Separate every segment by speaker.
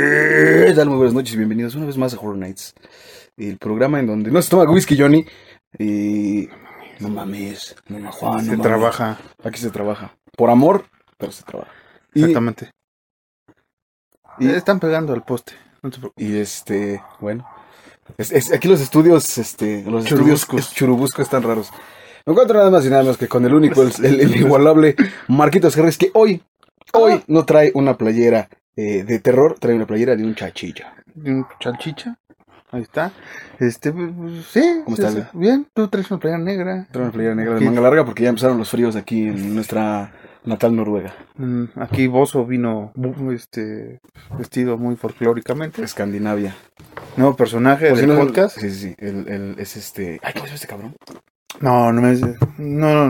Speaker 1: ¿Qué tal? Eh, Muy buenas noches y bienvenidos una vez más a Horror Nights, el programa en donde no se toma whisky Johnny y... No mames, no mames, Juan, no
Speaker 2: se
Speaker 1: mames.
Speaker 2: trabaja.
Speaker 1: Aquí se trabaja. Por amor, pero se trabaja. Y-
Speaker 2: Exactamente.
Speaker 1: Y-
Speaker 2: Le Están pegando al poste. No te preocupes.
Speaker 1: Y este, bueno. es- es- aquí los estudios, este, los
Speaker 2: Churubuscos.
Speaker 1: estudios churubuscos están raros. Me encuentro nada más y nada menos que con el único, el, el- el inigualable Marquitos Jerez, que hoy,
Speaker 2: Ah.
Speaker 1: hoy no trae una playera eh, de terror, trae una playera de un chachilla.
Speaker 2: Y un Chalchicha. Ahí está. Este, pues, sí.
Speaker 1: ¿Cómo estás,
Speaker 2: sí,
Speaker 1: güey?
Speaker 2: sí. Bien, tú traes una playera negra.
Speaker 1: Trae una playera negra de
Speaker 2: Sí.
Speaker 1: manga larga porque ya empezaron los fríos aquí en nuestra natal Noruega,
Speaker 2: Mm, Aquí Bozo vino bu- este, vestido muy folclóricamente.
Speaker 1: Escandinavia.
Speaker 2: Nuevo personaje
Speaker 1: Por si
Speaker 2: del
Speaker 1: no-
Speaker 2: podcast.
Speaker 1: Sí, sí, sí. El, el- es este. Ay, ¿cómo se llama este cabrón?
Speaker 2: No, no es, no,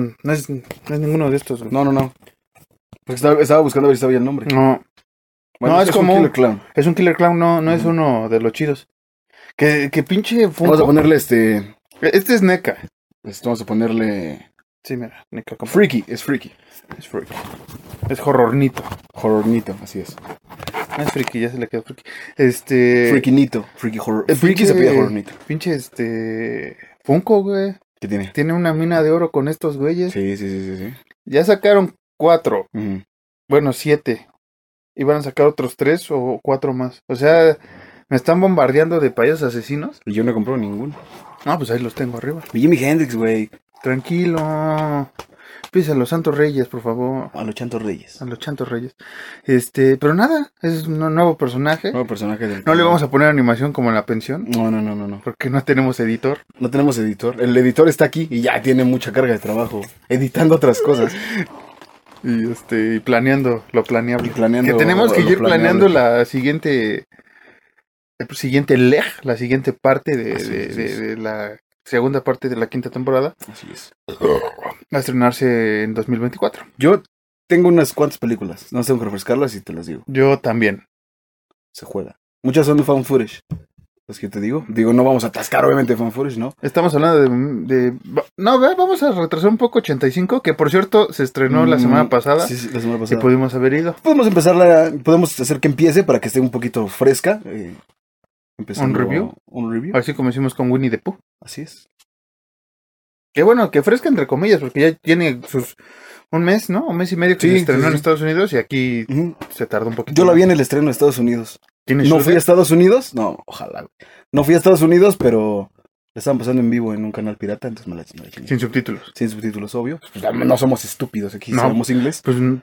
Speaker 2: no, no es, no es ninguno de estos. güey.
Speaker 1: No, no, no. Porque estaba, estaba buscando a ver si sabía el nombre.
Speaker 2: No, No, es
Speaker 1: un
Speaker 2: como-
Speaker 1: Killer Clown.
Speaker 2: es un Killer Clown, no, no es
Speaker 1: Ujú.
Speaker 2: uno de los chidos. Que, que pinche Funko-
Speaker 1: Vamos a ponerle este.
Speaker 2: Este es NECA.
Speaker 1: Este, vamos a ponerle.
Speaker 2: Sí, mira, E NECA. como-
Speaker 1: Freaky, es freaky.
Speaker 2: Es freak. Es horrornito.
Speaker 1: Horrornito, así es.
Speaker 2: No es friki, ya se le quedó friki. Este.
Speaker 1: Freakinito. Freaky horror.
Speaker 2: el
Speaker 1: freaky se
Speaker 2: pinche-
Speaker 1: pide horrornito.
Speaker 2: Pinche este. Funko, güey.
Speaker 1: ¿Qué tiene?
Speaker 2: Tiene una mina de oro con estos güeyes.
Speaker 1: Sí, sí, sí, sí. sí.
Speaker 2: Ya sacaron cuatro.
Speaker 1: Ujú.
Speaker 2: Bueno, siete. Y van a sacar otros tres o cuatro más. O sea, me están bombardeando de payas asesinos.
Speaker 1: Y yo no compré ninguno.
Speaker 2: Ah, pues ahí los tengo arriba.
Speaker 1: Y Jimi Hendrix, güey.
Speaker 2: Tranquilo. Pisa a los santos reyes, por favor.
Speaker 1: A los Chantos Reyes.
Speaker 2: A los chantos reyes. Este, pero nada, es un nuevo personaje.
Speaker 1: Nuevo personaje del.
Speaker 2: No le vamos a poner animación como en la pensión.
Speaker 1: No, no, no, no, no.
Speaker 2: Porque no tenemos editor.
Speaker 1: No tenemos editor. El editor está aquí y ya tiene mucha carga de trabajo. Editando otras cosas.
Speaker 2: Y este, y planeando lo planeable.
Speaker 1: Y planeando
Speaker 2: que tenemos
Speaker 1: lo-
Speaker 2: que
Speaker 1: lo
Speaker 2: ir
Speaker 1: planeable.
Speaker 2: planeando la siguiente, el siguiente leg, la siguiente parte de,
Speaker 1: Así
Speaker 2: de-
Speaker 1: es,
Speaker 2: de-
Speaker 1: así
Speaker 2: de la segunda parte de la quinta temporada
Speaker 1: Así es.
Speaker 2: a estrenarse en 2024.
Speaker 1: Yo tengo unas cuantas películas. No tengo que refrescarlas y te las digo.
Speaker 2: Yo también.
Speaker 1: Se juega. Muchas son de fan footage. Las que te digo. Digo, no vamos a atascar, obviamente, fan footage, ¿no?
Speaker 2: Estamos hablando de, de- no, ve, vamos a retrasar un poco 85, que por cierto se estrenó la
Speaker 1: Mm,
Speaker 2: semana pasada pues
Speaker 1: Sí, sí, la semana
Speaker 2: y
Speaker 1: pasada.
Speaker 2: pudimos haber ido.
Speaker 1: podemos empezarla. Podemos hacer que empiece para que esté un poquito fresca. eh, empezando-
Speaker 2: ¿Un review?
Speaker 1: Un review.
Speaker 2: Así como hicimos con Winnie the Pooh.
Speaker 1: Así es.
Speaker 2: Que bueno, que fresca entre comillas, porque ya tiene sus un mes, ¿no? Un mes y medio que
Speaker 1: Sí,
Speaker 2: se estrenó
Speaker 1: sí, sí.
Speaker 2: en Estados Unidos y aquí
Speaker 1: Ujú.
Speaker 2: se tardó un poquito.
Speaker 1: Yo la vi
Speaker 2: más.
Speaker 1: en el estreno de Estados Unidos.
Speaker 2: ¿Tiene
Speaker 1: No
Speaker 2: show
Speaker 1: fui
Speaker 2: de-
Speaker 1: a Estados Unidos. No, ojalá. güey. No fui a Estados Unidos, pero la estaban pasando en vivo en un canal pirata. Entonces me la, me la chingué.
Speaker 2: Sin subtítulos.
Speaker 1: Sin subtítulos, obvio. No somos estúpidos aquí,
Speaker 2: No. Oh,
Speaker 1: sabemos inglés.
Speaker 2: Pues, mm,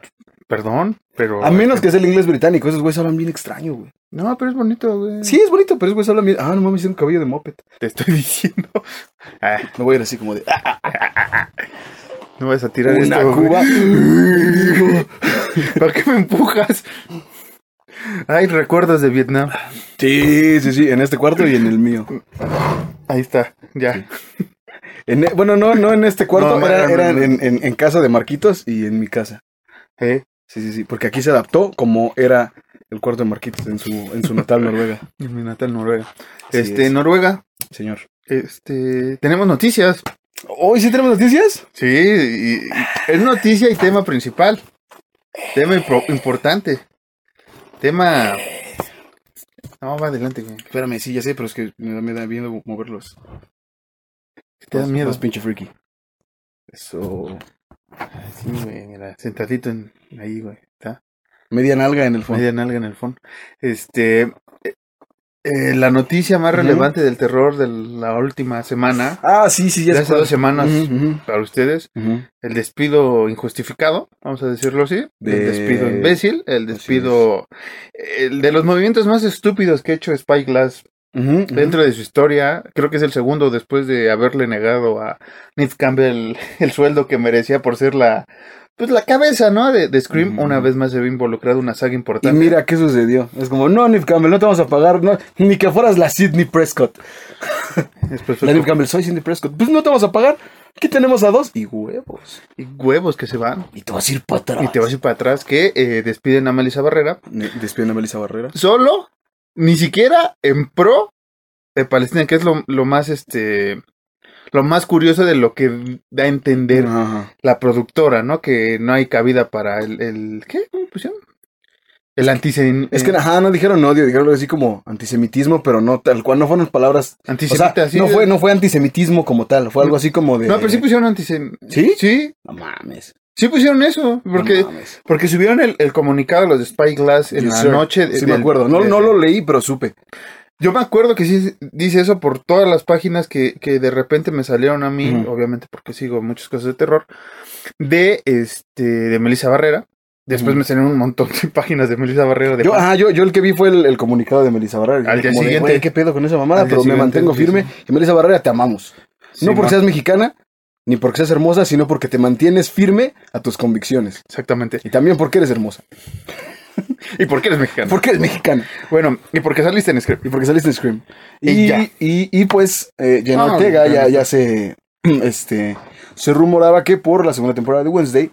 Speaker 2: perdón, pero...
Speaker 1: A menos que sea el inglés británico, esos güeyes hablan bien extraño, güey.
Speaker 2: No, pero es bonito, güey.
Speaker 1: Sí, es bonito, pero esos güeyes hablan bien. Ah, no mames, tiene un cabello de moped.
Speaker 2: Te estoy diciendo. Ah,
Speaker 1: Me voy a ir así como de. ah,
Speaker 2: no vas a tirar
Speaker 1: una
Speaker 2: esto, güey.
Speaker 1: Cuba.
Speaker 2: ¿Para qué me empujas? Ay, recuerdos de Vietnam.
Speaker 1: Sí, sí, sí, en este cuarto y en el mío.
Speaker 2: Ahí está, ya.
Speaker 1: En e- bueno, no, no en este cuarto,
Speaker 2: No,
Speaker 1: era,
Speaker 2: no, no,
Speaker 1: era
Speaker 2: no.
Speaker 1: En, en- en casa de Marquitos y en mi casa.
Speaker 2: Eh,
Speaker 1: Sí, sí, sí, porque aquí se adaptó como era el cuarto de Marquitos en su, en su natal Noruega.
Speaker 2: en mi natal Noruega.
Speaker 1: Así
Speaker 2: este,
Speaker 1: es,
Speaker 2: Noruega,
Speaker 1: señor.
Speaker 2: este, tenemos noticias.
Speaker 1: ¿Hoy sí tenemos noticias?
Speaker 2: Sí, y- y es noticia y tema principal. Tema impro- importante. Tema... No, va adelante, güey.
Speaker 1: Espérame, sí, ya sé, pero es que me da, me da miedo moverlos.
Speaker 2: Te da
Speaker 1: Vas-
Speaker 2: miedo.
Speaker 1: vas, pinche freaky. Eso.
Speaker 2: Sí, güey, mira, sentadito en, ahí, güey, está.
Speaker 1: Media nalga en el fondo.
Speaker 2: Media nalga en el fondo. Este, eh, eh, la noticia más
Speaker 1: Ujú.
Speaker 2: relevante del terror de la última semana,
Speaker 1: Ah, sí, sí, ya
Speaker 2: de
Speaker 1: sé
Speaker 2: hace
Speaker 1: cuál.
Speaker 2: dos semanas
Speaker 1: Ujú, ujú,
Speaker 2: para ustedes,
Speaker 1: ujú.
Speaker 2: el despido injustificado, vamos a decirlo así, el
Speaker 1: De-
Speaker 2: despido imbécil, el
Speaker 1: Así
Speaker 2: despido, el de los movimientos más estúpidos que ha hecho Spyglass
Speaker 1: Ujú, ujú.
Speaker 2: dentro de su historia, creo que es el segundo después de haberle negado a Neve Campbell el sueldo que merecía por ser la pues la cabeza, ¿no? De, de Scream,
Speaker 1: Ujú.
Speaker 2: una vez más se ve involucrada una saga
Speaker 1: Y
Speaker 2: importante.
Speaker 1: mira qué sucedió. Es como, no, Nif Campbell, no te vamos a pagar. no, ni que fueras la Sidney Prescott.
Speaker 2: Después fue
Speaker 1: La Nif
Speaker 2: como,
Speaker 1: Campbell, soy Sidney Prescott. Pues no te vamos a pagar. Aquí tenemos a dos. Y huevos.
Speaker 2: "Y huevos que se van.
Speaker 1: Y te vas a ir para atrás.
Speaker 2: Y te vas a ir para atrás que eh, despiden a Melissa Barrera.
Speaker 1: Ne- Despiden a Melissa Barrera.
Speaker 2: Solo, ni siquiera en pro de Palestina, que es lo, lo más este. Lo más curioso de lo que da a entender
Speaker 1: Ajá.
Speaker 2: la productora, ¿no? Que no hay cabida para el. el- ¿Qué? ¿Cómo pusieron? El antisem
Speaker 1: Es que,
Speaker 2: eh,
Speaker 1: ajá, no dijeron odio, dijeron algo así como antisemitismo, pero no tal cual, no fueron palabras. O sea,
Speaker 2: antisemita, sí.
Speaker 1: no, fue, no fue antisemitismo como tal, fue algo así como de.
Speaker 2: No, pero sí pues, pusieron antisem.
Speaker 1: ¿Sí?
Speaker 2: Sí,
Speaker 1: No mames.
Speaker 2: sí pusieron eso. Porque,
Speaker 1: no mames.
Speaker 2: porque subieron el, el comunicado los de Spyglass en
Speaker 1: Yes,
Speaker 2: la
Speaker 1: sir.
Speaker 2: noche. de-
Speaker 1: Sí, me
Speaker 2: del-
Speaker 1: acuerdo. No,
Speaker 2: de-
Speaker 1: no lo leí, pero supe.
Speaker 2: Yo me acuerdo que sí dice eso por todas las páginas que, que de repente me salieron a mí,
Speaker 1: Ujú.
Speaker 2: obviamente porque sigo muchas cosas de terror, de este de Melissa Barrera. Después
Speaker 1: Ujú.
Speaker 2: me salieron un montón de páginas de Melissa Barrera. De
Speaker 1: Yo, ah, ajá, yo, yo el que vi fue el, el comunicado de Melissa Barrera.
Speaker 2: Al día
Speaker 1: Como de,
Speaker 2: siguiente.
Speaker 1: "Güey, ¿Qué pedo con esa mamada?
Speaker 2: Al día
Speaker 1: Pero me
Speaker 2: siguiente,
Speaker 1: mantengo
Speaker 2: sí,
Speaker 1: firme. Y Melissa Barrera, te amamos.
Speaker 2: Sí,
Speaker 1: no porque
Speaker 2: ma-
Speaker 1: seas mexicana, ni porque seas hermosa, sino porque te mantienes firme a tus convicciones.
Speaker 2: Exactamente.
Speaker 1: Y también porque eres hermosa.
Speaker 2: ¿Y por qué eres mexicano?
Speaker 1: Porque eres mexicana.
Speaker 2: Bueno, ¿y por qué saliste en Script?
Speaker 1: Y porque saliste en Scream. Y,
Speaker 2: Y ya.
Speaker 1: y- y, pues, eh, Jenna
Speaker 2: Ah,
Speaker 1: Ortega ya,
Speaker 2: claro.
Speaker 1: ya se. Este. Se rumoraba que por la segunda temporada de Wednesday.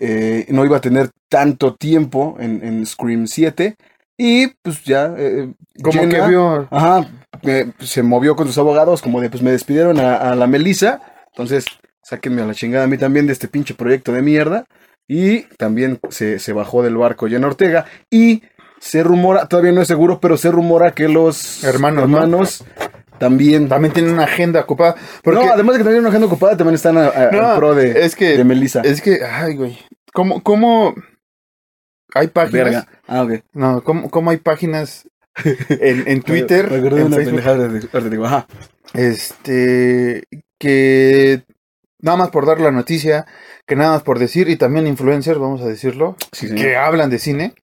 Speaker 1: eh, no iba a tener tanto tiempo en, en Scream 7. Y pues ya. eh,
Speaker 2: Como
Speaker 1: Jenna-
Speaker 2: que vio...
Speaker 1: Ajá. eh, se movió con sus abogados. Como de pues me despidieron a, a la Melissa. Entonces, sáquenme a la chingada a mí también de este pinche proyecto de mierda. Y también se, se bajó del barco Jenna Ortega. Y se rumora, todavía no es seguro, pero se rumora que los
Speaker 2: Hermanos, ¿no?
Speaker 1: hermanos también.
Speaker 2: También tiene una agenda ocupada. Porque,
Speaker 1: no, además de que también una agenda ocupada, también están a, a-
Speaker 2: No,
Speaker 1: al pro de,
Speaker 2: es que...
Speaker 1: de Melissa.
Speaker 2: Es que... Ay, güey. ¿Cómo... cómo... Hay páginas...
Speaker 1: Verga. Ah, ok.
Speaker 2: No, ¿cómo, cómo hay páginas en, en Twitter,
Speaker 1: Me acordé de
Speaker 2: en
Speaker 1: una
Speaker 2: Facebook,
Speaker 1: pendejada de- ahorita digo, ajá.
Speaker 2: este, que nada más por dar la noticia, que nada más por decir, y también influencers, vamos a decirlo,
Speaker 1: Sí,
Speaker 2: que
Speaker 1: señor.
Speaker 2: hablan de cine,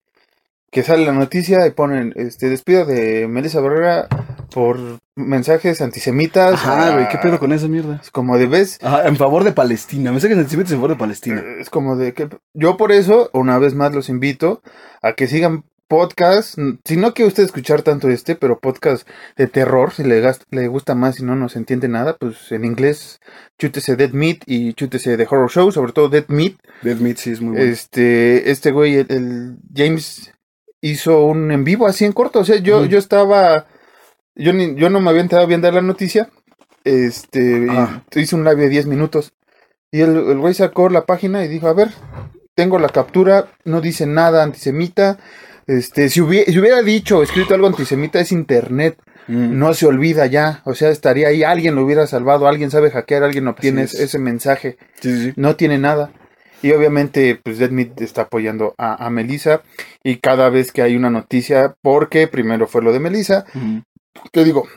Speaker 2: que sale la noticia y ponen, este, despido de Melissa Barrera por mensajes antisemitas.
Speaker 1: Ajá,
Speaker 2: a-
Speaker 1: güey, ¿qué pedo con esa mierda?
Speaker 2: Es como de, ¿ves?
Speaker 1: Ajá, en favor de Palestina. Me sé que el sentimiento es en favor de Palestina.
Speaker 2: Eh, Es como de que yo por eso, una vez más, los invito a que sigan podcast, si no quiere usted escuchar tanto este, pero podcast de terror, si le, gas- le gusta más y no nos entiende nada, pues en inglés chútese Dead Meat y chútese de Horror Show, sobre todo Dead Meat.
Speaker 1: Dead Meat sí es muy bueno.
Speaker 2: Este, este güey, el, el James hizo un en vivo así en corto, o sea, yo,
Speaker 1: Ujú.
Speaker 2: yo estaba, yo, ni- yo no me había enterado bien de la noticia, este, y
Speaker 1: Ah.
Speaker 2: hizo un live de 10 minutos. Y el, el güey sacó la página y dijo, a ver, tengo la captura, no dice nada antisemita. Este, si, hubie- si hubiera dicho o escrito algo antisemita es internet,
Speaker 1: Mm.
Speaker 2: no se olvida ya, o sea, estaría ahí, alguien lo hubiera salvado, alguien sabe hackear, alguien obtiene
Speaker 1: Así es.
Speaker 2: ese mensaje,
Speaker 1: Sí, sí, sí.
Speaker 2: no tiene nada. Y obviamente, pues Deadmeat está apoyando a, a Melissa y cada vez que hay una noticia, porque primero fue lo de Melissa,
Speaker 1: Mm.
Speaker 2: te digo,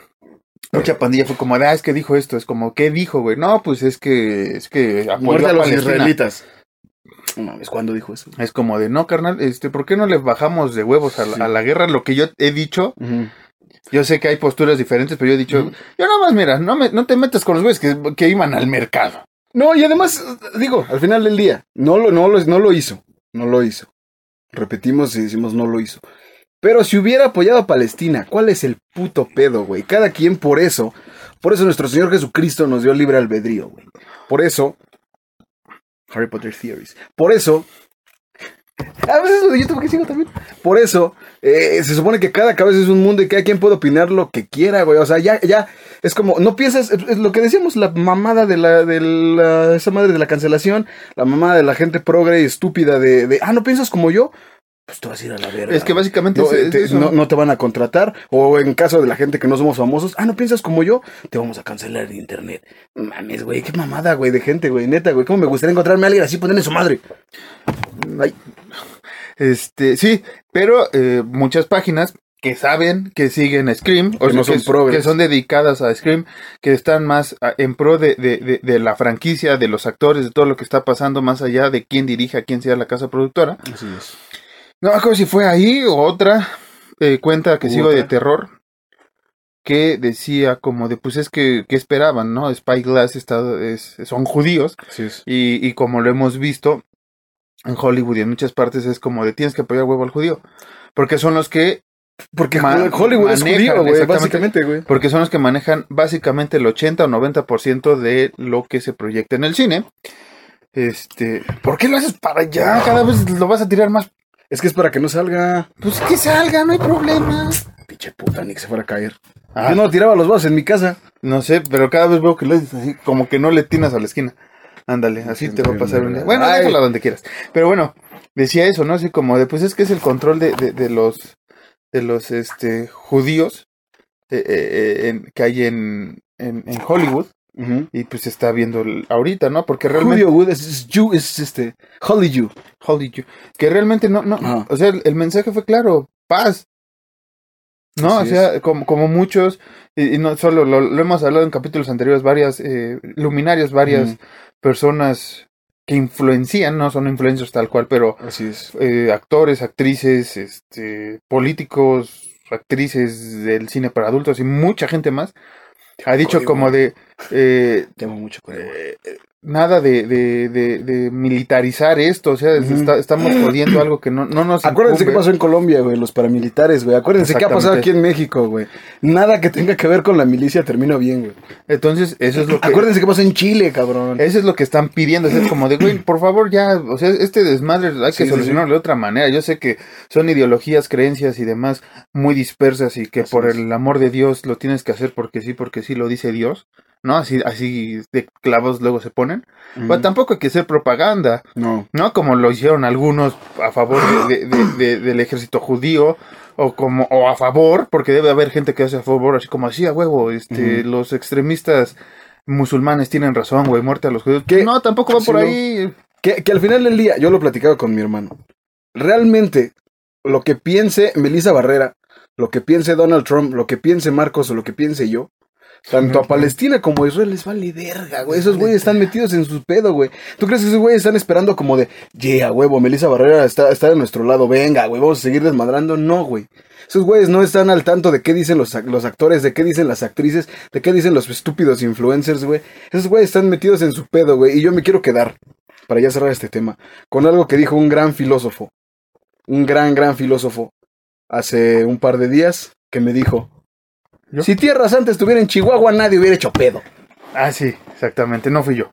Speaker 2: mucha pandilla fue como, ah, es que dijo esto, es como, ¿qué dijo, güey? No, pues es que, es que apoyó
Speaker 1: Muerte a los
Speaker 2: Palestina".
Speaker 1: israelitas. No mames, ¿cuándo dijo eso?
Speaker 2: Es como de, no, carnal, este, ¿por qué no le bajamos de huevos a la,
Speaker 1: Sí.
Speaker 2: a la guerra? Lo que yo he dicho,
Speaker 1: Ujú.
Speaker 2: yo sé que hay posturas diferentes, pero yo he dicho,
Speaker 1: Ujú.
Speaker 2: yo nada más, mira, no, me, no te metas con los güeyes que, que iban al mercado.
Speaker 1: No, y además, digo, al final del día, no lo, no lo, no lo hizo. No lo hizo. Repetimos y decimos no lo hizo. Pero si hubiera apoyado a Palestina, ¿cuál es el puto pedo, güey? Cada quien por eso, por eso nuestro Señor Jesucristo nos dio libre albedrío, güey. Por eso, Harry Potter Theories. Por eso, a veces lo de YouTube que sigo también. Por eso, eh, se supone que cada cabeza es un mundo y cada quien puede opinar lo que quiera, güey. O sea, ya, ya, es como, no piensas, es es lo que decíamos, la mamada de la, de la- esa madre de la cancelación, la mamada de la gente progre y estúpida de, de, ah, no piensas como yo, pues tú vas a ir a la verga.
Speaker 2: Es que
Speaker 1: güey.
Speaker 2: básicamente
Speaker 1: No, eh,
Speaker 2: es- es
Speaker 1: te,
Speaker 2: eso.
Speaker 1: no- no te van a contratar. O en caso de la gente que no somos famosos, ah, no piensas como yo, te vamos a cancelar de internet. Mames, güey, qué mamada, güey, de gente, güey, neta, güey. ¿Cómo me gustaría encontrarme a alguien así ponerle su madre? Ay,
Speaker 2: Este, sí, pero eh, muchas páginas que saben que siguen a Scream,
Speaker 1: Que no son
Speaker 2: que,
Speaker 1: progres.
Speaker 2: que son dedicadas a Scream, que están más a- en pro de, de- de- de la franquicia, de los actores, de todo lo que está pasando, más allá de quién dirija, quién sea la casa productora.
Speaker 1: así es.
Speaker 2: No me acuerdo si fue ahí o otra eh, cuenta que
Speaker 1: U
Speaker 2: sigo de
Speaker 1: otra.
Speaker 2: terror que decía como de pues es que, ¿qué esperaban, ¿no? Spyglass está, es- son judíos
Speaker 1: Así es.
Speaker 2: y, y como lo hemos visto en Hollywood y en muchas partes es como de tienes que apoyar huevo al judío. Porque son los que,
Speaker 1: Porque
Speaker 2: Ma-
Speaker 1: Hollywood es
Speaker 2: manejan,
Speaker 1: judío, güey,
Speaker 2: exactamente.
Speaker 1: básicamente, güey.
Speaker 2: porque son los que manejan básicamente el 80 o 90% de lo que se proyecta en el cine. Este, ¿por qué lo haces para allá? Cada vez lo vas a tirar más.
Speaker 1: Es que es para que no salga.
Speaker 2: Pues que salga, no hay problema.
Speaker 1: Pinche puta, ni que se fuera a caer.
Speaker 2: Ah.
Speaker 1: Yo no tiraba los vasos en mi casa.
Speaker 2: No sé, pero cada vez veo que lo haces así, como que no le tinas a la esquina. Ándale, así te va a pasar un día. Bueno,
Speaker 1: Ay.
Speaker 2: déjala donde quieras. Pero bueno, decía eso, ¿no? Así como de, pues es que es el control de, de, de los, de los este, judíos eh, eh, en- que hay en, en, en Hollywood.
Speaker 1: Ujú.
Speaker 2: Y pues se está viendo el- ahorita, ¿no? Porque realmente...
Speaker 1: Julio Wood es, es Jew, es este, Holy Jew.
Speaker 2: Holy Jew, que realmente no, no,
Speaker 1: Ajá.
Speaker 2: o sea, el, el mensaje fue claro, paz. No,
Speaker 1: Así
Speaker 2: o sea, como, como muchos, y, y no solo lo, lo hemos hablado en capítulos anteriores, varias eh, luminarias, varias
Speaker 1: Ujú.
Speaker 2: personas que influencian, no son influencers tal cual, pero
Speaker 1: Así es.
Speaker 2: eh, actores, actrices, este, políticos, actrices del cine para adultos y mucha gente más, ha dicho
Speaker 1: Código.
Speaker 2: como de eh,
Speaker 1: Te amo mucho con él.
Speaker 2: eh, nada de, de, de, de militarizar esto, o sea,
Speaker 1: Ujú.
Speaker 2: está- estamos jodiendo algo que no, no nos
Speaker 1: Acuérdense qué
Speaker 2: incumbe.
Speaker 1: pasó en Colombia, güey, los paramilitares, güey. Acuérdense qué ha pasado aquí
Speaker 2: Exactamente.
Speaker 1: en México, güey. Nada que tenga que ver con la milicia termina bien, güey.
Speaker 2: Entonces, eso es lo que
Speaker 1: Acuérdense qué pasó en Chile, cabrón.
Speaker 2: eso es lo que están pidiendo, o sea, es como de, güey, por favor, ya, o sea, este desmadre hay que
Speaker 1: Sí, sí,
Speaker 2: solucionarlo de otra manera. Yo sé que son ideologías, creencias y demás muy dispersas y que
Speaker 1: Así
Speaker 2: por
Speaker 1: es.
Speaker 2: el amor de Dios lo tienes que hacer porque sí, porque sí lo dice Dios, ¿no? Así así de clavos luego se ponen.
Speaker 1: Ujú.
Speaker 2: Pero tampoco hay que hacer propaganda.
Speaker 1: Mm, No.
Speaker 2: ¿no? Como lo hicieron algunos a favor de- de- de- de- del ejército judío o como o a favor, porque debe haber gente que hace a favor, así como así a huevo, este,
Speaker 1: Ujú.
Speaker 2: los extremistas musulmanes tienen razón, güey, muerte a los judíos.
Speaker 1: ¿Qué?
Speaker 2: No, tampoco va
Speaker 1: Sí,
Speaker 2: por
Speaker 1: no.
Speaker 2: ahí.
Speaker 1: Que, que al final del día, yo lo platicaba con mi hermano. Realmente, lo que piense Melissa Barrera, lo que piense Donald Trump, lo que piense Marcos o lo que piense yo, tanto a
Speaker 2: Ujú.
Speaker 1: Palestina como a Israel les vale verga, güey. Esos güeyes están metidos en su pedo, güey. ¿Tú crees que esos güeyes están esperando como de, yeah, huevo, Melissa Barrera está, está de nuestro lado, venga, güey, vamos a seguir desmadrando? No, güey. Esos güeyes no están al tanto de qué dicen los, ac- los actores, de qué dicen las actrices, de qué dicen los estúpidos influencers, güey. Esos güeyes están metidos en su pedo, güey. Y yo me quiero quedar, para ya cerrar este tema, con algo que dijo un gran filósofo. Un gran, gran filósofo. Hace un par de días que me dijo...
Speaker 2: ¿Yo?
Speaker 1: Si Tierra Santa estuviera en Chihuahua, nadie hubiera hecho pedo.
Speaker 2: Ah, sí, exactamente, no fui yo.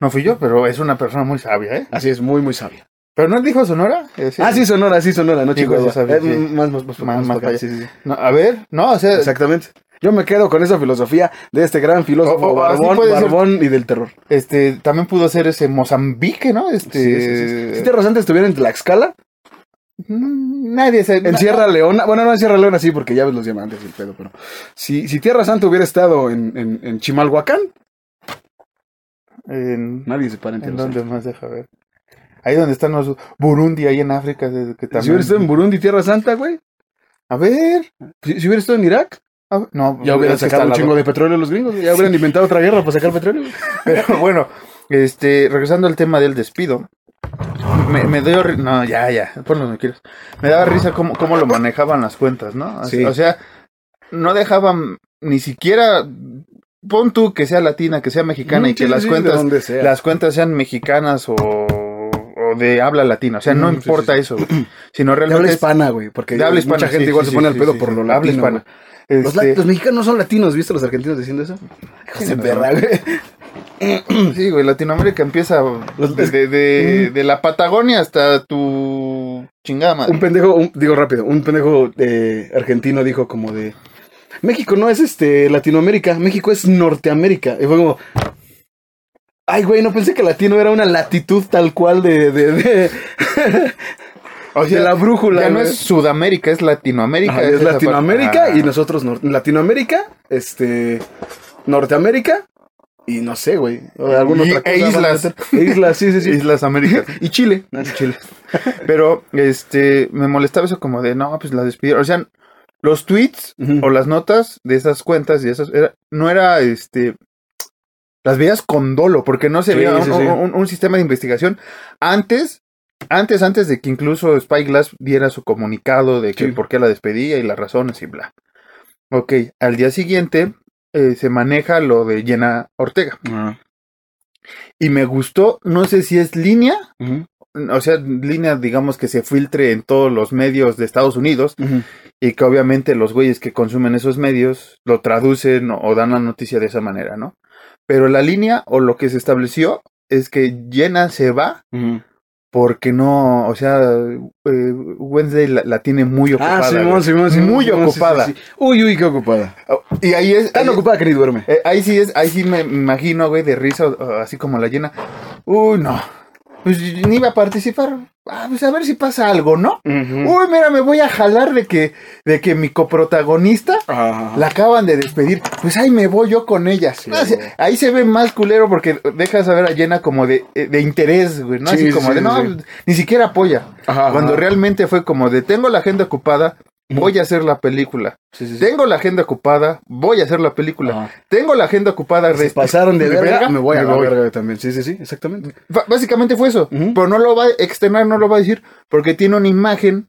Speaker 2: No fui yo, pero es una persona muy sabia, ¿eh?
Speaker 1: Así es, muy, muy sabia.
Speaker 2: Pero no dijo Sonora? Eh, sí.
Speaker 1: Ah, sí, Sonora, sí, Sonora, no
Speaker 2: Sí,
Speaker 1: Chihuahua.
Speaker 2: güey, sí sabía,
Speaker 1: Eh,
Speaker 2: sí.
Speaker 1: m- Más, más, más,
Speaker 2: Más-
Speaker 1: más
Speaker 2: más
Speaker 1: para acá,
Speaker 2: allá.
Speaker 1: sí, sí, sí.
Speaker 2: No, a ver, no, o sea,
Speaker 1: Exactamente. Yo me quedo con esa filosofía de este gran filósofo
Speaker 2: O- o Oh, así
Speaker 1: barbón,
Speaker 2: puede ser.
Speaker 1: barbón y del terror.
Speaker 2: este también pudo ser ese Mozambique, ¿no? Este
Speaker 1: Sí, sí, sí, sí. Si Tierra Santa estuviera en Tlaxcala,
Speaker 2: mm, nadie se
Speaker 1: en Sierra Leona, bueno, no en Sierra Leona, sí, porque ya ves los diamantes y el pedo, pero si, si Tierra Santa hubiera estado en, en, en Chimalhuacán,
Speaker 2: en-
Speaker 1: nadie se para en
Speaker 2: ¿En
Speaker 1: Tierra Santa.
Speaker 2: dónde más? Deja ver. Ahí donde están los Burundi, ahí en África, de- que
Speaker 1: Si hubiera
Speaker 2: también.
Speaker 1: estado en Burundi, Tierra Santa, güey,
Speaker 2: A ver.
Speaker 1: si, si hubiera estado en Irak,
Speaker 2: a ver, No,
Speaker 1: ya hubieran
Speaker 2: es que
Speaker 1: sacado
Speaker 2: está al
Speaker 1: un
Speaker 2: lado.
Speaker 1: chingo de petróleo los gringos, ya hubieran inventado otra guerra para sacar petróleo.
Speaker 2: Pero bueno, este, regresando al tema del despido. Me, me dio. ri- No, ya, ya. Ponlo donde quieras. Me daba risa cómo, cómo lo manejaban las cuentas, ¿no? O-
Speaker 1: Sí.
Speaker 2: O sea, no dejaban ni siquiera. Pon tú que sea latina, que sea mexicana y
Speaker 1: Sí,
Speaker 2: que
Speaker 1: sí,
Speaker 2: las
Speaker 1: sí, de
Speaker 2: cuentas
Speaker 1: donde sea.
Speaker 2: las cuentas sean mexicanas o, o de habla latina. O sea, no
Speaker 1: Mm, sí,
Speaker 2: importa
Speaker 1: sí,
Speaker 2: eso, güey. Sino
Speaker 1: De habla
Speaker 2: realmente. es-
Speaker 1: hispana, güey, porque
Speaker 2: De habla hispana,
Speaker 1: mucha gente
Speaker 2: sí,
Speaker 1: igual
Speaker 2: sí,
Speaker 1: se pone
Speaker 2: sí,
Speaker 1: al pedo
Speaker 2: sí,
Speaker 1: por
Speaker 2: sí.
Speaker 1: lo
Speaker 2: Habla
Speaker 1: latino.
Speaker 2: hispana.
Speaker 1: güey. Los,
Speaker 2: Este,
Speaker 1: la- los mexicanos son latinos, ¿viste los argentinos diciendo eso? Hijos de
Speaker 2: no.
Speaker 1: perra, güey.
Speaker 2: sí, güey, Latinoamérica empieza
Speaker 1: Los- Mm.
Speaker 2: de, de- de- de la Patagonia hasta tu chingada
Speaker 1: Un
Speaker 2: madre.
Speaker 1: pendejo, un- digo rápido, un pendejo eh, argentino dijo como de México no es este Latinoamérica, México es Norteamérica. Y fue como Ay, güey, no pensé que latino era una latitud tal cual de, de, de-
Speaker 2: O sea,
Speaker 1: de la brújula.
Speaker 2: ya no
Speaker 1: güey.
Speaker 2: es Sudamérica, es Latinoamérica.
Speaker 1: Ajá, es
Speaker 2: esa parte.
Speaker 1: Latinoamérica
Speaker 2: Ah,
Speaker 1: y nosotros nor- Latinoamérica, este Norteamérica y no sé, güey, o alguna
Speaker 2: Y-
Speaker 1: otra cosa
Speaker 2: e
Speaker 1: van a
Speaker 2: islas.
Speaker 1: meter. E islas, sí, sí, sí.
Speaker 2: Islas Américas.
Speaker 1: y Chile.
Speaker 2: Chile. Pero, este, me molestaba eso como de, no, pues la despidieron. O sea, los tweets
Speaker 1: Ujú.
Speaker 2: o las notas de esas cuentas y esas, era- no era, este, las veías con dolo, porque no se
Speaker 1: Sí,
Speaker 2: veía
Speaker 1: sí,
Speaker 2: un,
Speaker 1: sí.
Speaker 2: un- un sistema de investigación. Antes, antes, antes de que incluso Spyglass diera su comunicado de que
Speaker 1: Sí.
Speaker 2: por qué la despedía y las razones y bla. Ok, al día siguiente eh, se maneja lo de Jenna Ortega. Y me gustó, no sé si es línea
Speaker 1: Ujú.
Speaker 2: o sea, línea, digamos, que se filtre en todos los medios de Estados Unidos
Speaker 1: Ujú.
Speaker 2: y que obviamente los güeyes que consumen esos medios lo traducen o, o dan la noticia de esa manera, ¿no? Pero la línea o lo que se estableció es que Jenna se va porque no, o sea, eh, Wednesday la, la tiene muy ocupada.
Speaker 1: Ah,
Speaker 2: güey.
Speaker 1: Simón, Simón, Simón.
Speaker 2: muy
Speaker 1: Simón, sí, sí,
Speaker 2: ocupada.
Speaker 1: sí. Uy, uy, qué ocupada.
Speaker 2: Y ahí es...
Speaker 1: Tan
Speaker 2: ahí-
Speaker 1: ocupada que ni duerme.
Speaker 2: eh, ahí sí es, ahí sí me imagino, güey, de risa, o- o así como la llena. Uy, no. Pues ni iba a participar. ah, pues a ver si pasa algo, ¿no?
Speaker 1: Mm.
Speaker 2: Uy, mira, me voy a jalar de que, de que mi coprotagonista
Speaker 1: Ajá.
Speaker 2: la acaban de despedir. Pues ahí me voy yo con ella.
Speaker 1: Sí.
Speaker 2: No, o sea, ahí se ve más culero porque dejas a ver a Jenna como de, eh, de interés, güey, ¿no?
Speaker 1: Sí,
Speaker 2: Así como
Speaker 1: sí,
Speaker 2: de, no,
Speaker 1: sí.
Speaker 2: ni siquiera apoya.
Speaker 1: Ajá, ajá.
Speaker 2: Cuando realmente fue como de, tengo la agenda ocupada, voy a hacer la película.
Speaker 1: Sí, sí, sí.
Speaker 2: Tengo la agenda ocupada, voy a hacer la película.
Speaker 1: Ajá.
Speaker 2: Tengo la agenda ocupada.
Speaker 1: Se
Speaker 2: res-
Speaker 1: pasaron de
Speaker 2: de
Speaker 1: verga,
Speaker 2: verga,
Speaker 1: me voy a
Speaker 2: me
Speaker 1: la
Speaker 2: voy.
Speaker 1: verga también. Sí, sí, sí, exactamente.
Speaker 2: Ba- Básicamente fue eso,
Speaker 1: Ujú.
Speaker 2: pero no lo va a externar, no lo va a decir, porque tiene una imagen,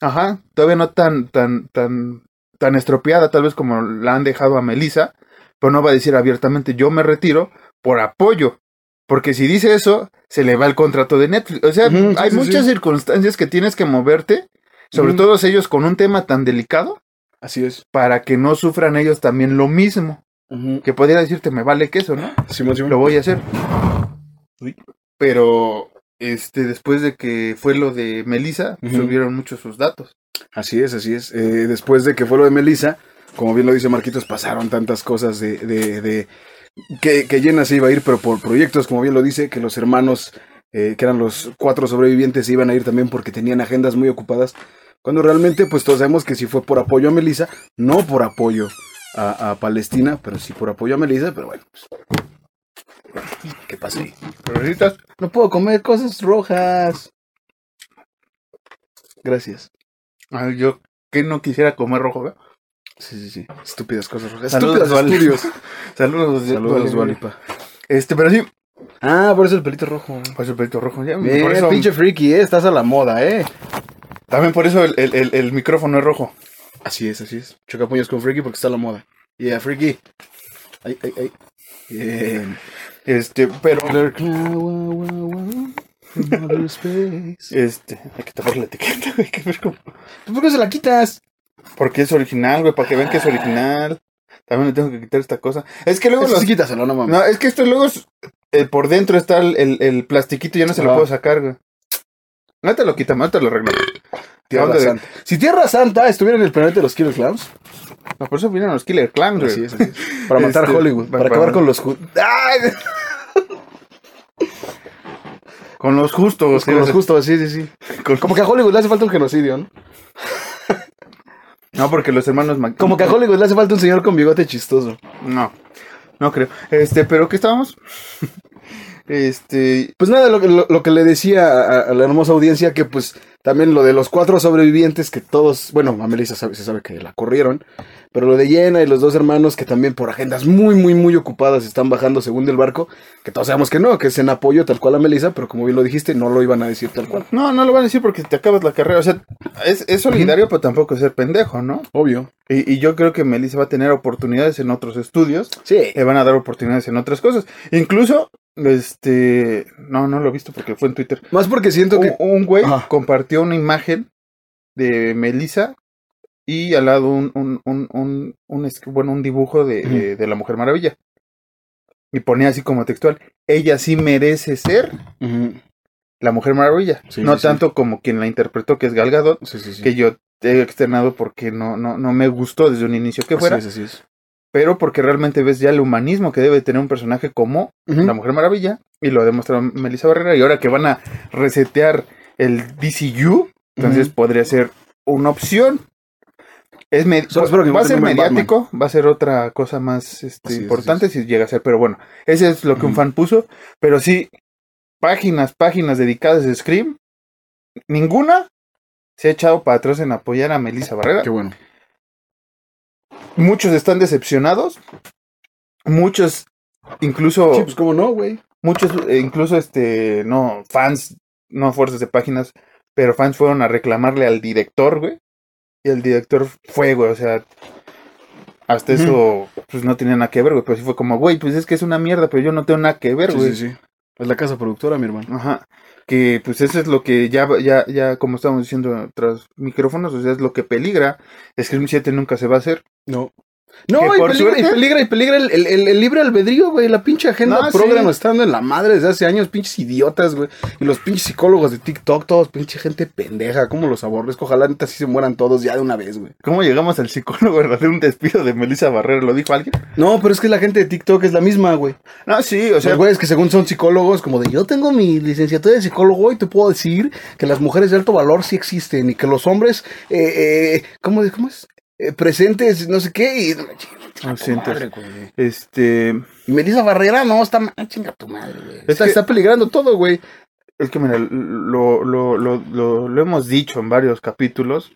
Speaker 2: ajá, todavía no tan, tan, tan, tan estropeada, tal vez como la han dejado a Melissa, pero no va a decir abiertamente yo me retiro por apoyo, porque si dice eso, se le va el contrato de Netflix. O sea,
Speaker 1: Ujú, sí,
Speaker 2: hay
Speaker 1: sí,
Speaker 2: muchas
Speaker 1: sí.
Speaker 2: circunstancias que tienes que moverte, sobre
Speaker 1: Ujú.
Speaker 2: todo ellos con un tema tan delicado,
Speaker 1: Así es.
Speaker 2: para que no sufran ellos también lo mismo,
Speaker 1: Ujú.
Speaker 2: que podría decirte me vale queso, ¿no?
Speaker 1: Simón, Simón.
Speaker 2: lo voy a hacer.
Speaker 1: Uy.
Speaker 2: Pero este después de que fue lo de Melissa,
Speaker 1: Ujú.
Speaker 2: subieron mucho sus datos.
Speaker 1: Así es, así es. Eh, después de que fue lo de Melissa, como bien lo dice Marquitos, pasaron tantas cosas de, de, de- que, que Jenna se iba a ir, pero por proyectos, como bien lo dice, que los hermanos, eh, que eran los cuatro sobrevivientes, se iban a ir también porque tenían agendas muy ocupadas. Cuando realmente, pues todos sabemos que si fue por apoyo a Melissa, no por apoyo a, a Palestina, pero sí por apoyo a Melissa, pero bueno, pues. ¿Qué pasa ahí?
Speaker 2: Pero ahorita
Speaker 1: No puedo comer cosas rojas. Gracias.
Speaker 2: ay, yo que no quisiera comer rojo, ¿verdad?
Speaker 1: Sí, sí, sí. Estúpidas cosas rojas.
Speaker 2: Saludos,
Speaker 1: Estúpidos
Speaker 2: Dua Lipa.
Speaker 1: estudios.
Speaker 2: Saludos,
Speaker 1: Saludos,
Speaker 2: Dua Lipa.
Speaker 1: Dualipa.
Speaker 2: Este, pero sí,
Speaker 1: Ah, por eso el pelito rojo.
Speaker 2: pues el pelito rojo ya.
Speaker 1: Eh,
Speaker 2: por eso-
Speaker 1: pinche friki, eh. Estás a la moda, eh.
Speaker 2: También por eso el, el- el- el micrófono es rojo.
Speaker 1: Así es, así es. Choca puños con friki porque está a la moda. Yeah, friki. Ay, ay, ay. Bien.
Speaker 2: Este, pero
Speaker 1: ¿Tú
Speaker 2: este, hay que tapar la etiqueta, güey, que ver cómo-
Speaker 1: por qué se la quitas?
Speaker 2: porque es original, güey, para que vean que es original. También le tengo que quitar esta cosa. Es que luego
Speaker 1: Esto
Speaker 2: los
Speaker 1: Sí, quítaselo, no mames.
Speaker 2: No, es que esto luego es- eh, por dentro está el, el, el plastiquito, ya no se lo
Speaker 1: Ah.
Speaker 2: puedo sacar, güey. No te lo quitamos, no te lo arreglo.
Speaker 1: Tierra
Speaker 2: ¿dónde?
Speaker 1: Santa. Si Tierra Santa estuviera en el planeta de los Killer Clowns,
Speaker 2: No, por eso vinieron los Killer Clan, güey.
Speaker 1: así es, así es. Para matar
Speaker 2: Este,
Speaker 1: Hollywood, para,
Speaker 2: para-
Speaker 1: acabar con los. ju- ¡Ay!
Speaker 2: Con los justos,
Speaker 1: Con los justos, sí, sí, sí.
Speaker 2: con-
Speaker 1: Como que a Hollywood le hace falta un genocidio, ¿no?
Speaker 2: No, porque los hermanos Mac-
Speaker 1: Como que a Hollywood le hace falta un señor con bigote chistoso.
Speaker 2: No, no creo. Este, pero ¿qué estábamos? este,
Speaker 1: Pues nada, lo, que- lo- lo que le decía a, a la hermosa audiencia, que pues también lo de los cuatro sobrevivientes que todos, bueno, a Melissa sabe- se sabe que la corrieron, pero lo de Jenna y los dos hermanos que también por agendas muy, muy, muy ocupadas están bajando según del barco, que todos sabemos que no, que es en apoyo tal cual a Melissa, pero como bien lo dijiste, no lo iban a decir tal cual.
Speaker 2: no, no lo van a decir porque te acabas la carrera. O sea, es, es solidario, pero tampoco es ser pendejo, ¿no?
Speaker 1: Obvio.
Speaker 2: Y, y yo creo que Melissa va a tener oportunidades en otros estudios.
Speaker 1: Sí.
Speaker 2: le eh, van a dar oportunidades en otras cosas. Incluso, este, no, no lo he visto porque fue en Twitter.
Speaker 1: Más porque siento
Speaker 2: Un,
Speaker 1: que...
Speaker 2: un güey
Speaker 1: Ajá.
Speaker 2: compartió una imagen de Melissa y al lado un, un, un, un, un es- bueno, un dibujo de,
Speaker 1: Ujú.
Speaker 2: de- de la Mujer Maravilla. Y ponía así como textual, ella sí merece ser
Speaker 1: Ujú.
Speaker 2: la Mujer Maravilla.
Speaker 1: Sí,
Speaker 2: no
Speaker 1: sí, sí.
Speaker 2: tanto como quien la interpretó, que es Gal Gadot,
Speaker 1: Sí, sí, sí.
Speaker 2: que yo he externado porque no, no, no me gustó desde un inicio que
Speaker 1: Así
Speaker 2: fuera,
Speaker 1: es, así es.
Speaker 2: pero porque realmente ves ya el humanismo que debe tener un personaje como
Speaker 1: Ujú.
Speaker 2: la Mujer Maravilla y lo ha demostrado Melissa Barrera y ahora que van a resetear el DCU, entonces
Speaker 1: Ujú.
Speaker 2: podría ser una opción. Es me-
Speaker 1: Solo espero que
Speaker 2: va a
Speaker 1: no
Speaker 2: ser
Speaker 1: termine en
Speaker 2: mediático, va a ser otra cosa más este,
Speaker 1: Así es,
Speaker 2: importante si llega a ser, pero bueno, ese es lo que un
Speaker 1: Ujú.
Speaker 2: fan puso, pero sí, páginas, páginas dedicadas a Scream, ninguna se ha echado para atrás en apoyar a Melissa Barrera.
Speaker 1: Qué bueno.
Speaker 2: Muchos están decepcionados, muchos incluso...
Speaker 1: Sí, pues cómo no, güey.
Speaker 2: muchos, eh, incluso este, no, fans, no fuerzas de páginas, pero fans fueron a reclamarle al director, güey. Y el director fue, güey, o sea, hasta
Speaker 1: Ujú.
Speaker 2: eso, pues no tenía nada que ver, güey. Pero sí fue como, güey, pues es que es una mierda, pero yo no tengo nada que ver,
Speaker 1: Sí,
Speaker 2: güey.
Speaker 1: sí, sí. Es la casa productora, mi hermano.
Speaker 2: Ajá. Que pues eso es lo que ya, ya, ya, como estábamos diciendo tras micrófonos, o sea, es lo que peligra. Scream 7 nunca se va a hacer.
Speaker 1: No. No,
Speaker 2: Que
Speaker 1: y
Speaker 2: por
Speaker 1: peligra, y
Speaker 2: suerte-
Speaker 1: peligra, y peligra el, el- el- el libre albedrío, güey. La pinche agenda
Speaker 2: No,
Speaker 1: programa
Speaker 2: sí.
Speaker 1: está dando en la madre desde hace años, pinches idiotas, güey. Y los pinches psicólogos de TikTok, todos pinche gente pendeja. ¿Cómo los aborrezco? Ojalá neta sí se mueran todos ya de una vez, güey.
Speaker 2: ¿Cómo llegamos al psicólogo de hacer un despido de Melissa Barrero? ¿Lo dijo alguien?
Speaker 1: No, pero es que la gente de TikTok es la misma, güey.
Speaker 2: No, sí, o
Speaker 1: O sea,
Speaker 2: sea,
Speaker 1: los güeyes que según son psicólogos, como de yo tengo mi licenciatura de psicólogo y te puedo decir que las mujeres de alto valor sí existen y que los hombres, eh, eh, ¿cómo, es- ¿cómo es? Eh, presentes, no sé qué, y...
Speaker 2: Ausentes.
Speaker 1: Madre, güey.
Speaker 2: este.
Speaker 1: Y Melissa Barrera, no, está mal, chinga tu madre, güey.
Speaker 2: Es
Speaker 1: Está,
Speaker 2: que-
Speaker 1: está peligrando todo, güey.
Speaker 2: Es que, mira, lo, lo, lo, lo, lo hemos dicho en varios capítulos.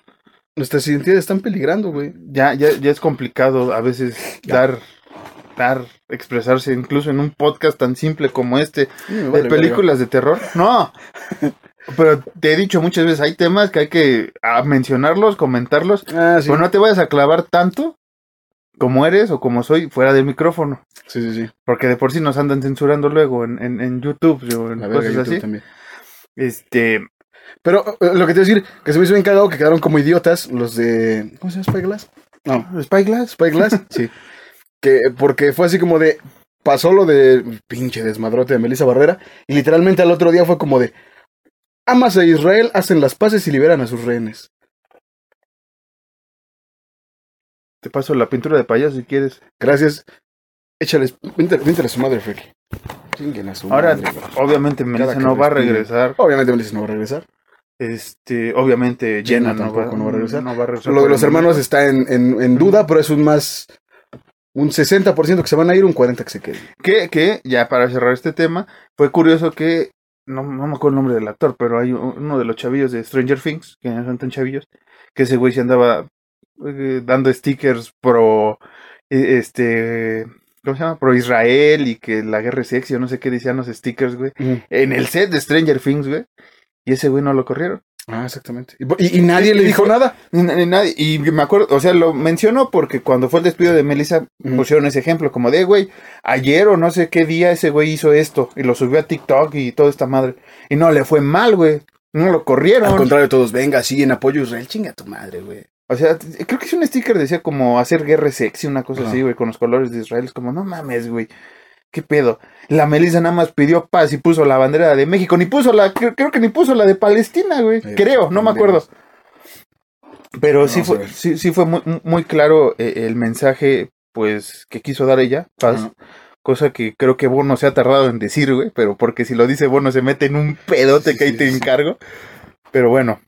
Speaker 1: Nuestras identidades están peligrando, güey.
Speaker 2: Ya, ya, ya es complicado a veces
Speaker 1: Ya.
Speaker 2: dar, dar, expresarse, incluso en un podcast tan simple como este.
Speaker 1: Me
Speaker 2: ¿De
Speaker 1: vale
Speaker 2: películas de terror? No. Pero te he dicho muchas veces, hay temas que hay que ah, mencionarlos, comentarlos.
Speaker 1: verga. Ah, sí.
Speaker 2: Pero no te vayas a clavar tanto como eres o como soy fuera del micrófono.
Speaker 1: sí, sí, sí.
Speaker 2: Porque de por sí nos andan censurando luego en, en, en YouTube o en
Speaker 1: La verga,
Speaker 2: cosas
Speaker 1: YouTube
Speaker 2: así.
Speaker 1: también.
Speaker 2: Este,
Speaker 1: Pero eh, lo que te voy a decir, que se me hizo bien cagado que quedaron como idiotas los de... ¿Cómo se llama Spyglass? No,
Speaker 2: Spyglass.
Speaker 1: Spyglass, sí. Que porque fue así como de. Pasó lo de pinche desmadrote de Melissa Barrera. Y literalmente al otro día fue como de. Amas a Israel, hacen las paces y liberan a sus rehenes.
Speaker 2: Te paso la pintura de payaso si quieres.
Speaker 1: Gracias. Échales. Vente, vente a su madre, Freddy. Chinguen a su
Speaker 2: Ahora,
Speaker 1: madre, güey.
Speaker 2: obviamente Melissa
Speaker 1: que
Speaker 2: no va a
Speaker 1: respire.
Speaker 2: regresar.
Speaker 1: Obviamente Melissa no va a regresar.
Speaker 2: Este, obviamente
Speaker 1: Jenna
Speaker 2: Jenna no va,
Speaker 1: tampoco no va a regresar.
Speaker 2: no va a regresar
Speaker 1: Lo de
Speaker 2: por
Speaker 1: los
Speaker 2: el
Speaker 1: hermanos está en, en- en duda, pero es un más. Un 60% que se van a ir, un 40% que se queden.
Speaker 2: Que, que, ya para cerrar este tema, fue curioso que, no, no me acuerdo el nombre del actor, pero hay u- uno de los chavillos de Stranger Things, que no son tan chavillos, que ese güey se andaba eh, dando stickers pro, eh, este, ¿cómo se llama? Pro Israel y que la guerra es sexy o no sé qué decían los stickers, güey. En el set de Stranger Things, güey. Y ese güey no lo corrieron.
Speaker 1: Ah, exactamente. Y, y- y nadie le
Speaker 2: Y- y
Speaker 1: dijo
Speaker 2: fue-
Speaker 1: nada.
Speaker 2: Ni, ni nadie. Y me acuerdo, o sea, lo menciono porque cuando fue el despido de Melissa, pusieron ese ejemplo, como de, güey, ayer o no sé qué día ese güey hizo esto y lo subió a TikTok y toda esta madre. Y no le fue mal, güey. No lo
Speaker 1: Al
Speaker 2: corrieron.
Speaker 1: contrario, todos, venga, sí, en apoyo a Israel, chinga tu madre, güey.
Speaker 2: O sea, t- creo que es un sticker decía como hacer guerra sexy, una cosa
Speaker 1: Ajá.
Speaker 2: así, güey, con los colores de Israel. Es como, no mames, güey. ¿Qué pedo? La Melissa nada más pidió paz y puso la bandera de México. Ni puso la, cre- creo que ni puso la de Palestina, güey.
Speaker 1: Eh,
Speaker 2: creo, no me acuerdo. Pero sí
Speaker 1: Vamos a
Speaker 2: fue,
Speaker 1: ver.
Speaker 2: sí, sí fue muy, muy claro eh, el mensaje, pues, que quiso dar ella, paz.
Speaker 1: Ajá.
Speaker 2: Cosa que creo que Bono se ha tardado en decir, güey, pero porque si lo dice Bono se mete en un pedote
Speaker 1: Sí,
Speaker 2: que ahí
Speaker 1: sí,
Speaker 2: te
Speaker 1: sí.
Speaker 2: encargo. Pero bueno,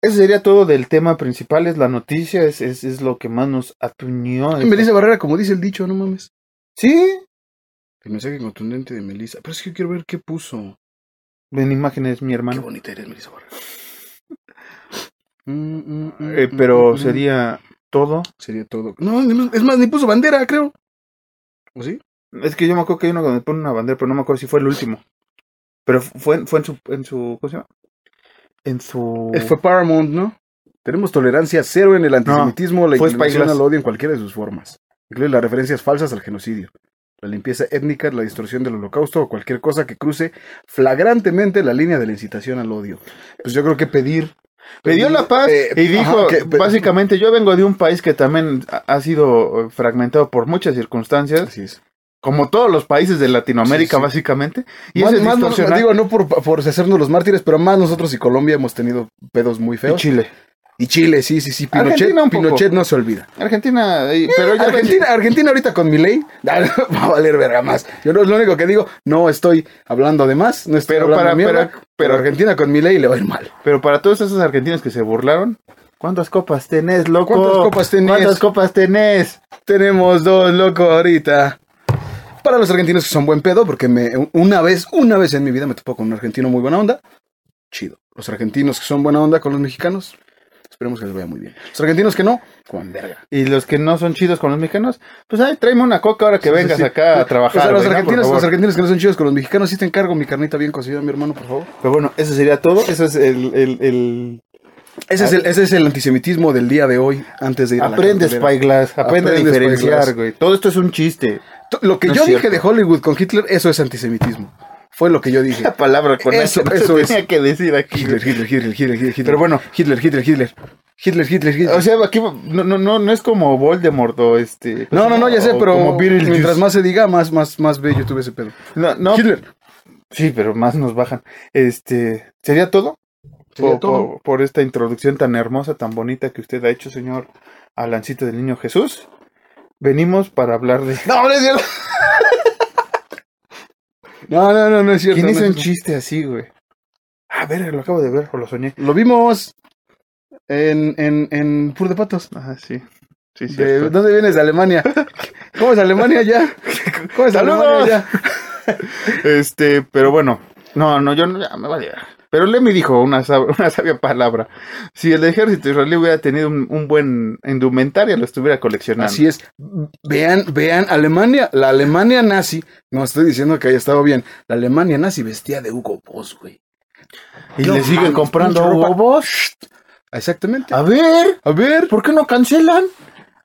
Speaker 2: eso sería todo del tema principal, es la noticia, es, es, es lo que más nos atuñó. esta-
Speaker 1: Ah, Melissa Barrera, como dice el dicho, no mames.
Speaker 2: Sí,
Speaker 1: El mensaje contundente de Melissa. Pero es que yo quiero ver qué puso.
Speaker 2: en imágenes, mi
Speaker 1: Qué
Speaker 2: hermano.
Speaker 1: bonita eres, Melissa Barrera. Mm,
Speaker 2: Eh, pero sería todo.
Speaker 1: Sería todo. No, ni más- es más, ni puso bandera, creo. ¿O sí?
Speaker 2: Es que yo me acuerdo que hay uno donde pone una bandera, pero no me acuerdo si fue el último. Pero fu- fue, en- fue en su, en su, ¿cómo se llama? En su...
Speaker 1: Eh, Fue Paramount, ¿no? Tenemos tolerancia cero en el antisemitismo, la
Speaker 2: fue
Speaker 1: inclinación
Speaker 2: Spyglass.
Speaker 1: al odio en cualquiera de sus formas. Incluye las referencias falsas al genocidio, la limpieza étnica, la distorsión del holocausto o cualquier cosa que cruce flagrantemente la línea de la incitación al odio. Pues yo creo que pedir...
Speaker 2: Pidió la paz
Speaker 1: eh,
Speaker 2: y dijo,
Speaker 1: ajá, que- pe-
Speaker 2: básicamente, yo vengo de un país que también ha- ha sido eh, fragmentado por muchas circunstancias,
Speaker 1: Así es.
Speaker 2: como todos los países de Latinoamérica,
Speaker 1: Sí, sí.
Speaker 2: básicamente. Y
Speaker 1: más,
Speaker 2: eso es
Speaker 1: más nos-
Speaker 2: distorsionar.
Speaker 1: digo, no por, por hacernos los mártires, pero más nosotros y Colombia hemos tenido pedos muy
Speaker 2: Y
Speaker 1: feos. Y,
Speaker 2: Chile.
Speaker 1: Chile, sí, sí, sí. Pinochet,
Speaker 2: Argentina un poco.
Speaker 1: Pinochet no se olvida.
Speaker 2: Argentina, eh, pero ya
Speaker 1: Argentina, Argentina ahorita con mi ley va a valer verga más. Yo no, lo único que digo, no estoy hablando de más, no estoy
Speaker 2: Pero
Speaker 1: hablando
Speaker 2: para-
Speaker 1: de mierda,
Speaker 2: pero-
Speaker 1: pero,
Speaker 2: pero-
Speaker 1: Argentina con mi ley le va a ir mal.
Speaker 2: Pero para todos esos argentinos que se burlaron, ¿cuántas copas tenés, loco?
Speaker 1: ¿Cuántas copas tenés?
Speaker 2: ¿Cuántas copas tenés?
Speaker 1: Tenemos dos, loco, ahorita. Para los argentinos que son buen pedo, porque me, una vez, una vez en mi vida me topó con un argentino muy buena onda. Chido. Los argentinos que son buena onda con los mexicanos, esperemos que les vaya muy bien. Los argentinos que no, con verga.
Speaker 2: Y los que no son chidos con los mexicanos, pues ay, tráeme una coca ahora que
Speaker 1: Sí, sí,
Speaker 2: vengas
Speaker 1: sí.
Speaker 2: acá a
Speaker 1: O
Speaker 2: trabajar.
Speaker 1: sea, los,
Speaker 2: güey, ¿no? Por
Speaker 1: argentinos,
Speaker 2: favor.
Speaker 1: los argentinos que no son chidos con los mexicanos, sí te encargo mi carnita bien cocida, mi hermano, por favor.
Speaker 2: Pero bueno, eso sería todo. Eso es el- el- el
Speaker 1: Ese es, el, ese es el antisemitismo del día de hoy, antes de ir
Speaker 2: Aprende
Speaker 1: a la cartelera.
Speaker 2: Spyglass, aprende, a
Speaker 1: Aprende
Speaker 2: diferenciar,
Speaker 1: Spyglass.
Speaker 2: güey. Todo esto es un chiste.
Speaker 1: To- Lo que
Speaker 2: No
Speaker 1: yo
Speaker 2: es
Speaker 1: dije
Speaker 2: cierto.
Speaker 1: de Hollywood con Hitler, eso es antisemitismo. Fue lo que yo dije.
Speaker 2: La palabra con
Speaker 1: Eso-
Speaker 2: eso,
Speaker 1: eso
Speaker 2: no se
Speaker 1: es.
Speaker 2: tenía que decir aquí.
Speaker 1: Hitler, Hitler, Hitler, Hitler, Hitler, Hitler.
Speaker 2: Pero bueno.
Speaker 1: Hitler, Hitler, Hitler. Hitler, Hitler, Hitler.
Speaker 2: O sea, aquí no, no, no, no es como Voldemort o este.
Speaker 1: no, no, no, ya sé,
Speaker 2: o
Speaker 1: pero
Speaker 2: Como Beetlejuice.
Speaker 1: mientras más se diga, más, más, más bello tuve ese pedo.
Speaker 2: No, no,
Speaker 1: Hitler.
Speaker 2: Sí, pero más nos bajan. Este, ¿sería todo?
Speaker 1: Sería
Speaker 2: por,
Speaker 1: todo.
Speaker 2: Por, por esta introducción tan hermosa, tan bonita que usted ha hecho, señor Alancito del Niño Jesús. Venimos para hablar de...
Speaker 1: No, no es cierto. no, no, no, no es cierto.
Speaker 2: ¿Quién
Speaker 1: no
Speaker 2: hizo
Speaker 1: es
Speaker 2: un
Speaker 1: cierto.
Speaker 2: chiste así, güey? A ver, lo acabo de ver, o lo soñé.
Speaker 1: Lo vimos en, en, en Pur de Patos.
Speaker 2: Ah, sí. Sí,
Speaker 1: De-
Speaker 2: cierto.
Speaker 1: ¿Dónde vienes? De Alemania. ¿Cómo es Alemania ya? ¿Cómo es
Speaker 2: ¡Saludos!
Speaker 1: Alemania ya?
Speaker 2: Este, pero bueno. No, no, yo no, ya me vale. Pero Lemmy dijo una, sab- una sabia palabra. Si el ejército israelí hubiera tenido un, un buen indumentaria, lo estuviera coleccionando.
Speaker 1: Así es. Vean, vean, Alemania, la Alemania nazi, no estoy diciendo que haya estado bien, la Alemania nazi vestía de Hugo Boss, güey.
Speaker 2: Y
Speaker 1: No
Speaker 2: le siguen
Speaker 1: mames,
Speaker 2: comprando
Speaker 1: pinche ropa.
Speaker 2: huevos.
Speaker 1: Exactamente.
Speaker 2: A ver,
Speaker 1: A ver,
Speaker 2: ¿por qué no cancelan?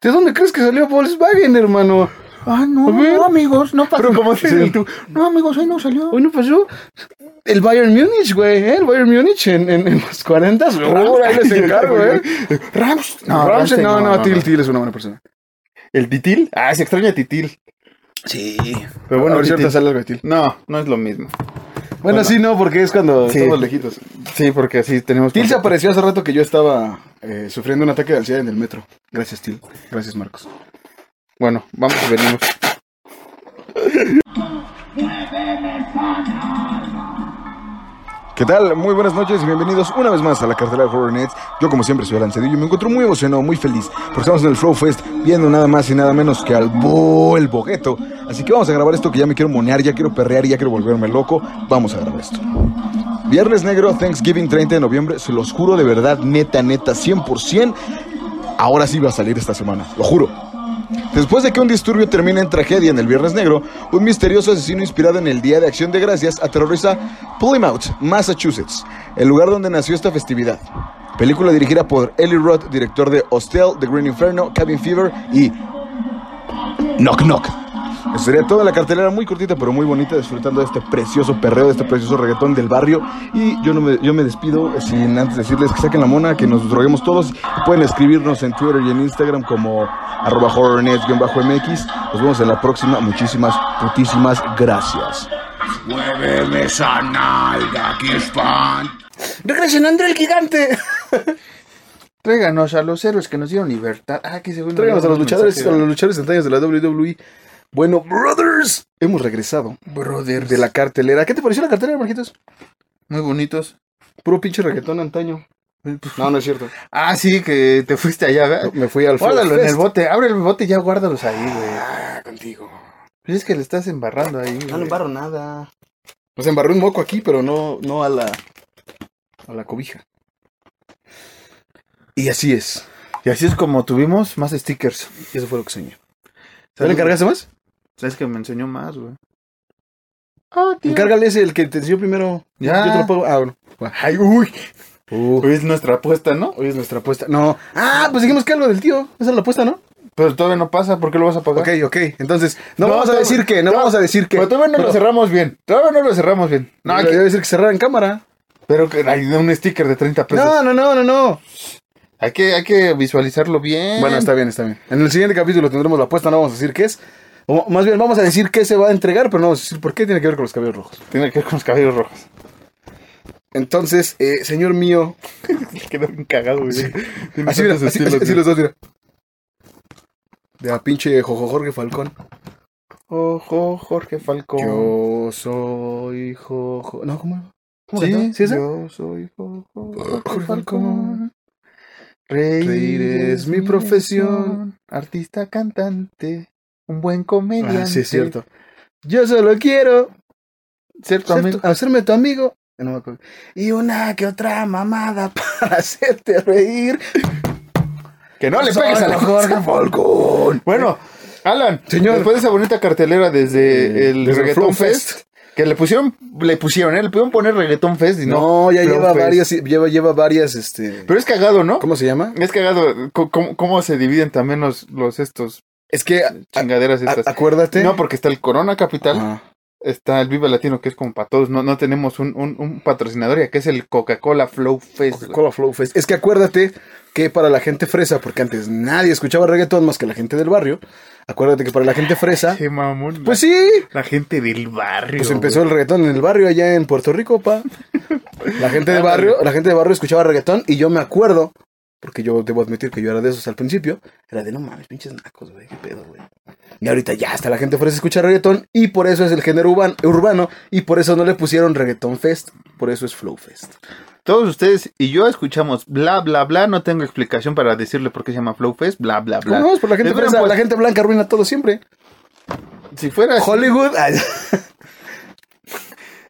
Speaker 1: ¿de dónde crees que salió Volkswagen, hermano?
Speaker 2: Ah, no,
Speaker 1: A ver.
Speaker 2: no, amigos, no pasó.
Speaker 1: Pero,
Speaker 2: como dices
Speaker 1: sí.
Speaker 2: tú, no, amigos, hoy no salió.
Speaker 1: Hoy no pasó pues el Bayern Múnich, güey, ¿eh? El Bayern Múnich en, en, en los 40, güey, ahí les encargo, ¿eh?
Speaker 2: Rams,
Speaker 1: No,
Speaker 2: Ramsey
Speaker 1: no, no, Til Til es una buena persona.
Speaker 2: ¿El Titil? Ah, se extraña Titil.
Speaker 1: Sí.
Speaker 2: Pero
Speaker 1: Bueno,
Speaker 2: bueno,
Speaker 1: ahorita
Speaker 2: Titil-
Speaker 1: sale algo de Til.
Speaker 2: No, no es lo mismo.
Speaker 1: Bueno,
Speaker 2: Bueno.
Speaker 1: sí, no, porque es cuando
Speaker 2: Sí.
Speaker 1: estamos lejitos.
Speaker 2: Sí, porque así tenemos.
Speaker 1: Til se apareció hace rato que yo estaba eh, sufriendo un ataque de ansiedad en el metro. Gracias, Til. Gracias, Marcos.
Speaker 2: Bueno, vamos y venimos.
Speaker 3: ¿Qué tal? Muy buenas noches y bienvenidos una vez más a la cartelera de Horror Nights. Yo como siempre soy Alan Cedillo y me encuentro muy emocionado, muy feliz, porque estamos en el Flow Fest viendo nada más y nada menos que al Bo el Bogueto. Así que vamos a grabar esto que ya me quiero monear, ya quiero perrear, ya quiero volverme loco. Vamos a grabar esto. Viernes Negro, Thanksgiving 30 de noviembre, se los juro de verdad, neta, neta, 100%, ahora sí va a salir esta semana, lo juro. Después de que un disturbio termine en tragedia en el Viernes Negro, un misterioso asesino inspirado en el Día de Acción de Gracias aterroriza Plymouth, Massachusetts, el lugar donde nació esta festividad. Película dirigida por Eli Roth, director de Hostel, The Green Inferno, Cabin Fever y Knock Knock. Eso Pues sería toda la cartelera muy cortita pero muy bonita, disfrutando de este precioso perreo, de este precioso reggaetón del barrio. Y yo, no me, yo me despido sin antes decirles que saquen la mona, que nos droguemos todos. Pueden escribirnos en Twitter y en Instagram como arroba horrornet-mx. Nos vemos en la próxima. Muchísimas putísimas gracias.
Speaker 4: Muéveme esa nalga, que espanto.
Speaker 1: ¡Regresen, André el Gigante!
Speaker 2: Tráiganos a los héroes que nos dieron libertad. Ah, que según.
Speaker 1: Tráiganos a los luchadores, a
Speaker 2: mensaje.
Speaker 1: los luchadores antaños de la WWE. Bueno, brothers, hemos regresado
Speaker 2: Brothers.
Speaker 1: de la cartelera. ¿Qué te pareció la cartelera, Marquitos?
Speaker 2: Muy bonitos.
Speaker 1: Puro pinche reggaetón antaño. No, no es cierto.
Speaker 2: Ah, sí, que te fuiste allá, ¿verdad?
Speaker 1: Me fui al Flow
Speaker 2: Guárdalo en
Speaker 1: Fest.
Speaker 2: el bote. Abre el bote y ya guárdalos ahí, güey.
Speaker 1: Ah, contigo.
Speaker 2: Pues es que le estás embarrando ahí. güey.
Speaker 1: nada. Nos embarré un moco aquí, pero no, no a la. a la cobija. Y así es.
Speaker 2: Y así es como tuvimos más stickers.
Speaker 1: Y eso fue lo que soñé. ¿Te le
Speaker 2: Saludos.
Speaker 1: encargaste más?
Speaker 2: Es que me enseñó más, güey.
Speaker 1: Ah, Encárgale ese, el que te enseñó primero.
Speaker 2: Ya.
Speaker 1: Yo te lo pago. Ah, bueno. Va.
Speaker 2: Ay, uy.
Speaker 1: Uh,
Speaker 2: Hoy es nuestra apuesta, ¿no?
Speaker 1: hoy es nuestra apuesta. No. Ah, pues dijimos que algo del tío. Esa es la apuesta, ¿no?
Speaker 2: Pero todavía no pasa, ¿por qué lo vas a pagar?
Speaker 1: Ok, ok. Entonces, no,
Speaker 2: Ah. No,
Speaker 1: vamos a
Speaker 2: no,
Speaker 1: decir que, no,
Speaker 2: no.
Speaker 1: vamos a decir que.
Speaker 2: Pero todavía no lo cerramos bien. Todavía no lo cerramos bien. No,
Speaker 1: No,
Speaker 2: aquí-
Speaker 1: decir que cerrar en cámara.
Speaker 2: pero que hay un sticker de 30 pesos.
Speaker 1: No, no, no, no, no.
Speaker 2: Hay, que, hay que visualizarlo bien.
Speaker 1: Bueno, está bien, está bien. En el siguiente capítulo tendremos la apuesta, no vamos a decir qué es. O más bien, vamos a decir qué se va a entregar, pero no vamos a decir por qué tiene que ver con los cabellos rojos.
Speaker 2: Tiene que ver con los cabellos rojos.
Speaker 1: Entonces, eh, señor mío.
Speaker 2: Quedó bien cagado, güey. Tiene
Speaker 1: Así, mira,
Speaker 2: tantos
Speaker 1: así,
Speaker 2: estilos,
Speaker 1: así- así
Speaker 2: güey.
Speaker 1: los dos, mira. De a pinche Jojo Jorge Falcón.
Speaker 2: Ojo, Jorge Falcón.
Speaker 1: Yo soy Jojo. No, ¿cómo? ¿Cómo
Speaker 2: sí,
Speaker 1: cantaba? ¿Sí esa?
Speaker 2: yo soy Jojo Jorge Falcón.
Speaker 1: Jorge Falcón.
Speaker 2: Reír,
Speaker 1: es mi profesión.
Speaker 2: Artista, cantante, un buen comediante.
Speaker 1: Ah, sí, es cierto. Yo solo quiero
Speaker 2: Cierto,
Speaker 1: ser
Speaker 2: amigo.
Speaker 1: tu- hacerme tu amigo. Eh, no me acuerdo. Y una que otra mamada para hacerte reír.
Speaker 2: Que no le
Speaker 1: Soy
Speaker 2: pegues a la
Speaker 1: Jorge Falcón.
Speaker 2: Bueno, Alan,
Speaker 1: Señor.
Speaker 2: después de esa bonita cartelera desde
Speaker 1: Eh,
Speaker 2: el
Speaker 1: desde
Speaker 2: Reggaeton
Speaker 1: Flow
Speaker 2: Fest,
Speaker 1: Fest.
Speaker 2: que le pusieron, le pusieron, ¿eh? Le pudieron poner Reggaeton Fest y no.
Speaker 1: No, pues ya
Speaker 2: Flow
Speaker 1: lleva
Speaker 2: Fest.
Speaker 1: varias, lleva, lleva varias, este.
Speaker 2: Pero es cagado, ¿no?
Speaker 1: ¿Cómo se llama?
Speaker 2: Es cagado co- cómo, cómo se dividen también los, los estos
Speaker 1: Es que, a-
Speaker 2: chingaderas
Speaker 1: a-
Speaker 2: estas.
Speaker 1: acuérdate.
Speaker 2: No, porque está el Corona Capital,
Speaker 1: Ajá.
Speaker 2: está el Viva Latino, que es como para todos. No, no tenemos un, un, un patrocinador, ya que es el Coca-Cola Flow Fest. güey.
Speaker 1: Coca-Cola Flow Fest. Es que acuérdate que para la gente fresa, porque antes nadie escuchaba reggaetón más que la gente del barrio, acuérdate que para la gente fresa,
Speaker 2: Qué mamón.
Speaker 1: pues sí,
Speaker 2: La gente del barrio.
Speaker 1: pues empezó el reggaetón en el barrio allá en Puerto Rico, pa. La gente de barrio, la gente de barrio escuchaba reggaetón y yo me acuerdo, porque yo debo admitir que yo era de esos al principio, era de no mames, pinches nacos, güey, qué pedo, güey. Y ahorita ya hasta la gente fresa escucha reggaetón y por eso es el género urban- urbano y por eso no le pusieron reggaetón fest, por eso es flow fest.
Speaker 2: Todos ustedes y yo escuchamos bla, bla, bla. No tengo explicación para decirle por qué se llama Flowfest, bla, bla, bla.
Speaker 1: No, es por la gente
Speaker 2: Les hubieran
Speaker 1: fresa, la
Speaker 2: puesto-
Speaker 1: gente blanca arruina todo siempre.
Speaker 2: Si fuera así,
Speaker 1: Hollywood. ay,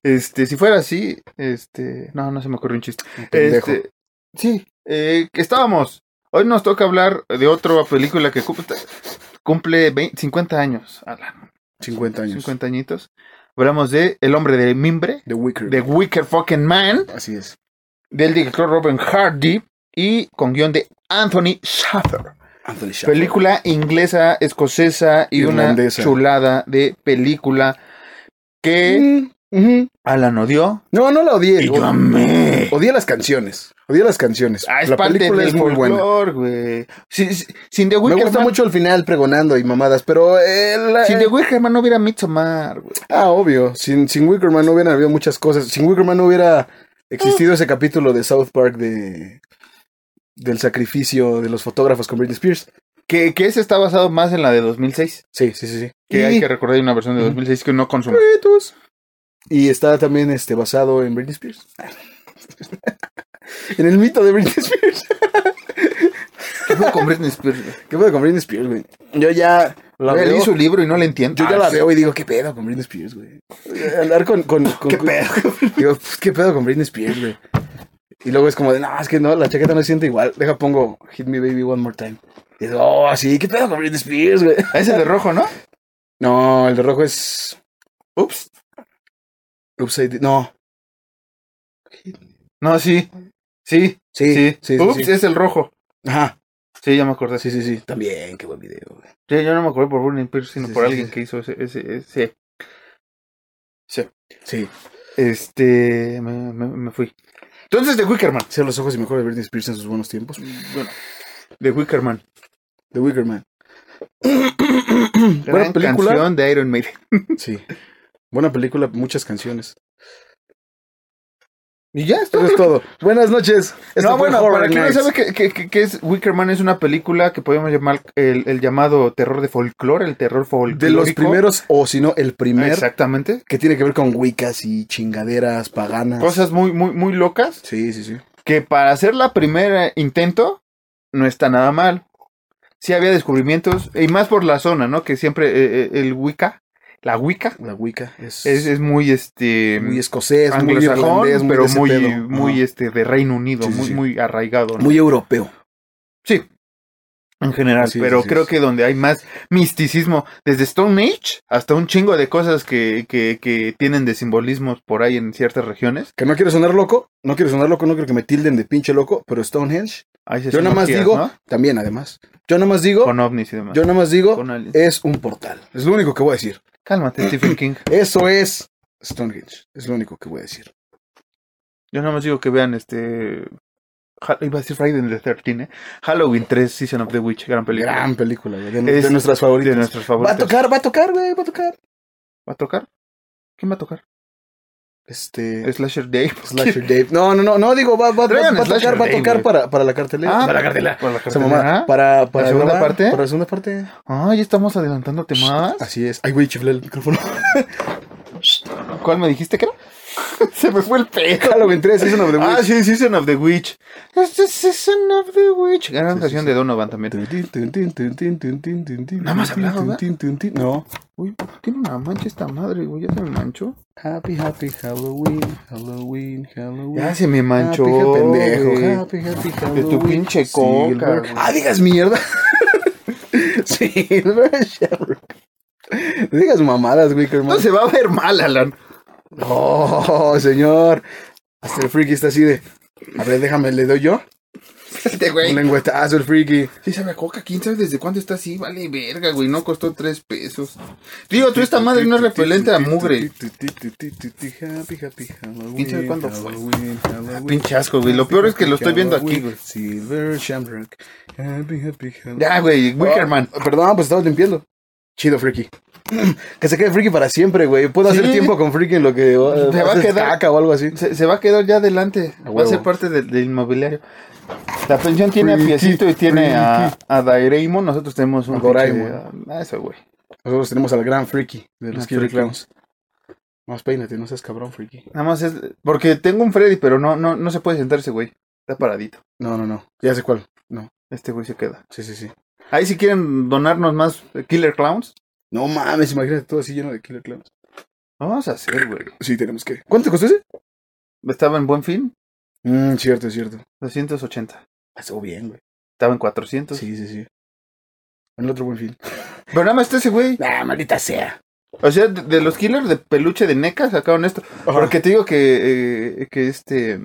Speaker 2: este, si fuera así, este, no, no se me ocurrió un chiste.
Speaker 1: pendejo.
Speaker 2: Este, sí, eh, que estábamos. Hoy nos toca hablar de otra película que cum- cumple 20 50 años, Alan,
Speaker 1: 50 años.
Speaker 2: 50 añitos. Hablamos de El hombre de mimbre,
Speaker 1: The Wicker.
Speaker 2: de Wicker Fucking Man,
Speaker 1: Así es.
Speaker 2: del director Robin Hardy y con guión de Anthony Schaffer.
Speaker 1: Anthony Shaffer.
Speaker 2: Película inglesa, escocesa y
Speaker 1: Irlandesa.
Speaker 2: una chulada de película que
Speaker 1: Mm, ujú.
Speaker 2: Alan odió.
Speaker 1: No, no la odié.
Speaker 2: Y yo amé.
Speaker 1: Odié las canciones. Odié las canciones.
Speaker 2: Ah, es
Speaker 1: la
Speaker 2: parte
Speaker 1: película
Speaker 2: del
Speaker 1: es muy buena.
Speaker 2: folclor, güey. Si- si- sin The
Speaker 1: Me
Speaker 2: Wicker
Speaker 1: gusta
Speaker 2: Man-
Speaker 1: mucho el final pregonando y mamadas, pero eh, la-
Speaker 2: Sin The Wicker Man no hubiera Midsommar, güey.
Speaker 1: ah, obvio, sin sin Wickerman no hubieran habido muchas cosas. Sin Wickerman no hubiera existido ese capítulo de South Park de del sacrificio de los fotógrafos con Britney Spears.
Speaker 2: Que, que ese está basado más en la de 2006.
Speaker 1: Sí, sí, sí, sí.
Speaker 2: Que
Speaker 1: Y-
Speaker 2: hay que recordar hay una versión de
Speaker 1: Ujú.
Speaker 2: 2006 que no consume.
Speaker 1: Y está también este, basado en Britney Spears. en el mito de Britney Spears.
Speaker 2: ¿Qué fue con Britney Spears, güey?
Speaker 1: ¿Qué pedo con Britney Spears, güey? Yo ya la
Speaker 2: Él
Speaker 1: veo.
Speaker 2: hizo un libro y no le entiendo.
Speaker 1: Yo ya
Speaker 2: Ah,
Speaker 1: la
Speaker 2: sí.
Speaker 1: veo y digo, ¿qué pedo con Britney Spears, güey? Eh, Andar con. con, con-
Speaker 2: ¿Qué
Speaker 1: con-
Speaker 2: pedo?
Speaker 1: Digo, "Pues, ¿qué pedo con Britney Spears, güey? Y luego es como de, no, es que no, la chaqueta no se siente igual. Deja, pongo Hit Me Baby One More Time. Y digo, oh, sí, ¿qué pedo con Britney Spears, güey?
Speaker 2: Ah, Ese de rojo, ¿no?
Speaker 1: No, el de rojo es.
Speaker 2: Ups.
Speaker 1: Upside Down. No.
Speaker 2: No, sí. Sí,
Speaker 1: Sí,
Speaker 2: sí.
Speaker 1: sí, sí.
Speaker 2: Ups,
Speaker 1: sí.
Speaker 2: es el rojo.
Speaker 1: Ajá.
Speaker 2: Sí, ya me acordé. Sí,
Speaker 1: Sí, sí, sí. También, qué buen video, güey.
Speaker 2: yo no me acordé por Britney Spears, sino
Speaker 1: Sí,
Speaker 2: por
Speaker 1: sí,
Speaker 2: alguien
Speaker 1: sí.
Speaker 2: que hizo ese. ese, ese.
Speaker 1: Sí.
Speaker 2: Este. Me, me- me fui. Entonces, de Wickerman.
Speaker 1: Cierra los ojos y mejor de Britney Spears en sus buenos tiempos.
Speaker 2: Bueno, de Wickerman.
Speaker 1: The Wicker Man.
Speaker 2: Gran
Speaker 1: Buena película.
Speaker 2: canción de Iron Maiden.
Speaker 1: Sí. Buena película, muchas canciones.
Speaker 2: Y ya, está.
Speaker 1: Eso es todo. Buenas noches. Esto
Speaker 2: no,
Speaker 1: Este fue
Speaker 2: bueno,
Speaker 1: Horror
Speaker 2: para quien no
Speaker 1: Nights.
Speaker 2: sabe que, que- que- que es Wickerman es una película que podemos llamar el, el llamado terror de folclore, el terror folclórico.
Speaker 1: De los primeros, o si no, el primer,
Speaker 2: Exactamente.
Speaker 1: que tiene que ver con wiccas y chingaderas paganas.
Speaker 2: Cosas muy, muy, muy locas
Speaker 1: Sí, sí, sí.
Speaker 2: que para hacer la primera intento no está nada mal. Sí había descubrimientos y más por la zona, ¿no? Que siempre eh, eh, el Wicca, la Wicca,
Speaker 1: La wicca es,
Speaker 2: es, es muy este...
Speaker 1: muy escocés, muy
Speaker 2: anglosajón,
Speaker 1: irlandés, muy
Speaker 2: pero
Speaker 1: de ese
Speaker 2: muy,
Speaker 1: pedo.
Speaker 2: muy
Speaker 1: Ajá.
Speaker 2: este de Reino Unido,
Speaker 1: Sí, sí,
Speaker 2: muy,
Speaker 1: sí.
Speaker 2: muy arraigado. ¿no?
Speaker 1: Muy europeo.
Speaker 2: Sí. En general,
Speaker 1: Así es,
Speaker 2: Ah, pero
Speaker 1: así
Speaker 2: creo
Speaker 1: es.
Speaker 2: que donde hay más misticismo, desde Stone Age hasta un chingo de cosas que, que, que tienen de simbolismos por ahí en ciertas regiones.
Speaker 1: Que no quiero sonar loco, no quiero sonar loco, no quiero que me tilden de pinche loco, pero Stonehenge,
Speaker 2: Hay
Speaker 1: yo nada más
Speaker 2: sismologías,
Speaker 1: digo,
Speaker 2: ¿no?
Speaker 1: también además, yo nada más digo,
Speaker 2: Con ovnis y demás.
Speaker 1: yo nada más digo,
Speaker 2: Con aliens.
Speaker 1: es un portal. Es lo único que voy a decir.
Speaker 2: Cálmate, Stephen King.
Speaker 1: Eso es Stonehenge. Es lo único que voy a decir.
Speaker 2: Yo nada más digo que vean este. Ja- Iba a decir Friday the 13, ¿eh? Halloween 3, Season of the Witch, gran película.
Speaker 1: Gran película, güey, de,
Speaker 2: Es
Speaker 1: de nuestras favoritas.
Speaker 2: de nuestros
Speaker 1: Va a
Speaker 2: favoritos.
Speaker 1: tocar, va a tocar, güey, va a tocar.
Speaker 2: ¿Va a tocar? ¿Quién va a tocar?
Speaker 1: Este.
Speaker 2: Slasher Dave.
Speaker 1: Slasher Dave. No, no, no, no, digo, va, va, va-
Speaker 2: Traigan
Speaker 1: va a
Speaker 2: Slasher
Speaker 1: tocar, va a
Speaker 2: Dave,
Speaker 1: tocar
Speaker 2: güey.
Speaker 1: para, para la cartelera.
Speaker 2: Ah,
Speaker 1: para la
Speaker 2: cartelera. Para la
Speaker 1: Esa mamá,
Speaker 2: cartelera.
Speaker 1: para, para
Speaker 2: segunda parte?
Speaker 1: Para la segunda parte.
Speaker 2: Ah, ya estamos adelantándote más.
Speaker 1: Así es. Ay, güey, chiflé el micrófono.
Speaker 2: ¿Cuál me dijiste que era? Se me fue el pedo.
Speaker 1: Halloween 3, Season of the
Speaker 2: Ah,
Speaker 1: Witch.
Speaker 2: sí, Season of the Witch. It's the Season of the Witch. Gran
Speaker 1: Sí, sí,
Speaker 2: canción
Speaker 1: sí.
Speaker 2: de Donovan también.
Speaker 1: Tun, tin, tun, tin, tun, tin, tun, tin, tun, tin,
Speaker 2: Nada más
Speaker 1: tun,
Speaker 2: hablado,
Speaker 1: tun,
Speaker 2: ¿verdad?
Speaker 1: tin, tun, tin. No.
Speaker 2: Uy, tiene una mancha esta madre, güey. Ya se me manchó.
Speaker 1: Happy, happy Halloween, Halloween, Halloween.
Speaker 2: Ya se me manchó.
Speaker 1: Happy, happy,
Speaker 2: güey.
Speaker 1: pendejo. Happy, happy
Speaker 2: De tu
Speaker 1: Halloween.
Speaker 2: pinche coca,
Speaker 1: Silver-
Speaker 2: Ah, güey.
Speaker 1: Ah, digas mierda. Silver Shower. No digas mamadas, güey, que hermano.
Speaker 2: No se va a ver mal, Alan.
Speaker 1: Oh, señor. Hasta el friki está así de. A ver, déjame, le doy yo.
Speaker 2: Este güey.
Speaker 1: Un lengüetazo, el friki.
Speaker 2: Sí, sabe a coca. ¿Quién sabe desde cuándo está así? Vale, verga, güey. No costó tres pesos. Digo, tú esta madre no es repelente a mugre.
Speaker 1: ¿Quién
Speaker 2: sabe cuándo fue? Pinche asco, güey. Lo peor es que lo estoy viendo aquí, güey.
Speaker 1: Silver Shamrock. Happy, happy Halloween.
Speaker 2: Ya, güey. Wickerman.
Speaker 1: Ah, Perdón, pues estaba limpiando. Chido, friki. Que se quede friki para siempre, güey. Puedo hacer
Speaker 2: Sí.
Speaker 1: tiempo con friki en lo que eh,
Speaker 2: Te va a
Speaker 1: haces
Speaker 2: quedar-
Speaker 1: caca o algo así.
Speaker 2: Se, se va a quedar ya adelante.
Speaker 1: A
Speaker 2: Va a ser
Speaker 1: huevo.
Speaker 2: parte del del inmobiliario. La pensión tiene a
Speaker 1: Friki,
Speaker 2: Piecito y tiene a, a Doraemon. Nosotros tenemos un.
Speaker 1: A Doraemon.
Speaker 2: pinche- Ah, eso, güey.
Speaker 1: Nosotros tenemos al gran friki de
Speaker 2: Ah,
Speaker 1: los que
Speaker 2: friki.
Speaker 1: reclamos. Más peínate, no seas cabrón, friki.
Speaker 2: Nada más es. Porque tengo un Freddy, pero no, no, no se puede sentarse, güey. Está paradito.
Speaker 1: No, no, no. Ya sé cuál.
Speaker 2: Este güey se queda.
Speaker 1: Sí, sí, sí.
Speaker 2: Ahí si quieren donarnos más eh, Killer Clowns,
Speaker 1: No mames, imagínate todo así lleno de killer clowns.
Speaker 2: lo vamos a hacer, güey.
Speaker 1: Sí, tenemos que. ¿Cuánto te costó ese?
Speaker 2: Estaba en buen fin,
Speaker 1: Mmm, cierto, cierto.
Speaker 2: 280.
Speaker 1: Pasó bien, güey.
Speaker 2: Estaba en 400.
Speaker 1: Sí, sí, sí. En el otro buen fin.
Speaker 2: Pero nada más está ese güey.
Speaker 1: Ah, maldita sea.
Speaker 2: O sea, de, de los killers de peluche de NECA sacaron esto. Porque te digo que, eh, que este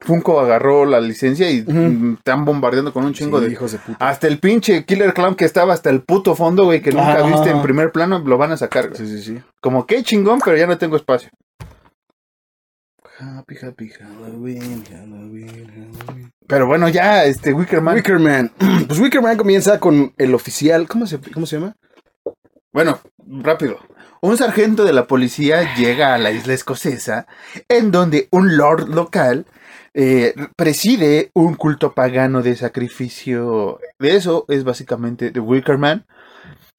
Speaker 2: Funko agarró la licencia y
Speaker 1: Ujú.
Speaker 2: mm, están bombardeando con un chingo de...
Speaker 1: hijos de puta.
Speaker 2: Hasta el pinche Killer Clown que estaba hasta el puto fondo, güey, que nunca
Speaker 1: Ajá.
Speaker 2: viste en primer plano, lo van a sacar. güey.
Speaker 1: Sí, sí, sí.
Speaker 2: Como que chingón, pero ya no tengo espacio.
Speaker 1: Happy, happy Halloween, Halloween, Halloween.
Speaker 2: Pero bueno, ya, este Wickerman.
Speaker 1: Wickerman. Pues Wickerman comienza con el oficial. ¿Cómo se, cómo se llama?
Speaker 2: Bueno, rápido. Un sargento de la policía llega a la isla escocesa, en donde un lord local eh, preside un culto pagano de sacrificio. De eso es básicamente The Wicker Man.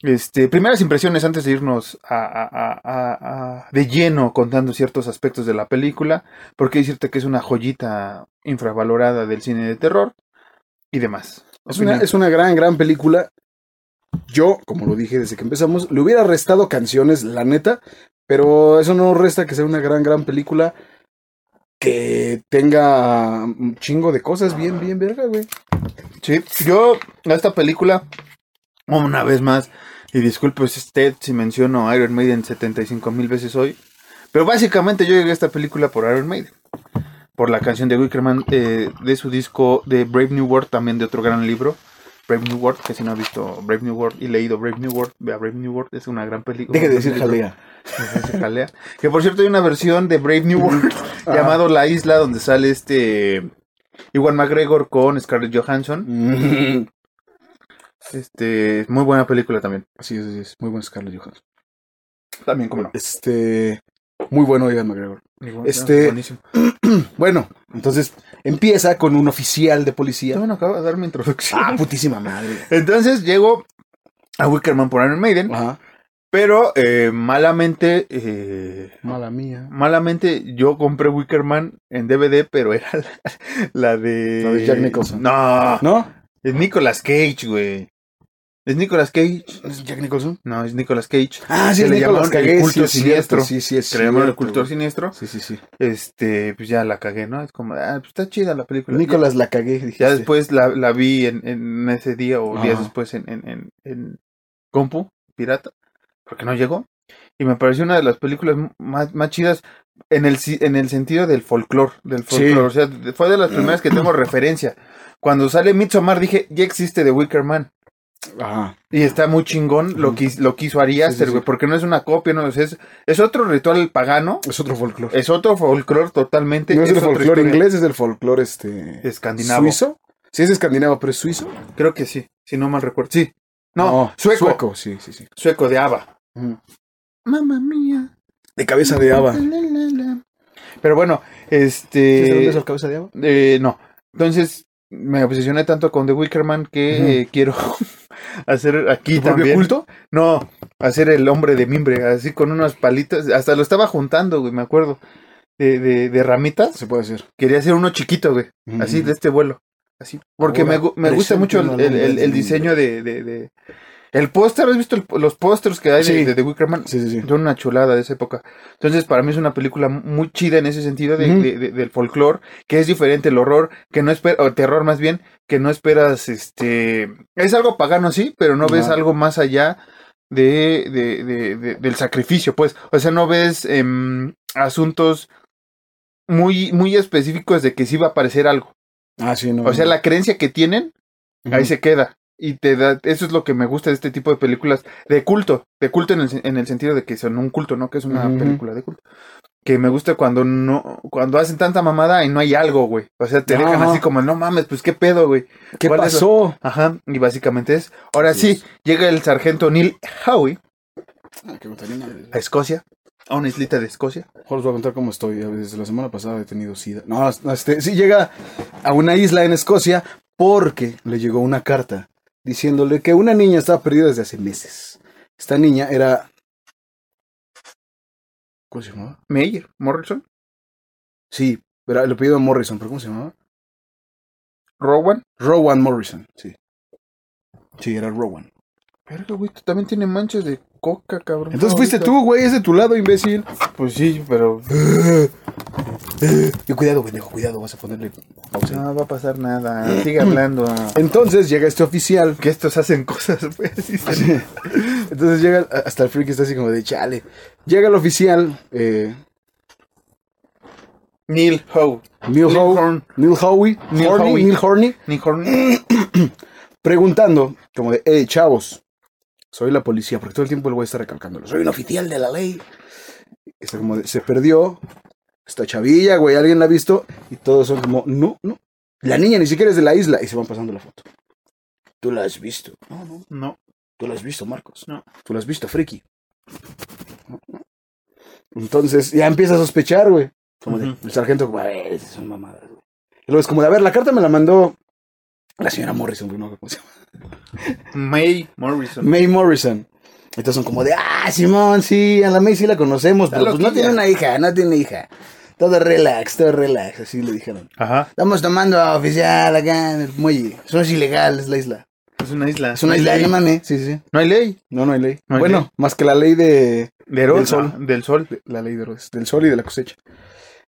Speaker 2: Este, primeras impresiones antes de irnos a, a- a- a- a- de lleno contando ciertos aspectos de la película, porque decirte que es una joyita infravalorada del cine de terror y demás.
Speaker 1: Es una, es una gran, gran película. Yo, como lo dije desde que empezamos, le hubiera restado canciones, la neta. Pero eso no resta que sea una gran, gran película. Que tenga un chingo de cosas bien, bien verga, güey.
Speaker 2: Sí, yo a esta película, una vez más, y disculpe usted si menciono Iron Maiden 75 mil veces hoy, pero básicamente yo llegué a esta película por Iron Maiden, por la canción de Wickerman eh, de su disco de Brave New World, también de otro gran libro. Brave New World, que si no ha visto Brave New World y leído Brave New World, vea Brave New World, es una gran película.
Speaker 1: Deje de decir
Speaker 2: Libro.
Speaker 1: jalea.
Speaker 2: Se jalea. Que por cierto hay una versión de Brave New World
Speaker 1: Ajá.
Speaker 2: llamado La Isla donde sale este Iwan McGregor con Scarlett Johansson. Este, muy buena película también.
Speaker 1: Así es, así es. Muy buen Scarlett Johansson.
Speaker 2: También, como no.
Speaker 1: Este. Muy bueno, Ivan McGregor. Este- Bueno, entonces empieza con un oficial de
Speaker 2: Ya
Speaker 1: policía.
Speaker 2: me acabo de dar mi introducción.
Speaker 1: Ah, putísima madre.
Speaker 2: Entonces llego a Wickerman por Iron Maiden,
Speaker 1: Ajá.
Speaker 2: pero eh, malamente, eh,
Speaker 1: Mala mía.
Speaker 2: malamente yo compré Wickerman en DVD, pero era la, la de...
Speaker 1: La de Jack Nicholson.
Speaker 2: No,
Speaker 1: ¿No?
Speaker 2: es Nicolas Cage, güey. ¿Es Nicolas Cage?
Speaker 1: ¿Es Jack Nicholson?
Speaker 2: No, es Nicolas Cage.
Speaker 1: Ah,
Speaker 2: sí,
Speaker 1: que
Speaker 2: es
Speaker 1: le
Speaker 2: Nicolas
Speaker 1: llamaron
Speaker 2: Cage,
Speaker 1: el
Speaker 2: sí,
Speaker 1: culto
Speaker 2: es cierto,
Speaker 1: siniestro. Sí, sí, es
Speaker 2: Que le llamaron el
Speaker 1: cierto,
Speaker 2: cultor
Speaker 1: güey.
Speaker 2: siniestro.
Speaker 1: Sí, sí, sí.
Speaker 2: Este, pues ya la cagué, ¿no? Es como, ah, pues está chida la película.
Speaker 1: Nicolás la cagué. dijiste.
Speaker 2: Ya después la, la vi en, en ese día o días
Speaker 1: Ajá.
Speaker 2: después en, en, en, en Compu, Pirata, porque no llegó. Y me pareció una de las películas m- más, más chidas en el, si- en el sentido del folclore. Del folclore. O sea, de- fue de las primeras que tengo referencia. Cuando sale Midsommar dije, ya existe The Wicker Man.
Speaker 1: Ajá.
Speaker 2: Y está muy chingón lo que, his- lo que hizo Ari Aster,
Speaker 1: sí.
Speaker 2: güey, porque no es una copia, no o sea, es, es otro ritual pagano,
Speaker 1: Es otro folclore.
Speaker 2: es otro folclore totalmente.
Speaker 1: No es el
Speaker 2: Este otra
Speaker 1: folclore
Speaker 2: historia.
Speaker 1: inglés, es el folclore este.
Speaker 2: Escandinavo.
Speaker 1: ¿Suizo? Sí, es escandinavo, pero es suizo.
Speaker 2: Creo que sí, si no mal recuerdo. Sí. No, sueco. sueco.
Speaker 1: Oh, Sueco, sí, sí, sí.
Speaker 2: de ABBA.
Speaker 1: Ujú.
Speaker 2: Mamma mía.
Speaker 1: De cabeza de haba.
Speaker 2: La, la, la. Pero bueno, este...
Speaker 1: ¿Sabes de dónde es el cabeza de haba?
Speaker 2: Eh, no. Entonces, me obsesioné tanto con The Wickerman que
Speaker 1: Ujú.
Speaker 2: eh, quiero hacer aquí
Speaker 1: ¿Volvió
Speaker 2: también.
Speaker 1: culto?
Speaker 2: No, hacer el hombre de mimbre, así con unas palitas. Hasta lo estaba juntando, güey, me acuerdo. De, de, de ramitas.
Speaker 1: Se puede hacer.
Speaker 2: Quería hacer uno chiquito, güey. Así de este vuelo. Así. Porque
Speaker 1: Ahora,
Speaker 2: me, gu- me gusta
Speaker 1: presente
Speaker 2: mucho el,
Speaker 1: una
Speaker 2: el- el-
Speaker 1: lumbre
Speaker 2: el
Speaker 1: de
Speaker 2: diseño de. de- de- el póster, ¿has visto el- los pósters que hay de-
Speaker 1: Sí.
Speaker 2: de The Wickerman?
Speaker 1: Sí, sí, sí.
Speaker 2: Son una chulada de esa época. Entonces, para mí es una película muy chida en ese sentido de-
Speaker 1: Ujú.
Speaker 2: de- de- del folclore, que es diferente el horror, que no espera, o terror más bien, que no esperas, este, es algo pagano, sí, pero no ves
Speaker 1: Ajá.
Speaker 2: algo más allá de, de- de- de- del sacrificio, pues. O sea, no ves em, asuntos muy, muy específicos de que sí va a aparecer algo.
Speaker 1: Ah, sí, no.
Speaker 2: O sea, la creencia que tienen,
Speaker 1: Ujú.
Speaker 2: ahí se queda. Y te da, eso es lo que me gusta de este tipo de películas de culto, de culto en el, sen- en el sentido de que son un culto, ¿no? Que es una
Speaker 1: Ujú.
Speaker 2: película de culto. Que me gusta cuando no, cuando hacen tanta mamada y no hay algo, güey. O sea, te dejan
Speaker 1: Ajá.
Speaker 2: así como, no mames, pues qué pedo, güey.
Speaker 1: ¿Qué
Speaker 2: ¿cuál es la-
Speaker 1: pasó?
Speaker 2: Ajá, y básicamente es. Ahora
Speaker 1: Así
Speaker 2: sí, llega el sargento Neil Howie
Speaker 1: Ah, que me tenía mal.
Speaker 2: a Escocia, a una islita de Escocia.
Speaker 1: Ahora os voy a contar cómo estoy. Desde la semana pasada he tenido sida. No, no, este, sí llega a una isla en Escocia porque le llegó una carta diciéndole que una niña estaba perdida desde hace meses. Esta niña era... ¿Cómo se llamaba?
Speaker 2: Meyer, Morrison,
Speaker 1: Sí, pero el apellido Morrison, ¿pero cómo se llamaba?
Speaker 2: Rowan.
Speaker 1: Rowan Morrison, sí. Sí, era Rowan.
Speaker 2: Verga, güey, tú también tiene manchas de coca, cabrón.
Speaker 1: Entonces
Speaker 2: No,
Speaker 1: fuiste
Speaker 2: ahorita-
Speaker 1: tú, güey, es de tu lado, imbécil.
Speaker 2: Pues sí, pero
Speaker 1: Y cuidado, pendejo, cuidado, vas a ponerle pausa.
Speaker 2: no va a pasar nada. Sigue hablando.
Speaker 1: Entonces llega este oficial.
Speaker 2: Que estos hacen cosas, pues, güey. así se-
Speaker 1: Entonces llega hasta el friki está así como de chale. Llega el oficial, eh,
Speaker 2: Neil Howe.
Speaker 1: Neil,
Speaker 2: Neil
Speaker 1: Howe-
Speaker 2: Horn.
Speaker 1: Neil Howie,
Speaker 2: Neil
Speaker 1: Horny,
Speaker 2: Howie.
Speaker 1: Neil Horny,
Speaker 2: Neil Horn.
Speaker 1: preguntando como de, hey, chavos, soy la policía, porque todo el tiempo el güey está recalcándolo. Soy un oficial de la ley. Está como de, se perdió esta chavilla, güey, alguien la ha visto y todos son como, no, no. La niña ni siquiera es de la isla y se van pasando la foto. ¿Tú la has visto? No, no.
Speaker 2: No.
Speaker 1: ¿Tú lo has visto, Marcos?
Speaker 2: No.
Speaker 1: ¿Tú lo has visto, Friki? Entonces ya empieza a sospechar, güey. Como de-
Speaker 2: Ujú.
Speaker 1: el sargento, como, a ver, esas son mamadas, güey. Y luego es como de, a ver, la carta me la mandó la señora Morrison, güey, no sé cómo se llama.
Speaker 2: May Morrison.
Speaker 1: May Morrison. Entonces son como de, ah, Simón, sí, a la May sí la conocemos, pero pues no
Speaker 2: loquilla.
Speaker 1: tiene una hija, no tiene hija. Todo relax, todo relax, así le dijeron.
Speaker 2: Ajá.
Speaker 1: Estamos tomando a oficial acá en el muelle. Eso es ilegal, es la isla.
Speaker 2: Es una isla.
Speaker 1: Es una
Speaker 2: No hay
Speaker 1: isla,
Speaker 2: ley.
Speaker 1: no mames. Sí, sí.
Speaker 2: No hay ley.
Speaker 1: No, no hay ley.
Speaker 2: No hay
Speaker 1: bueno,
Speaker 2: ley.
Speaker 1: más que la ley de,
Speaker 2: De Eros,
Speaker 1: Del sol.
Speaker 2: ah, Del sol.
Speaker 1: de- la ley de los- del sol y de la cosecha.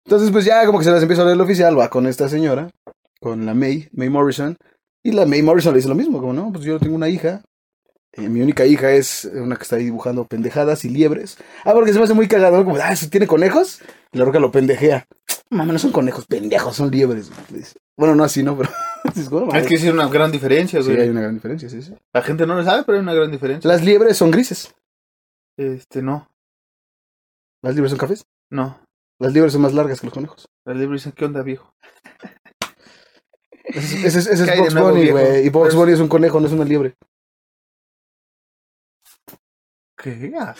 Speaker 1: Entonces, pues ya como que se las empieza a leer el oficial, va con esta señora, con la May, May Morrison, y la May Morrison le dice lo mismo, como no, pues yo tengo una hija, eh, mi única hija es una que está ahí dibujando pendejadas y liebres. Ah, porque se me hace muy cagado, como, ah, ¿eso tiene conejos? Y la roca lo pendejea. Mamá, no son conejos, pendejos, son liebres. le dice. Bueno, no así, ¿no? Pero es como,
Speaker 2: Es que sí hay una gran diferencia,
Speaker 1: sí,
Speaker 2: güey.
Speaker 1: hay una gran diferencia, sí, sí.
Speaker 2: La gente no lo sabe, pero hay una gran diferencia.
Speaker 1: Las liebres son grises,
Speaker 2: Este, no.
Speaker 1: las liebres son cafés,
Speaker 2: No.
Speaker 1: las liebres son más largas que los conejos.
Speaker 2: Las libros dicen, ¿qué onda, viejo?
Speaker 1: Ese es, ese es- ese es
Speaker 2: Cae de
Speaker 1: Box
Speaker 2: nuevo,
Speaker 1: Bunny,
Speaker 2: viejo. Pues
Speaker 1: güey. Y Box
Speaker 2: Pero-
Speaker 1: Bunny es un conejo, no es una liebre.
Speaker 2: ¿Qué? Ah,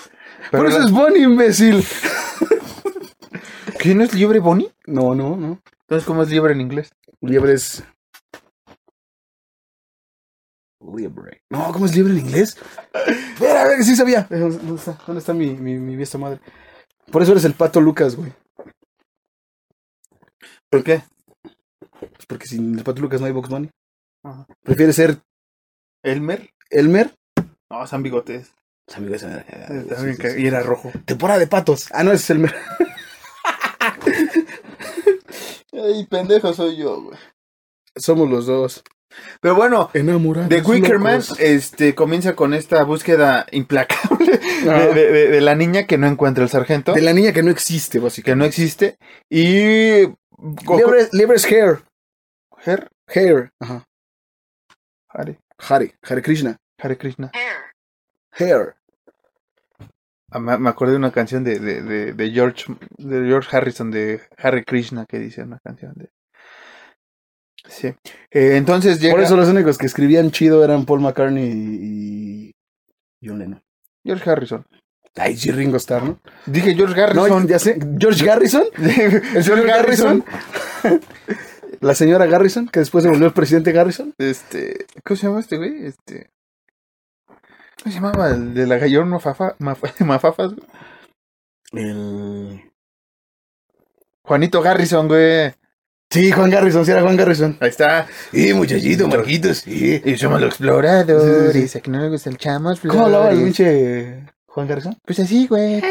Speaker 1: Pero,
Speaker 2: Pero
Speaker 1: eso
Speaker 2: la-
Speaker 1: es Bunny, imbécil.
Speaker 2: ¿Qué no es liebre Bonnie?
Speaker 1: No, no, no.
Speaker 2: Entonces, ¿cómo es liebre en inglés?
Speaker 1: Liebre es. Liebre. No, ¿cómo es liebre en inglés? Espera, a ver, sí sabía. Eh, ¿Dónde dónde está, ¿Dónde está mi, mi, mi besta madre? Por eso eres el pato Lucas, güey.
Speaker 2: ¿Por qué?
Speaker 1: Pues porque sin el pato Lucas no hay Box Bunny.
Speaker 2: Ajá.
Speaker 1: ¿Prefieres ser
Speaker 2: ¿Elmer?
Speaker 1: Elmer?
Speaker 2: No, San Bigotes.
Speaker 1: O sea, amigo, esa madre.
Speaker 2: Eh,
Speaker 1: Sí,
Speaker 2: también
Speaker 1: sí,
Speaker 2: ca-
Speaker 1: sí.
Speaker 2: Y era rojo.
Speaker 1: Temporada de patos. Ah, no, ese es Elmer.
Speaker 2: Ay, pendejo soy yo, güey.
Speaker 1: Somos los dos.
Speaker 2: Pero bueno,
Speaker 1: Enamorados.
Speaker 2: The Wicker Man
Speaker 1: locos.
Speaker 2: este, comienza con esta búsqueda implacable
Speaker 1: Ajá.
Speaker 2: de, de- de- de la niña que no encuentra el sargento,
Speaker 1: Ah. De la niña que no existe, básicamente.
Speaker 2: que no existe. Y.
Speaker 1: Libres, libres Hair.
Speaker 2: Her-
Speaker 1: Hair. Ajá.
Speaker 2: Hare,
Speaker 1: Hare. Hare Krishna.
Speaker 2: Hare Krishna.
Speaker 1: Hair.
Speaker 2: Ah, Me, me acordé de una canción de, de, de, de George de George Harrison, de Hare Krishna, que dice una canción de. Sí. Eh, entonces llega.
Speaker 1: Por eso los únicos que escribían chido eran Paul McCartney y. y John Lennon.
Speaker 2: George Harrison.
Speaker 1: Ay, sí, Ringo Starr, ¿no?
Speaker 2: Dije George
Speaker 1: No,
Speaker 2: Harrison.
Speaker 1: ya sé. George Garrison. El señor Garrison. La señora Garrison, que después se volvió el presidente Garrison.
Speaker 2: Este, ¿cómo se llama este güey? Este, ¿cómo se llamaba el de la gallón mafafa, maf- mafafas? güey?
Speaker 1: El.
Speaker 2: Juanito Garrison, güey.
Speaker 1: Sí, Juan Garrison, sí era Juan Garrison.
Speaker 2: Ahí está.
Speaker 1: Sí, muchachito, Marquitos, sí.
Speaker 2: Y somos los exploradores.
Speaker 1: Sí, sí, sí.
Speaker 2: Dice que no le gusta el chamos.
Speaker 1: ¿Cómo hablaba el
Speaker 2: flores.
Speaker 1: pinche Juan Garrison?
Speaker 2: Pues así, güey.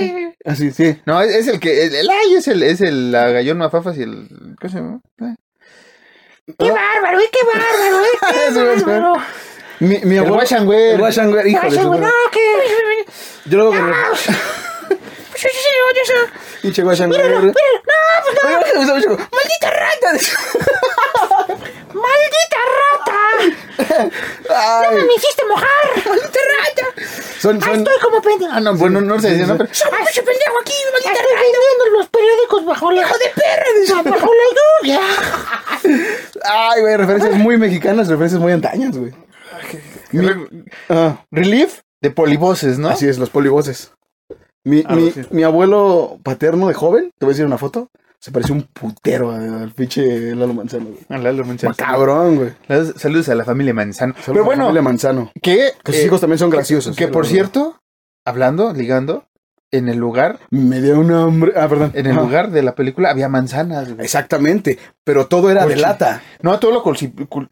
Speaker 1: Ah, sí, sí.
Speaker 2: No, es, es el que, el, el- ay, es el, es el la gallón mafafas y el, ¿cómo se llama? Ah. Oh.
Speaker 1: Eso, güey. Mi, mi
Speaker 2: El
Speaker 1: abuelo.
Speaker 2: Washan, güey.
Speaker 1: El Washan, güey, híjole, su madre. Yo luego. Pinche guachan, güey.
Speaker 2: ¡Maldita rata!
Speaker 5: ¡Maldita rata!
Speaker 2: ¡Ay!
Speaker 5: ¡Me hiciste mojar! ¡Maldita rata!
Speaker 1: Son,
Speaker 5: Ah,
Speaker 1: son.
Speaker 5: estoy como pendejo.
Speaker 2: Ah, no, bueno, no se decía, ¿no? Pero-
Speaker 5: Soy mucho pendejo aquí, maldita estoy vendiendo los periódicos bajo la... ¡Hijo de perra! ¡Bajo la lluvia!
Speaker 1: Ay, güey, referencias muy mexicanas, referencias muy antañas, güey. Mi- ah,
Speaker 2: Relief de polivoces, ¿no?
Speaker 1: Así es, los polivoces. Mi,
Speaker 2: Ah,
Speaker 1: mi,
Speaker 2: sí.
Speaker 1: mi abuelo paterno de joven, te voy a decir una foto, se parecía un putero al al pinche Lalo Manzano, güey.
Speaker 2: Ah, Lalo Manzano.
Speaker 1: Cabrón, güey.
Speaker 2: Las- Saludos a la familia Manzano.
Speaker 1: Solo
Speaker 2: Pero
Speaker 1: por
Speaker 2: bueno,
Speaker 1: familia Manzano.
Speaker 2: que...
Speaker 1: Que sus
Speaker 2: eh,
Speaker 1: hijos también son graciosos.
Speaker 2: Que
Speaker 1: pero-
Speaker 2: por cierto, hablando, ligando, en el lugar,
Speaker 1: Me dio un hambre. Ah, perdón.
Speaker 2: en el
Speaker 1: Ajá.
Speaker 2: lugar de la película había manzanas, güey.
Speaker 1: Exactamente. Pero todo era de
Speaker 2: Coche.
Speaker 1: lata.
Speaker 2: No, todo lo culci- cul-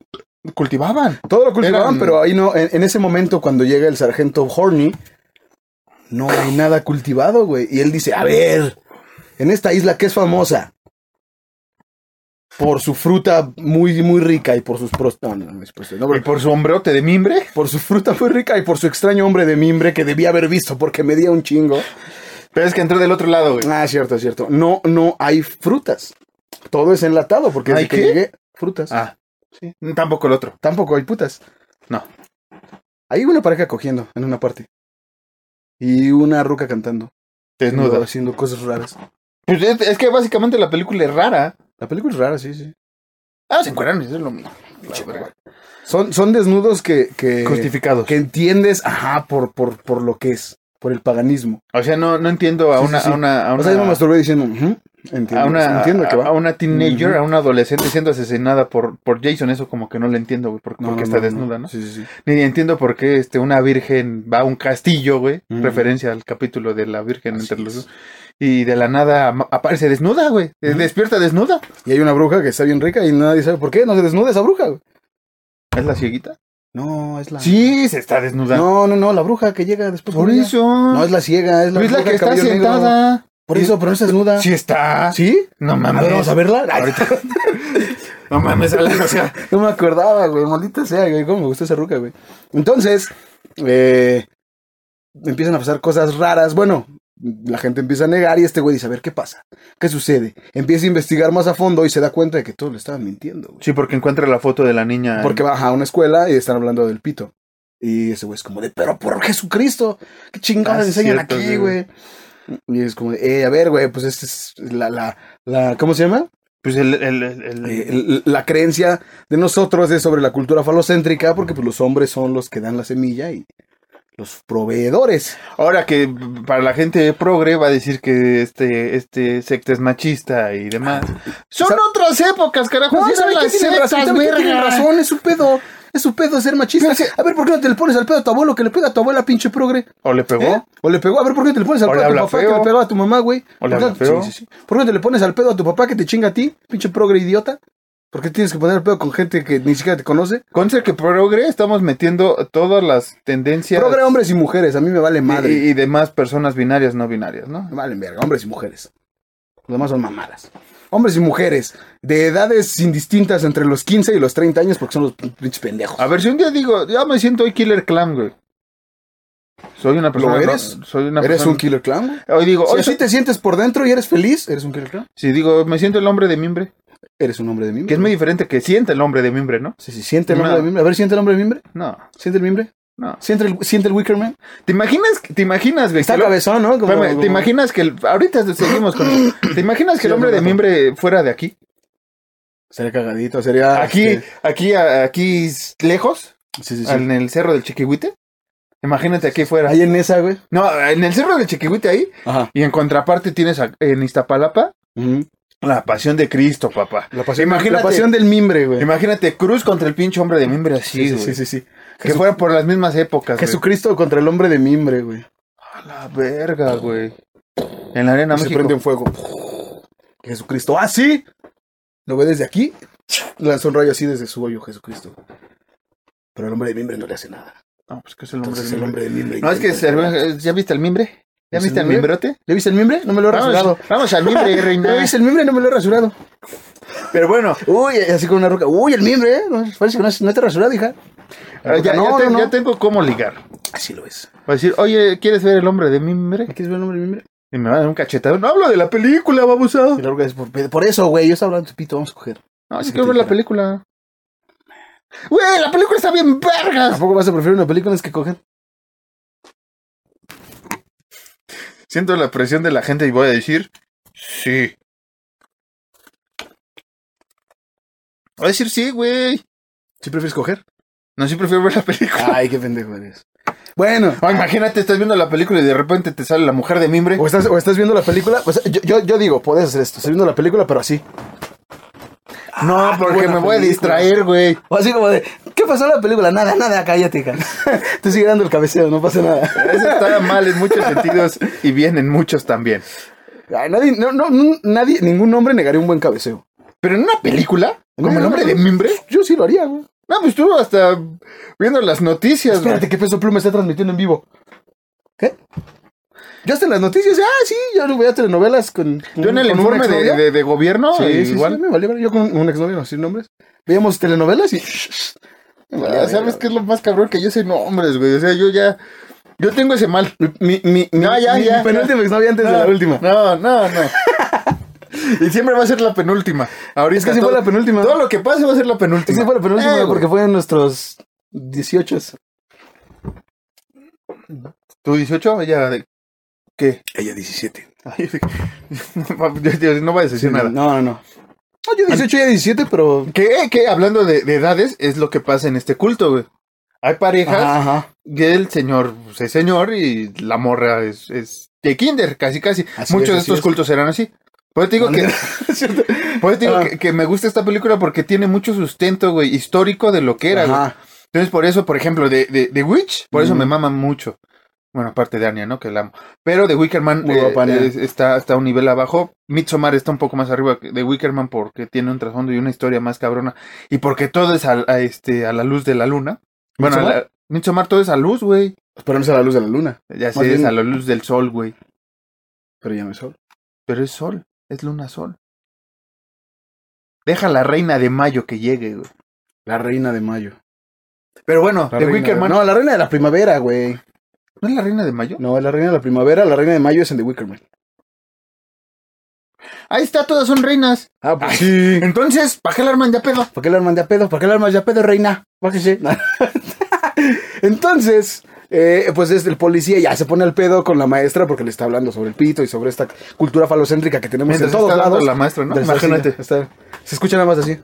Speaker 2: cultivaban.
Speaker 1: Todo lo cultivaban,
Speaker 2: Eran-
Speaker 1: pero ahí no. En, en ese momento, cuando llega el sargento Horny, no hay nada cultivado, güey. Y él dice: A ver, en esta isla que es famosa por su fruta muy, muy rica y por sus pros. No, no, no, no, pues, no,
Speaker 2: Y
Speaker 1: pero
Speaker 2: por su hombrote de mimbre,
Speaker 1: por su fruta muy rica y por su extraño hombre de mimbre que debía haber visto porque medía un chingo.
Speaker 2: pero es que entró del otro lado, güey.
Speaker 1: Ah, cierto, cierto. No, no hay frutas. Todo es enlatado porque
Speaker 2: ¿Hay
Speaker 1: desde que
Speaker 2: qué?
Speaker 1: llegué, frutas.
Speaker 2: Ah, sí. Tampoco el otro.
Speaker 1: Tampoco hay putas.
Speaker 2: No.
Speaker 1: Hay una pareja cogiendo en una parte. Y una ruca cantando.
Speaker 2: Desnudo.
Speaker 1: Haciendo cosas raras.
Speaker 2: Pues es, es que básicamente la película es rara.
Speaker 1: La película es rara, sí, sí.
Speaker 2: Ah, se encuentran, eso es lo mismo. La verga.
Speaker 1: Son, son desnudos que, que,
Speaker 2: Justificados.
Speaker 1: que entiendes, ajá, por, por, por lo que es, por el paganismo.
Speaker 2: O sea, no, no entiendo a
Speaker 1: Sí, sí,
Speaker 2: una,
Speaker 1: sí.
Speaker 2: a una, a
Speaker 1: o sea, yo me
Speaker 2: una,
Speaker 1: masturbé diciendo, ujú, entiendo,
Speaker 2: a una,
Speaker 1: entiendo que va.
Speaker 2: a una teenager,
Speaker 1: Ujú.
Speaker 2: a una adolescente siendo asesinada por, por Jason, eso como que no lo entiendo, güey, por- porque,
Speaker 1: No, no,
Speaker 2: está
Speaker 1: no,
Speaker 2: desnuda, ¿no?
Speaker 1: Sí, sí, sí.
Speaker 2: Ni entiendo por qué este, una virgen va a un castillo, güey,
Speaker 1: Ujú.
Speaker 2: referencia al capítulo de la virgen
Speaker 1: Así
Speaker 2: entre los
Speaker 1: es.
Speaker 2: dos. Y de la nada ama- aparece desnuda, güey, eh,
Speaker 1: Ujú.
Speaker 2: despierta desnuda.
Speaker 1: Y hay una bruja que está bien rica y nadie sabe por qué. No se desnuda esa bruja. güey.
Speaker 2: ¿Es la cieguita?
Speaker 1: No, es la.
Speaker 2: Sí, se está desnudando.
Speaker 1: No, no, no, la bruja que llega después.
Speaker 2: por
Speaker 1: con ella.
Speaker 2: eso.
Speaker 1: No es la ciega, es la,
Speaker 2: Pues es la
Speaker 1: bruja
Speaker 2: que
Speaker 1: de
Speaker 2: está
Speaker 1: cabello negro.
Speaker 2: sentada.
Speaker 1: Por eso, pero no está desnuda.
Speaker 2: Sí está.
Speaker 1: ¿Sí?
Speaker 2: No
Speaker 1: A
Speaker 2: mames.
Speaker 1: ver, vamos a verla. Ay,
Speaker 2: Ahorita. No mames, Alan, o sea,
Speaker 1: no me acordaba, güey. Maldita sea, güey. Cómo me gustó esa ruca, güey. Entonces, eh, empiezan a pasar cosas raras. Bueno, la gente empieza a negar y este güey dice, a ver, ¿qué pasa? ¿Qué sucede? Empieza a investigar más a fondo y se da cuenta de que todos le estaban mintiendo, güey.
Speaker 2: Sí, porque encuentra la foto de la niña.
Speaker 1: Porque baja a una escuela y están hablando del pito. Y ese güey es como de, pero por Jesucristo, qué chingadas
Speaker 2: Ah,
Speaker 1: enseñan
Speaker 2: cierto,
Speaker 1: aquí,
Speaker 2: sí,
Speaker 1: güey. Y es como de, eh, a ver, güey, pues esta es la, la, la, ¿cómo se llama?
Speaker 2: Pues el, el, el- el-
Speaker 1: Eh, el- la creencia de nosotros es sobre la cultura falocéntrica, porque pues los hombres son los que dan la semilla y los proveedores.
Speaker 2: Ahora que para la gente progre va a decir que este, este secta es machista y demás. Son
Speaker 1: ¿Sabe-
Speaker 2: otras épocas, carajo.
Speaker 1: Ah. No,
Speaker 2: sí, son
Speaker 1: ¿sabe qué?
Speaker 2: las
Speaker 1: Tienen razón,
Speaker 2: sectas,
Speaker 1: ¿sabe qué? Tienen
Speaker 2: verga.
Speaker 1: razón, es su pedo. Es su pedo ser machista. A ver, ¿por qué no te le pones al pedo a tu abuelo que le pega a tu abuela, pinche progre?
Speaker 2: O le pegó.
Speaker 1: ¿Eh? O le pegó, a ver, ¿por qué no te le pones al
Speaker 2: O le
Speaker 1: pedo a tu
Speaker 2: habla
Speaker 1: papá
Speaker 2: feo.
Speaker 1: que le pegó a tu mamá, güey?
Speaker 2: O le
Speaker 1: ¿Por qué
Speaker 2: habla
Speaker 1: no-
Speaker 2: feo.
Speaker 1: sí, sí, sí. ¿Por qué no te le pones al pedo a tu papá que te chinga a ti, pinche progre idiota? ¿Por qué tienes que poner al pedo con gente que ni siquiera te conoce?
Speaker 2: Conste que progre estamos metiendo todas las tendencias.
Speaker 1: Progre hombres y mujeres, a mí me vale
Speaker 2: y-
Speaker 1: madre.
Speaker 2: Y, demás personas binarias, no binarias, ¿no?
Speaker 1: Me Valen verga, hombres y mujeres. Los demás son mamadas. Hombres y mujeres, de edades indistintas entre los 15 y los 30 años, porque son los pin- pinches pendejos.
Speaker 2: A ver, si un día digo, ya me siento hoy Killer Clan, güey. Soy una persona. no-
Speaker 1: eres?
Speaker 2: soy una
Speaker 1: ¿Eres
Speaker 2: persona-
Speaker 1: un killer clown? güey?
Speaker 2: Hoy digo,
Speaker 1: Si
Speaker 2: hoy
Speaker 1: así
Speaker 2: soy-
Speaker 1: te sientes por dentro y eres feliz, eres un killer clown.
Speaker 2: si digo, me siento el hombre de mimbre.
Speaker 1: Eres un hombre de mimbre.
Speaker 2: Que es muy diferente que sienta el hombre de mimbre, ¿no?
Speaker 1: Sí, sí, siente el hombre
Speaker 2: No.
Speaker 1: de mimbre. A ver, siente el hombre de mimbre.
Speaker 2: No,
Speaker 1: Siente el mimbre.
Speaker 2: no.
Speaker 1: Siente el, siente el Wickerman.
Speaker 2: ¿Te imaginas, te imaginas, güey?
Speaker 1: Está
Speaker 2: que lo-
Speaker 1: cabezón, ¿no? Como-
Speaker 2: Espérame,
Speaker 1: como-
Speaker 2: ¿Te imaginas que el- ahorita seguimos con eso. ¿Te imaginas que
Speaker 1: Sí,
Speaker 2: el hombre
Speaker 1: hace
Speaker 2: de
Speaker 1: rato.
Speaker 2: mimbre fuera de aquí?
Speaker 1: Sería cagadito, sería.
Speaker 2: Aquí,
Speaker 1: este,
Speaker 2: aquí, a- aquí s- lejos,
Speaker 1: Sí, sí, sí.
Speaker 2: en el cerro del Chiquihuite. Imagínate aquí fuera.
Speaker 1: Ahí en esa, güey.
Speaker 2: No, en el cerro del Chiquihuite ahí.
Speaker 1: Ajá.
Speaker 2: Y en contraparte tienes a- en Iztapalapa
Speaker 1: Ujú.
Speaker 2: la pasión de Cristo, papá.
Speaker 1: La pasión,
Speaker 2: Imagínate-
Speaker 1: la pasión del mimbre, güey.
Speaker 2: Imagínate Cruz contra el pinche hombre de mimbre así,
Speaker 1: sí,
Speaker 2: güey.
Speaker 1: sí, sí, sí.
Speaker 2: Que fuera por las mismas épocas. güey.
Speaker 1: Jesucristo contra el hombre de mimbre, güey.
Speaker 2: A la verga, güey. En la arena
Speaker 1: se
Speaker 2: México.
Speaker 1: prende un fuego. Jesucristo, ¡ah, sí! Lo ve desde aquí, lanza un rayo así desde su hoyo, Jesucristo. Pero el hombre de mimbre no le hace nada.
Speaker 2: No, pues que es el hombre
Speaker 1: Entonces
Speaker 2: de
Speaker 1: el
Speaker 2: mimbre.
Speaker 1: hombre de mimbre.
Speaker 2: No, es que
Speaker 1: intenta-
Speaker 2: se- eh, ¿ya viste el mimbre? ¿Ya
Speaker 1: ¿Es
Speaker 2: viste
Speaker 1: el
Speaker 2: el
Speaker 1: mimbre?
Speaker 2: mimbrote?
Speaker 1: ¿Ya viste el mimbre? No me lo he rasurado.
Speaker 2: Vamos, vamos al mimbre,
Speaker 1: ¿Ya
Speaker 2: reina.
Speaker 1: viste el mimbre? No me lo he rasurado.
Speaker 2: Pero bueno,
Speaker 1: Uy, así con una roca. Uy, el mimbre, ¿eh? No, Parece que no, no te has rasurado, hija.
Speaker 2: Ah, ya, ya
Speaker 1: No,
Speaker 2: te-
Speaker 1: no, no.
Speaker 2: ya tengo cómo ligar.
Speaker 1: Así lo es.
Speaker 2: Va a decir, oye, ¿quieres ver el hombre de mimbre?
Speaker 1: ¿Quieres ver el hombre de mimbre?
Speaker 2: Y me va a dar un cachetado. No hablo de la película, babusado.
Speaker 1: Y luego es por, por eso, güey, yo estaba hablando de tu pito, vamos a coger.
Speaker 2: No,
Speaker 1: sí
Speaker 2: si quiero ver
Speaker 1: te-
Speaker 2: la película. Güey, la película está bien vergas.
Speaker 1: ¿Tampoco vas a preferir una película antes que coger?
Speaker 2: Siento la presión de la gente y voy a decir sí. Voy a decir sí, güey.
Speaker 1: ¿Sí prefieres coger?
Speaker 2: No, sí prefiero ver la película.
Speaker 1: Ay, qué pendejo eres. Bueno,
Speaker 2: Ah, imagínate, estás viendo la película y de repente te sale la mujer de mimbre.
Speaker 1: o estás, o estás viendo la película. o sea, yo, yo, yo digo, puedes hacer esto. Estás viendo la película, pero así.
Speaker 2: No, Ah, porque
Speaker 1: buena
Speaker 2: me voy a
Speaker 1: película.
Speaker 2: distraer, güey.
Speaker 1: O así como de, ¿qué pasó en la película? Nada, nada, cállate, cara. Tú sigue dando el cabeceo, no pasa nada.
Speaker 2: Eso está mal en muchos sentidos y bien en muchos también.
Speaker 1: Ay, nadie, no, no, no, nadie, ningún hombre negaría un buen cabeceo.
Speaker 2: Pero en una película, como el hombre de mimbre,
Speaker 1: Yo sí lo haría, güey.
Speaker 2: no, pues tú hasta viendo las noticias, güey.
Speaker 1: Espérate, que Peso Pluma está transmitiendo en vivo. ¿Qué? Yo hasta en las noticias, ah, sí, yo no veía telenovelas con.
Speaker 2: Yo en el
Speaker 1: con una
Speaker 2: informe de,
Speaker 1: exnovia.
Speaker 2: de- de gobierno,
Speaker 1: Sí, sí, sí,
Speaker 2: igual.
Speaker 1: me valía ver- Yo con un exnovio, no sin nombres. Veíamos telenovelas y. me valía
Speaker 2: Ah,
Speaker 1: ver,
Speaker 2: ¿Sabes
Speaker 1: güey.
Speaker 2: qué es lo más cabrón? Que yo sé nombres, güey. O sea, yo ya. Yo tengo ese mal.
Speaker 1: Mi, mi, mi,
Speaker 2: No, ya,
Speaker 1: mi
Speaker 2: ya,
Speaker 1: penúltima exnovia antes de la última.
Speaker 2: No, no, no. y siempre va a ser la penúltima. Ahorita
Speaker 1: Es que sí fue
Speaker 2: todo-
Speaker 1: la penúltima.
Speaker 2: Todo lo que pase va a ser la penúltima.
Speaker 1: Sí, fue la penúltima,
Speaker 2: Eh, güey.
Speaker 1: porque fue en nuestros 18.
Speaker 2: ¿Tú 18? Ella de. ¿Qué?
Speaker 1: Ella 17.
Speaker 2: Ay, yo- yo- no vayas a decir nada.
Speaker 1: No, no, no. No, yo 18, ella 17, pero.
Speaker 2: ¿Qué? ¿Qué? Hablando de, de edades, es lo que pasa en este culto, güey. Hay parejas
Speaker 1: Ajá, ajá.
Speaker 2: que el señor pues, es señor y la morra es, es de kinder, casi casi.
Speaker 1: Así
Speaker 2: Muchos
Speaker 1: es,
Speaker 2: de
Speaker 1: así
Speaker 2: estos
Speaker 1: es.
Speaker 2: cultos serán así. Pues te digo que,
Speaker 1: Es cierto.
Speaker 2: pues te digo
Speaker 1: Ah.
Speaker 2: que, que me gusta esta película porque tiene mucho sustento, güey, histórico de lo que era, güey.
Speaker 1: Ajá.
Speaker 2: Entonces, por eso, por ejemplo, de, de, de Witch, por eso
Speaker 1: Ujú.
Speaker 2: me mama mucho. Bueno, aparte de Anya, ¿no? Que la amo. Pero de Wickerman
Speaker 1: Muy
Speaker 2: eh,
Speaker 1: guapa, Anya.
Speaker 2: es- está, está un nivel abajo. Midsommar está un poco más arriba que- de Wickerman porque tiene un trasfondo y una historia más cabrona. Y porque todo es al- a, este, a la luz de la luna. Bueno, a la-
Speaker 1: ¿Midsommar?
Speaker 2: Midsommar todo es a luz, güey.
Speaker 1: Pero no es a la luz de la luna.
Speaker 2: Ya
Speaker 1: Más
Speaker 2: sé, es
Speaker 1: bien-
Speaker 2: a la luz del sol, güey.
Speaker 1: Pero ya no es sol.
Speaker 2: Pero es sol, es luna sol. Deja la reina de mayo que llegue, güey.
Speaker 1: La reina de mayo.
Speaker 2: Pero bueno,
Speaker 1: La
Speaker 2: de
Speaker 1: reina
Speaker 2: Wickerman.
Speaker 1: No, la reina de la primavera, güey.
Speaker 2: ¿No es la reina de mayo?
Speaker 1: No, la reina de la primavera, la reina de mayo es en The Wickerman.
Speaker 2: Ahí está, todas son reinas.
Speaker 1: Ah, pues sí.
Speaker 2: Entonces, ¿para qué la arman de a pedo?
Speaker 1: ¿Por qué la arman de a pedo? ¿Por qué la arman de a pedo, reina? Bájese. No. Entonces, eh, pues es el policía ya se pone al pedo con la maestra porque le está hablando sobre el pito y sobre esta cultura falocéntrica que tenemos
Speaker 2: Mientras
Speaker 1: en todos
Speaker 2: está dando
Speaker 1: lados.
Speaker 2: la maestra, ¿no?
Speaker 1: Mientras está
Speaker 2: Imagínate.
Speaker 1: así, está- se escucha nada más así.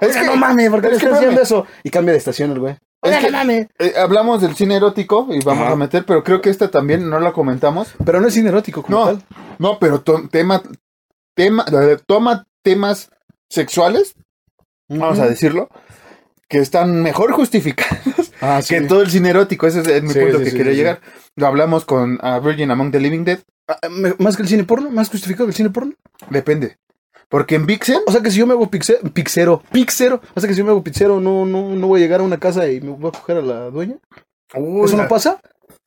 Speaker 2: Es
Speaker 1: Es
Speaker 2: que-
Speaker 1: que no mames, ¿por qué
Speaker 2: es
Speaker 1: le
Speaker 2: que
Speaker 1: están
Speaker 2: mames.
Speaker 1: haciendo eso? Y cambia de estación el güey.
Speaker 2: Es que-
Speaker 5: no mames.
Speaker 2: Eh, hablamos del cine erótico y vamos
Speaker 1: Ajá.
Speaker 2: a meter, pero creo que esta también no la comentamos.
Speaker 1: Pero no es cine erótico como
Speaker 2: No,
Speaker 1: tal.
Speaker 2: no, pero to- tema, tema, toma temas sexuales, vamos a decirlo, que están mejor justificados.
Speaker 1: Ah, sí.
Speaker 2: que todo el cine erótico. Ese es eh, mi
Speaker 1: Sí,
Speaker 2: punto
Speaker 1: sí,
Speaker 2: que
Speaker 1: sí,
Speaker 2: quería
Speaker 1: sí,
Speaker 2: llegar. Lo hablamos con ah, Virgin Among the Living Dead.
Speaker 1: Ah, me- ¿Más que el cine porno? ¿Más justificado que el cine porno?
Speaker 2: Depende. Porque en Vixen,
Speaker 1: O sea que si yo me hago pixe- pixero, pixero, o sea que si yo me hago pixero, no, no, no voy a llegar a una casa y me voy a coger a la dueña. ¿Eso no
Speaker 2: la-
Speaker 1: pasa?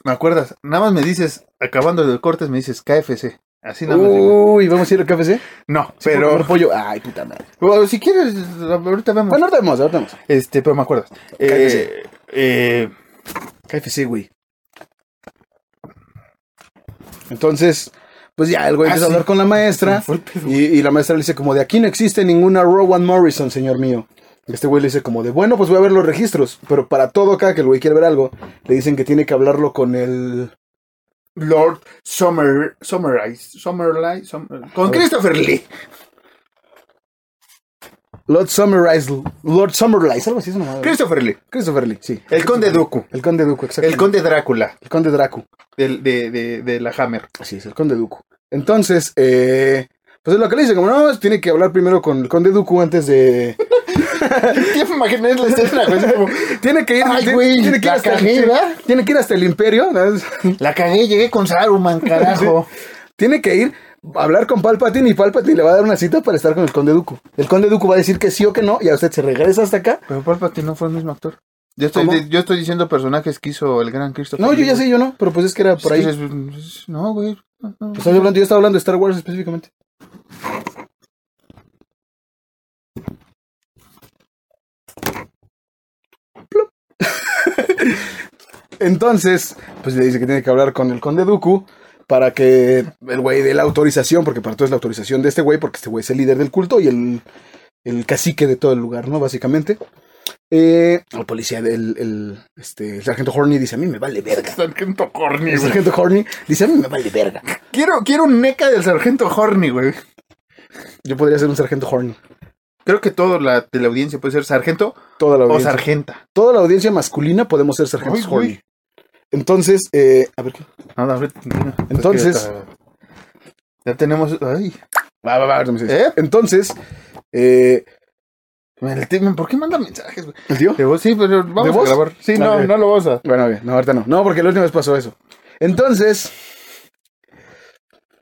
Speaker 2: ¿me acuerdas? Nada más me dices, acabando de cortes, me dices KFC. Así nada más. digo.
Speaker 1: Uy, vamos a ir al KFC.
Speaker 2: No,
Speaker 1: Sí, puedo
Speaker 2: pero
Speaker 1: comer pollo. Ay, puta madre.
Speaker 2: bueno, si quieres, ahorita vemos.
Speaker 1: Bueno, ahorita vemos, ahorita vemos.
Speaker 2: Este, pero me acuerdas. Eh, eh,
Speaker 1: KFC, güey. Entonces, pues ya, el güey
Speaker 2: Ah,
Speaker 1: empieza
Speaker 2: sí.
Speaker 1: a hablar con la maestra.
Speaker 2: Se me fue el pedo.
Speaker 1: Y, y la maestra le dice como de aquí no existe ninguna Rowan Morrison, señor mío. Este güey le dice como de, bueno, pues voy a ver los registros. Pero para todo cada que el güey quiere ver algo, le dicen que tiene que hablarlo con el...
Speaker 2: Lord Summer, Summerize, Summerlight, Summer- con Christopher Lee.
Speaker 1: Lord Summerlice, Lord Summerlice, algo así es una madre.
Speaker 2: Christopher Lee,
Speaker 1: Christopher Lee, sí.
Speaker 2: el conde Dooku,
Speaker 1: El conde Duco, exacto.
Speaker 2: el conde Drácula,
Speaker 1: el conde Dracu.
Speaker 2: del- de, de, de la Hammer.
Speaker 1: Así es, el conde Duco. Entonces, eh, pues es lo que le dice, como no, tiene que hablar primero con el conde Duco antes de...
Speaker 2: Ya me imaginé la escena, güey, así como,
Speaker 1: tiene que ir,
Speaker 2: Ay,
Speaker 1: tiene-
Speaker 2: güey,
Speaker 1: tiene que ir
Speaker 2: la
Speaker 1: hasta
Speaker 2: cagué, ¿verdad?
Speaker 1: Tiene que ir hasta el imperio, ¿no?
Speaker 2: La cagué, llegué con Saruman, carajo.
Speaker 1: tiene que ir a hablar con Palpatine y Palpatine le va a dar una cita para estar con el conde Duco. El conde Duco va a decir que sí o que no y a usted se regresa hasta acá.
Speaker 2: Pero Palpatine no fue el mismo actor. Yo estoy,
Speaker 1: ¿Cómo?
Speaker 2: di- yo estoy diciendo personajes que hizo el gran Christopher
Speaker 1: No, yo
Speaker 2: Lee,
Speaker 1: ya
Speaker 2: güey.
Speaker 1: sé, yo no, pero pues es que era por ahí.
Speaker 2: Es que es- No, güey. no, no.
Speaker 1: Pues estoy hablando, yo estaba hablando de Star Wars específicamente. Plop. Entonces, pues le dice que tiene que hablar con el conde Dooku. para que el güey dé la autorización, porque para todo es la autorización de este güey, porque este güey es el líder del culto y el, el cacique de todo el lugar, ¿no? Básicamente. Eh, el policía, del el, este, el sargento Horny dice, a mí me vale verga.
Speaker 2: Sargento Horny,
Speaker 1: El
Speaker 2: güey.
Speaker 1: sargento Horny dice, a mí me vale verga.
Speaker 2: Quiero, quiero un NECA del sargento Horny, güey.
Speaker 1: Yo podría ser un sargento Horny.
Speaker 2: Creo que toda la, de la audiencia puede ser sargento
Speaker 1: Toda la
Speaker 2: o
Speaker 1: audiencia.
Speaker 2: sargenta.
Speaker 1: toda la audiencia masculina podemos ser sargentos
Speaker 2: Ay, güey.
Speaker 1: Horny. Entonces, eh, a ver, ¿qué?
Speaker 2: Nada, ahorita continúa.
Speaker 1: Entonces-
Speaker 2: Es que ya está- Ya tenemos. Ay.
Speaker 1: Va, va, va, ahorita me dices.
Speaker 2: ¿Eh?
Speaker 1: Entonces, eh,
Speaker 2: el tema- ¿Por qué manda mensajes, güey?
Speaker 1: ¿el tío?
Speaker 2: De voz, sí, pero vamos
Speaker 1: ¿De
Speaker 2: a
Speaker 1: voz?
Speaker 2: grabar. Sí, no,
Speaker 1: Ok.
Speaker 2: no lo vamos a.
Speaker 1: Bueno, bien, no, ahorita no. No, porque la última vez pasó eso. Entonces,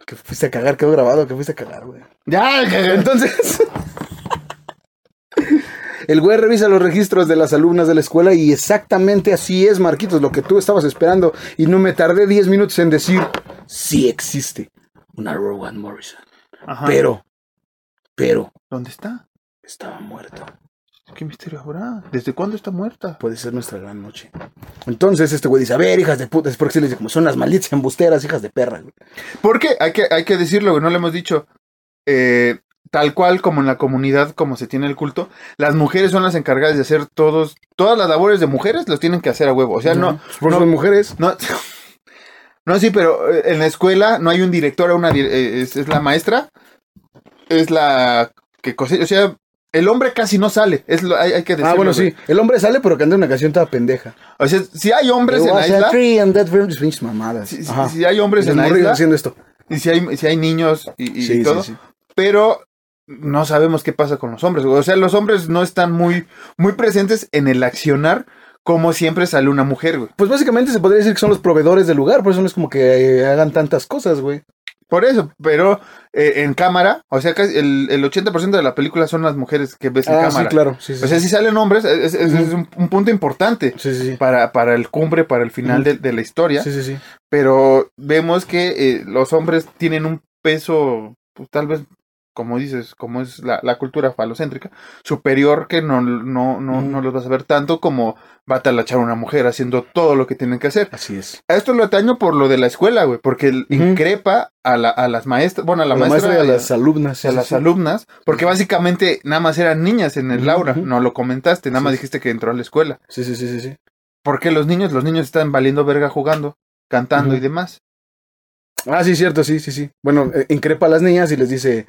Speaker 1: que fuiste a cagar, quedó grabado, que fuiste a cagar, güey.
Speaker 2: Ya, cagando.
Speaker 1: Entonces, el güey revisa los registros de las alumnas de la escuela y exactamente así es, Marquitos, lo que tú estabas esperando. Y no me tardé 10 minutos en decir, sí existe una Rowan Morrison.
Speaker 2: Ajá.
Speaker 1: Pero, pero,
Speaker 2: ¿Dónde está?
Speaker 1: estaba muerta.
Speaker 2: ¿Qué misterio habrá? ¿Desde cuándo está muerta?
Speaker 1: Puede ser nuestra gran noche. Entonces este güey dice, a ver, hijas de puta, es porque se les dice, como son las malditas embusteras, hijas de perra. güey.
Speaker 2: Porque hay que, hay que decirlo, güey, no lo hemos dicho. Eh, tal cual como en la comunidad, como se tiene el culto, las mujeres son las encargadas de hacer todos, todas las labores de mujeres los tienen que hacer a huevo. O sea, no,
Speaker 1: Pues por eso las mujeres.
Speaker 2: no, no, sí, pero eh, en la escuela no hay un director, una di- eh, es, es la maestra, es la que cose- o sea, el hombre casi no sale, es lo, hay, hay que decirlo.
Speaker 1: Ah, bueno,
Speaker 2: güey.
Speaker 1: sí. El hombre sale, pero canta una canción toda pendeja.
Speaker 2: O sea, si hay hombres
Speaker 1: There
Speaker 2: en la
Speaker 1: was a
Speaker 2: isla,
Speaker 1: tree and that room- pinches mamadas.
Speaker 2: si, si-
Speaker 1: Ajá.
Speaker 2: si hay hombres
Speaker 1: Y
Speaker 2: en
Speaker 1: las
Speaker 2: la
Speaker 1: morrillas
Speaker 2: isla,
Speaker 1: haciendo esto.
Speaker 2: y si hay, si hay niños y, y- y
Speaker 1: Sí, sí,
Speaker 2: todo,
Speaker 1: sí.
Speaker 2: pero no sabemos qué pasa con los hombres. güey. O sea, los hombres no están muy, muy presentes en el accionar como siempre sale una mujer, güey.
Speaker 1: Pues básicamente se podría decir que son los proveedores del lugar, por eso no es como que eh, hagan tantas cosas, güey.
Speaker 2: Por eso, pero eh, en cámara, o sea, casi el, el 80% de la película son las mujeres que ves en
Speaker 1: Ah,
Speaker 2: cámara.
Speaker 1: sí, claro. Sí, sí,
Speaker 2: O sea, si salen hombres, es, es- es un, un punto importante
Speaker 1: sí, sí. sí.
Speaker 2: para, para el cumbre, para el final de, de la historia.
Speaker 1: Sí, sí, sí.
Speaker 2: pero vemos que eh, los hombres tienen un peso, pues, tal vez, como dices, como es la, la cultura falocéntrica, superior que no, no, no,
Speaker 1: Ujú.
Speaker 2: no los vas a ver tanto como va a talachar una mujer haciendo todo lo que tienen que hacer.
Speaker 1: Así es.
Speaker 2: A esto lo ataño por lo de la escuela, güey, porque el-
Speaker 1: Ujú.
Speaker 2: increpa a, la- a las maestras, bueno, a la,
Speaker 1: La maestra, y a las alumnas. sí,
Speaker 2: a
Speaker 1: sí,
Speaker 2: las
Speaker 1: sí.
Speaker 2: alumnas, porque básicamente nada más eran niñas en el
Speaker 1: Ujú,
Speaker 2: aura,
Speaker 1: ujú.
Speaker 2: no lo comentaste, nada
Speaker 1: Sí,
Speaker 2: más
Speaker 1: sí.
Speaker 2: dijiste que entró a la escuela.
Speaker 1: Sí, sí, sí, sí, sí.
Speaker 2: ¿Por qué los niños? Los niños están valiendo verga jugando, cantando
Speaker 1: Ujú.
Speaker 2: y demás.
Speaker 1: Ah, sí, cierto, sí, sí, sí. Bueno, eh, increpa a las niñas y les dice,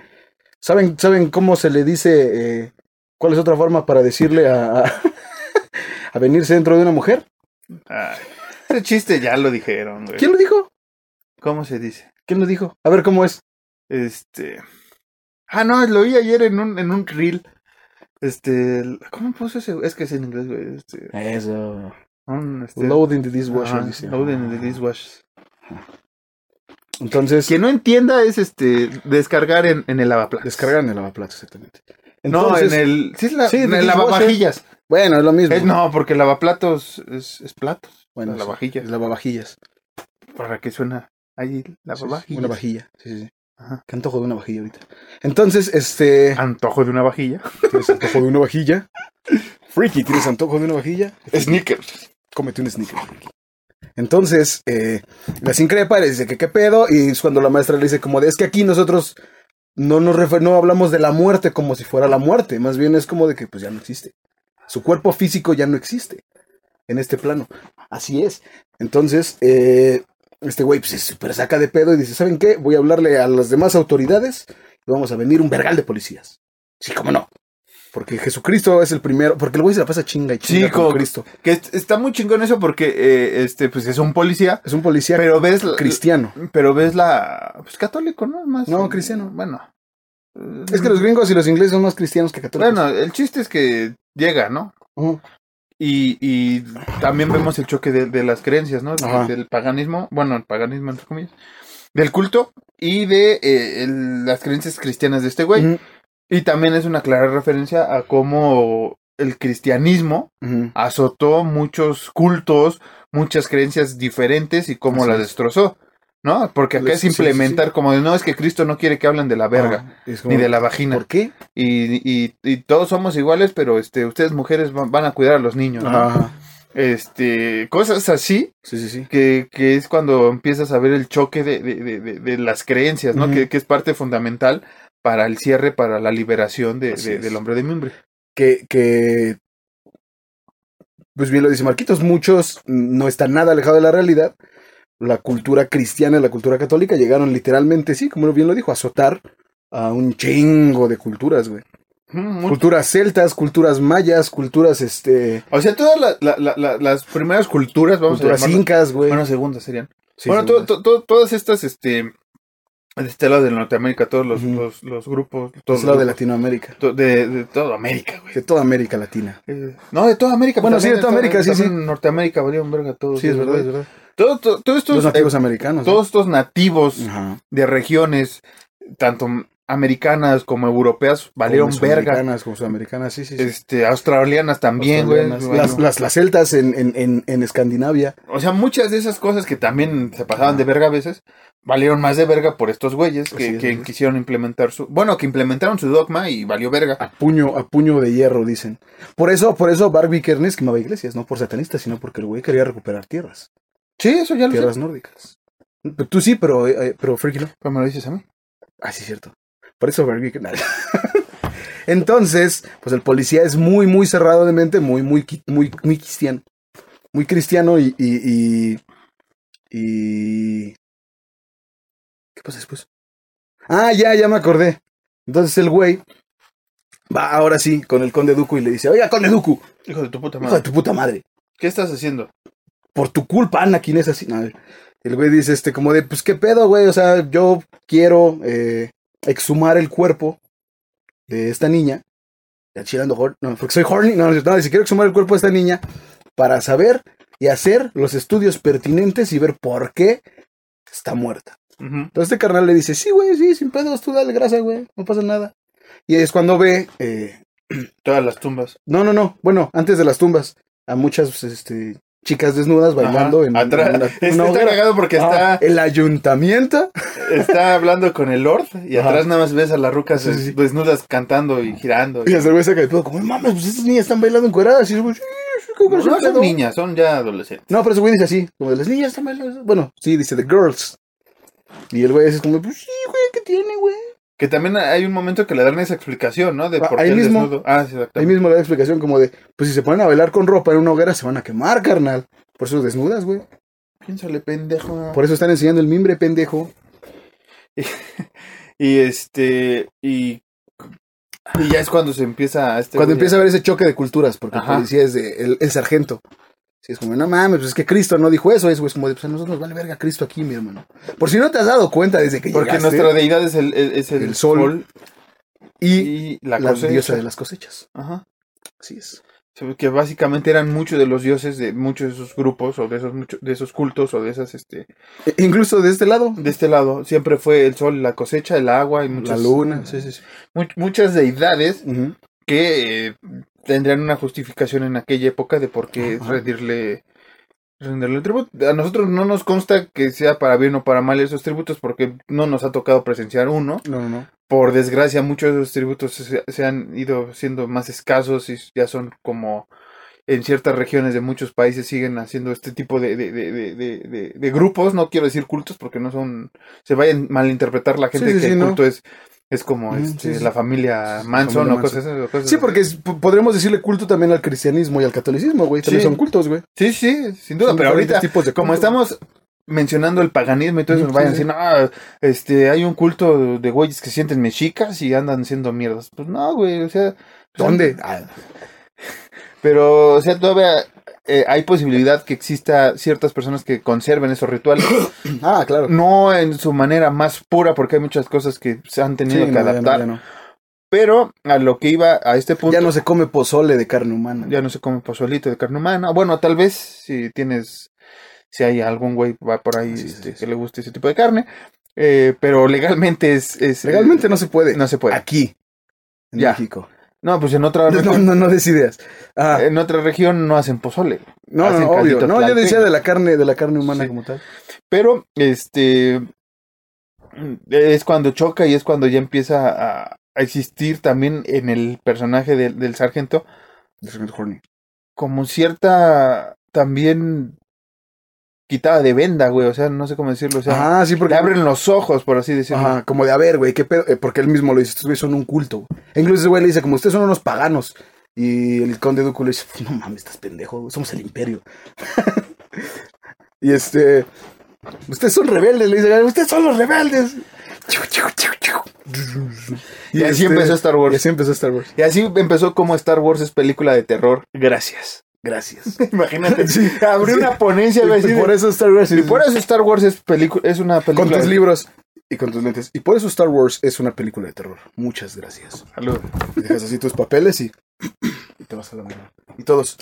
Speaker 1: ¿saben, ¿saben cómo se le dice, eh, cuál es otra forma para decirle a, a, a venirse dentro de una mujer?
Speaker 2: Ay, ese chiste ya lo dijeron, güey.
Speaker 1: ¿Quién lo dijo?
Speaker 2: ¿Cómo se dice?
Speaker 1: ¿Quién lo dijo? A ver cómo es.
Speaker 2: Este. Ah, no, lo vi ayer en un, en un reel. Este. el- ¿Cómo puso ese? güey? Es que es en inglés, güey. Este.
Speaker 1: Eso.
Speaker 2: Un, este
Speaker 1: Loading the dishwasher,
Speaker 2: ajá,
Speaker 1: dice.
Speaker 2: load in the dishwasher.
Speaker 1: Entonces,
Speaker 2: Quien no entienda es este. Descargar en, en el lavaplatos.
Speaker 1: descargan el lavaplatos, exactamente.
Speaker 2: no, en el. Sí, es la,
Speaker 1: Sí,
Speaker 2: en
Speaker 1: the
Speaker 2: el
Speaker 1: dishwasher.
Speaker 2: lavavajillas.
Speaker 1: Bueno, es lo mismo.
Speaker 2: Es- no, porque el lavaplatos es, es platos.
Speaker 1: Bueno, sí,
Speaker 2: lavavajillas.
Speaker 1: es lavavajillas.
Speaker 2: Para que suena. Ahí,
Speaker 1: Sí, sí, sí, Una
Speaker 2: lavavajillas.
Speaker 1: vajilla. Sí, sí, sí.
Speaker 2: Ajá. Ah.
Speaker 1: Que antojo de una vajilla ahorita. Entonces, este...
Speaker 2: Antojo de una vajilla.
Speaker 1: ¿Tienes antojo de una vajilla? Freaky, ¿tienes antojo de una vajilla?
Speaker 2: Snickers.
Speaker 1: Cómete un sneaker. Freaky. Entonces, eh, las increpa, les dice que qué pedo, y es cuando la maestra le dice como de, es que aquí nosotros no nos refer- no hablamos de la muerte como si fuera la muerte, más bien es como de que pues ya no existe. Su cuerpo físico ya no existe en este plano. Así es. Entonces, eh, este güey pues, se super saca de pedo y dice, ¿saben qué? Voy a hablarle a las demás autoridades y vamos a venir un vergal de policías. Sí, cómo no. Porque Jesucristo es el primero, porque el güey se la pasa chinga y chinga
Speaker 2: Sí,
Speaker 1: con
Speaker 2: como-
Speaker 1: Cristo.
Speaker 2: Que est- está muy chingón eso porque eh, este, pues es un policía,
Speaker 1: Es un policía
Speaker 2: pero ves la-
Speaker 1: cristiano.
Speaker 2: pero ves la pues católico, ¿no? Más
Speaker 1: No, cristiano.
Speaker 2: Bueno. Eh,
Speaker 1: Es que los gringos y los ingleses son más cristianos que católicos.
Speaker 2: Bueno, el chiste es que llega, ¿no?
Speaker 1: Ujú.
Speaker 2: Y, y también vemos el choque de, de las creencias, ¿no? De-
Speaker 1: Ajá.
Speaker 2: Del paganismo, bueno, el paganismo entre comillas, del culto y de eh, el- las creencias cristianas de este güey.
Speaker 1: Ujú,
Speaker 2: Y también es una clara referencia a cómo el cristianismo
Speaker 1: ujú.
Speaker 2: azotó muchos cultos, muchas creencias diferentes y cómo
Speaker 1: Así
Speaker 2: las
Speaker 1: es.
Speaker 2: destrozó, ¿no? Porque acá
Speaker 1: Sí,
Speaker 2: es
Speaker 1: sí, sí,
Speaker 2: implementar como de, no, es que Cristo no quiere que hablen de la verga,
Speaker 1: Ah, es como-
Speaker 2: ni de la vagina,
Speaker 1: ¿Por qué?
Speaker 2: y, y, y todos somos iguales, pero este, ustedes mujeres van, van a cuidar a los niños, ¿no?
Speaker 1: Ajá.
Speaker 2: este, cosas así,
Speaker 1: Sí, sí, sí.
Speaker 2: que, que es cuando empiezas a ver el choque de, de- de- de- de las creencias, ¿no?
Speaker 1: Ujú.
Speaker 2: que, que es parte fundamental para el cierre, para la liberación de-
Speaker 1: Así
Speaker 2: de-
Speaker 1: es.
Speaker 2: del hombre de mimbre.
Speaker 1: Que, que, pues bien lo dice Marquitos, muchos no están nada alejados de la realidad. La cultura cristiana y la cultura católica llegaron literalmente, sí, como bien lo dijo, a azotar a un chingo de culturas, güey.
Speaker 2: Mm, mucho.
Speaker 1: Culturas celtas, culturas mayas, culturas, este,
Speaker 2: O sea, todas la- la- la- la- las primeras culturas, vamos a
Speaker 1: culturas
Speaker 2: llamarlas-
Speaker 1: incas, güey.
Speaker 2: Bueno, segundas serían.
Speaker 1: Sí,
Speaker 2: bueno,
Speaker 1: sí,
Speaker 2: to-
Speaker 1: güey.
Speaker 2: to- to- todas estas, este, de este lado de Norteamérica, todos los,
Speaker 1: Ujú.
Speaker 2: los, los grupos.
Speaker 1: Pues
Speaker 2: Todos
Speaker 1: lado de
Speaker 2: los grupos,
Speaker 1: Latinoamérica,
Speaker 2: to- de, de toda América, güey.
Speaker 1: de toda América Latina.
Speaker 2: Eh, No, de toda América.
Speaker 1: Bueno,
Speaker 2: pero
Speaker 1: sí,
Speaker 2: también
Speaker 1: de toda América, sí, sí.
Speaker 2: también en Norteamérica valieron verga todos.
Speaker 1: Sí, es
Speaker 2: esos,
Speaker 1: verdad, es
Speaker 2: güey.
Speaker 1: verdad.
Speaker 2: Todo- todo- todos estos,
Speaker 1: Los nativos
Speaker 2: eh,
Speaker 1: americanos. ¿no?
Speaker 2: todos estos nativos
Speaker 1: Ajá.
Speaker 2: de regiones, tanto americanas como europeas, valieron
Speaker 1: Como
Speaker 2: verga.
Speaker 1: sudamericanas, como sudamericanas, sí, sí, sí.
Speaker 2: Este, australianas también, güey.
Speaker 1: Australianas.
Speaker 2: Bueno.
Speaker 1: Las, las, las celtas en, en, en, en Escandinavia.
Speaker 2: O sea, muchas de esas cosas que también se pasaban de verga a veces, valieron más de verga por estos güeyes que,
Speaker 1: Así Pues es,
Speaker 2: que
Speaker 1: así es.
Speaker 2: quisieron implementar su... Bueno, que implementaron su dogma y valió verga.
Speaker 1: A puño, a puño de hierro, dicen. Por eso, por eso Barbie Kernes quemaba iglesias, no por satanista, sino porque el güey quería recuperar tierras,
Speaker 2: Sí, eso ya lo sé.
Speaker 1: tierras nórdicas. Pero Tú sí, pero, eh, pero Fergie no.
Speaker 2: Pero me lo dices a mí.
Speaker 1: Ah, sí, cierto. Por eso Barbie Kernes. Entonces, pues el policía es muy, muy cerrado de mente, muy, muy, qui- muy, muy cristiano. Muy cristiano y, y, y, y- ¿Qué pasa después? Ah, ya, ya me acordé. Entonces el güey va ahora sí con el conde Duku y le dice, oiga, conde Duku,
Speaker 2: Hijo de tu puta
Speaker 1: Hijo de
Speaker 2: madre.
Speaker 1: tu puta madre.
Speaker 2: ¿Qué estás haciendo?
Speaker 1: Por tu culpa, Anakin es así. No, el güey dice, este, como de, pues qué pedo, güey. O sea, yo quiero eh, exhumar el cuerpo de esta niña. Ya chilando, hor- no, porque soy horny. No, no, no, dice, quiero exhumar el cuerpo de esta niña para saber y hacer los estudios pertinentes y ver por qué está muerta.
Speaker 2: Ujú.
Speaker 1: Entonces este carnal le dice, sí, güey, sí, sin pedos, tú dale grasa, güey, no pasa nada. Y es cuando ve eh,
Speaker 2: Todas las tumbas.
Speaker 1: no, no, no. Bueno, antes de las tumbas, a muchas pues, este, chicas desnudas bailando
Speaker 2: Ajá.
Speaker 1: en,
Speaker 2: Atrás.
Speaker 1: en una,
Speaker 2: Este
Speaker 1: una
Speaker 2: está
Speaker 1: hoguera.
Speaker 2: cagado porque
Speaker 1: Ah, el ayuntamiento.
Speaker 2: está, está hablando con el Lord y
Speaker 1: Ajá.
Speaker 2: atrás nada más ves a las rucas
Speaker 1: Sí, sí,
Speaker 2: des-
Speaker 1: sí.
Speaker 2: desnudas cantando y girando.
Speaker 1: Y el güey saca de pedo, como, "No mames, pues estas niñas están bailando encueradas. Y el güey, "Sí, sí, ¿cómo
Speaker 2: No,
Speaker 1: que se
Speaker 2: no son
Speaker 1: pedo?"
Speaker 2: niñas, son ya adolescentes.
Speaker 1: No, pero ese güey dice así, como de las niñas están bailando. Bueno, sí, dice the girls. Y el güey es como, pues sí, güey, ¿qué tiene, güey?
Speaker 2: Que también hay un momento que le dan esa explicación, ¿no? De
Speaker 1: Ah,
Speaker 2: por
Speaker 1: ahí
Speaker 2: qué el
Speaker 1: mismo.
Speaker 2: desnudo. Ah, sí, exactamente.
Speaker 1: Ahí mismo le da explicación como de, pues si se ponen a bailar con ropa en una hoguera se van a quemar, carnal. Por eso desnudas, güey.
Speaker 2: Piénsale, pendejo.
Speaker 1: Por eso están enseñando el mimbre, pendejo.
Speaker 2: Y este. Y. Y ya es cuando se empieza. Este
Speaker 1: Cuando
Speaker 2: güey
Speaker 1: empieza a haber ese choque de culturas, porque
Speaker 2: Ajá.
Speaker 1: el policía es de, el, el sargento. Sí, es como, no mames, pues es que Cristo no dijo eso, es, güey, es como de, pues a nosotros nos vale verga Cristo aquí, mi hermano. Por si no te has dado cuenta desde que
Speaker 2: Porque
Speaker 1: llegaste,
Speaker 2: nuestra deidad es el, el- es el,
Speaker 1: El sol y,
Speaker 2: y
Speaker 1: la,
Speaker 2: la cosecha.
Speaker 1: diosa de las cosechas.
Speaker 2: Ajá.
Speaker 1: Así es.
Speaker 2: Sí, Que básicamente eran muchos de los dioses de muchos de esos grupos o de esos, mucho- de esos cultos o de esas. este
Speaker 1: E- incluso de este lado,
Speaker 2: De este lado. Siempre fue el sol, la cosecha, el agua y muchas.
Speaker 1: la luna, sí, sí, sí.
Speaker 2: mu- muchas deidades
Speaker 1: Ujú.
Speaker 2: que eh, tendrían una justificación en aquella época de por qué rendirle rendirle el tributo. A nosotros no nos consta que sea para bien o para mal esos tributos porque no nos ha tocado presenciar uno.
Speaker 1: No, no, no.
Speaker 2: Por desgracia muchos de esos tributos se, se han ido siendo más escasos y ya son como en ciertas regiones de muchos países siguen haciendo este tipo de, de, de- de- de- de- de grupos, no quiero decir cultos porque no son, se vayan a malinterpretar la gente
Speaker 1: Sí, sí,
Speaker 2: que
Speaker 1: sí,
Speaker 2: el
Speaker 1: no.
Speaker 2: culto es, es como
Speaker 1: Mm,
Speaker 2: este,
Speaker 1: sí, sí.
Speaker 2: la familia Manson
Speaker 1: familia
Speaker 2: o
Speaker 1: Manson.
Speaker 2: cosas esas, o cosas
Speaker 1: Sí,
Speaker 2: así.
Speaker 1: porque es- po- podremos decirle culto también al cristianismo y al catolicismo, güey. También
Speaker 2: Sí.
Speaker 1: son cultos, güey.
Speaker 2: Sí, sí, sin duda,
Speaker 1: Son
Speaker 2: pero
Speaker 1: diferentes
Speaker 2: ahorita,
Speaker 1: tipos de
Speaker 2: como
Speaker 1: culto.
Speaker 2: estamos mencionando el paganismo y todo eso,
Speaker 1: Ujú,
Speaker 2: vayan a
Speaker 1: sí,
Speaker 2: decir, no, este, hay un culto de güeyes que se sienten mexicas y andan siendo mierdas. Pues no, güey, o sea.
Speaker 1: ¿Dónde?
Speaker 2: Pero, o sea, todavía eh, hay posibilidad que exista ciertas personas que conserven esos rituales.
Speaker 1: Ah, claro.
Speaker 2: no en su manera más pura, porque hay muchas cosas que se han
Speaker 1: Sí,
Speaker 2: tenido
Speaker 1: no,
Speaker 2: que
Speaker 1: ya no,
Speaker 2: adaptar.
Speaker 1: ya no.
Speaker 2: Pero a lo que iba a este punto.
Speaker 1: Ya no se come pozole de carne humana.
Speaker 2: ya no se come pozuelito de carne humana. Bueno, tal vez si tienes, si hay algún güey va por ahí
Speaker 1: Sí, sí,
Speaker 2: este,
Speaker 1: sí.
Speaker 2: que le guste ese tipo de carne, eh, pero legalmente es, es-
Speaker 1: Legalmente no se puede.
Speaker 2: eh, no se puede.
Speaker 1: Aquí. En
Speaker 2: Ya.
Speaker 1: México.
Speaker 2: No, pues en otra
Speaker 1: No, no,
Speaker 2: región,
Speaker 1: no, no des ideas. Ah,
Speaker 2: en otra región no hacen pozole,
Speaker 1: no, no,
Speaker 2: Eh, hacen
Speaker 1: obvio.
Speaker 2: caldito
Speaker 1: No, yo
Speaker 2: tlalpeño.
Speaker 1: decía de la carne, de la carne humana
Speaker 2: Sí.
Speaker 1: como tal.
Speaker 2: pero este es cuando choca y es cuando ya empieza a, a existir también en el personaje del- del sargento como cierta también quitada de venda, güey. O sea, no sé cómo decirlo. O sea,
Speaker 1: Ah, sí,
Speaker 2: le
Speaker 1: porque.
Speaker 2: abren los ojos, por así decirlo.
Speaker 1: Ajá, como de a ver, güey, qué pedo. Eh, porque él mismo lo dice, estos güeyes son un culto. güey. E incluso ese güey le dice, como ustedes son unos paganos. Y el conde Dooku le dice, no mames, estás pendejo, güey, somos el imperio. y este. Ustedes son rebeldes, le dice, ustedes son los rebeldes. Chiu, chiu, chiu, chiu.
Speaker 2: Y así empezó Star Wars.
Speaker 1: Y así empezó Star Wars.
Speaker 2: Y así empezó como Star Wars es película de terror. Gracias.
Speaker 1: Gracias.
Speaker 2: Imagínate. Abrió
Speaker 1: Sí.
Speaker 2: una ponencia, güey. así de-
Speaker 1: por eso Star Wars.
Speaker 2: Y por eso Star Wars es, pelicu- es una película.
Speaker 1: Con tus
Speaker 2: de-
Speaker 1: libros y con tus lentes. Y por eso Star Wars es una película de terror. Muchas gracias.
Speaker 2: Salud.
Speaker 1: Y dejas así tus papeles y, y te vas a la mierda. Y todos.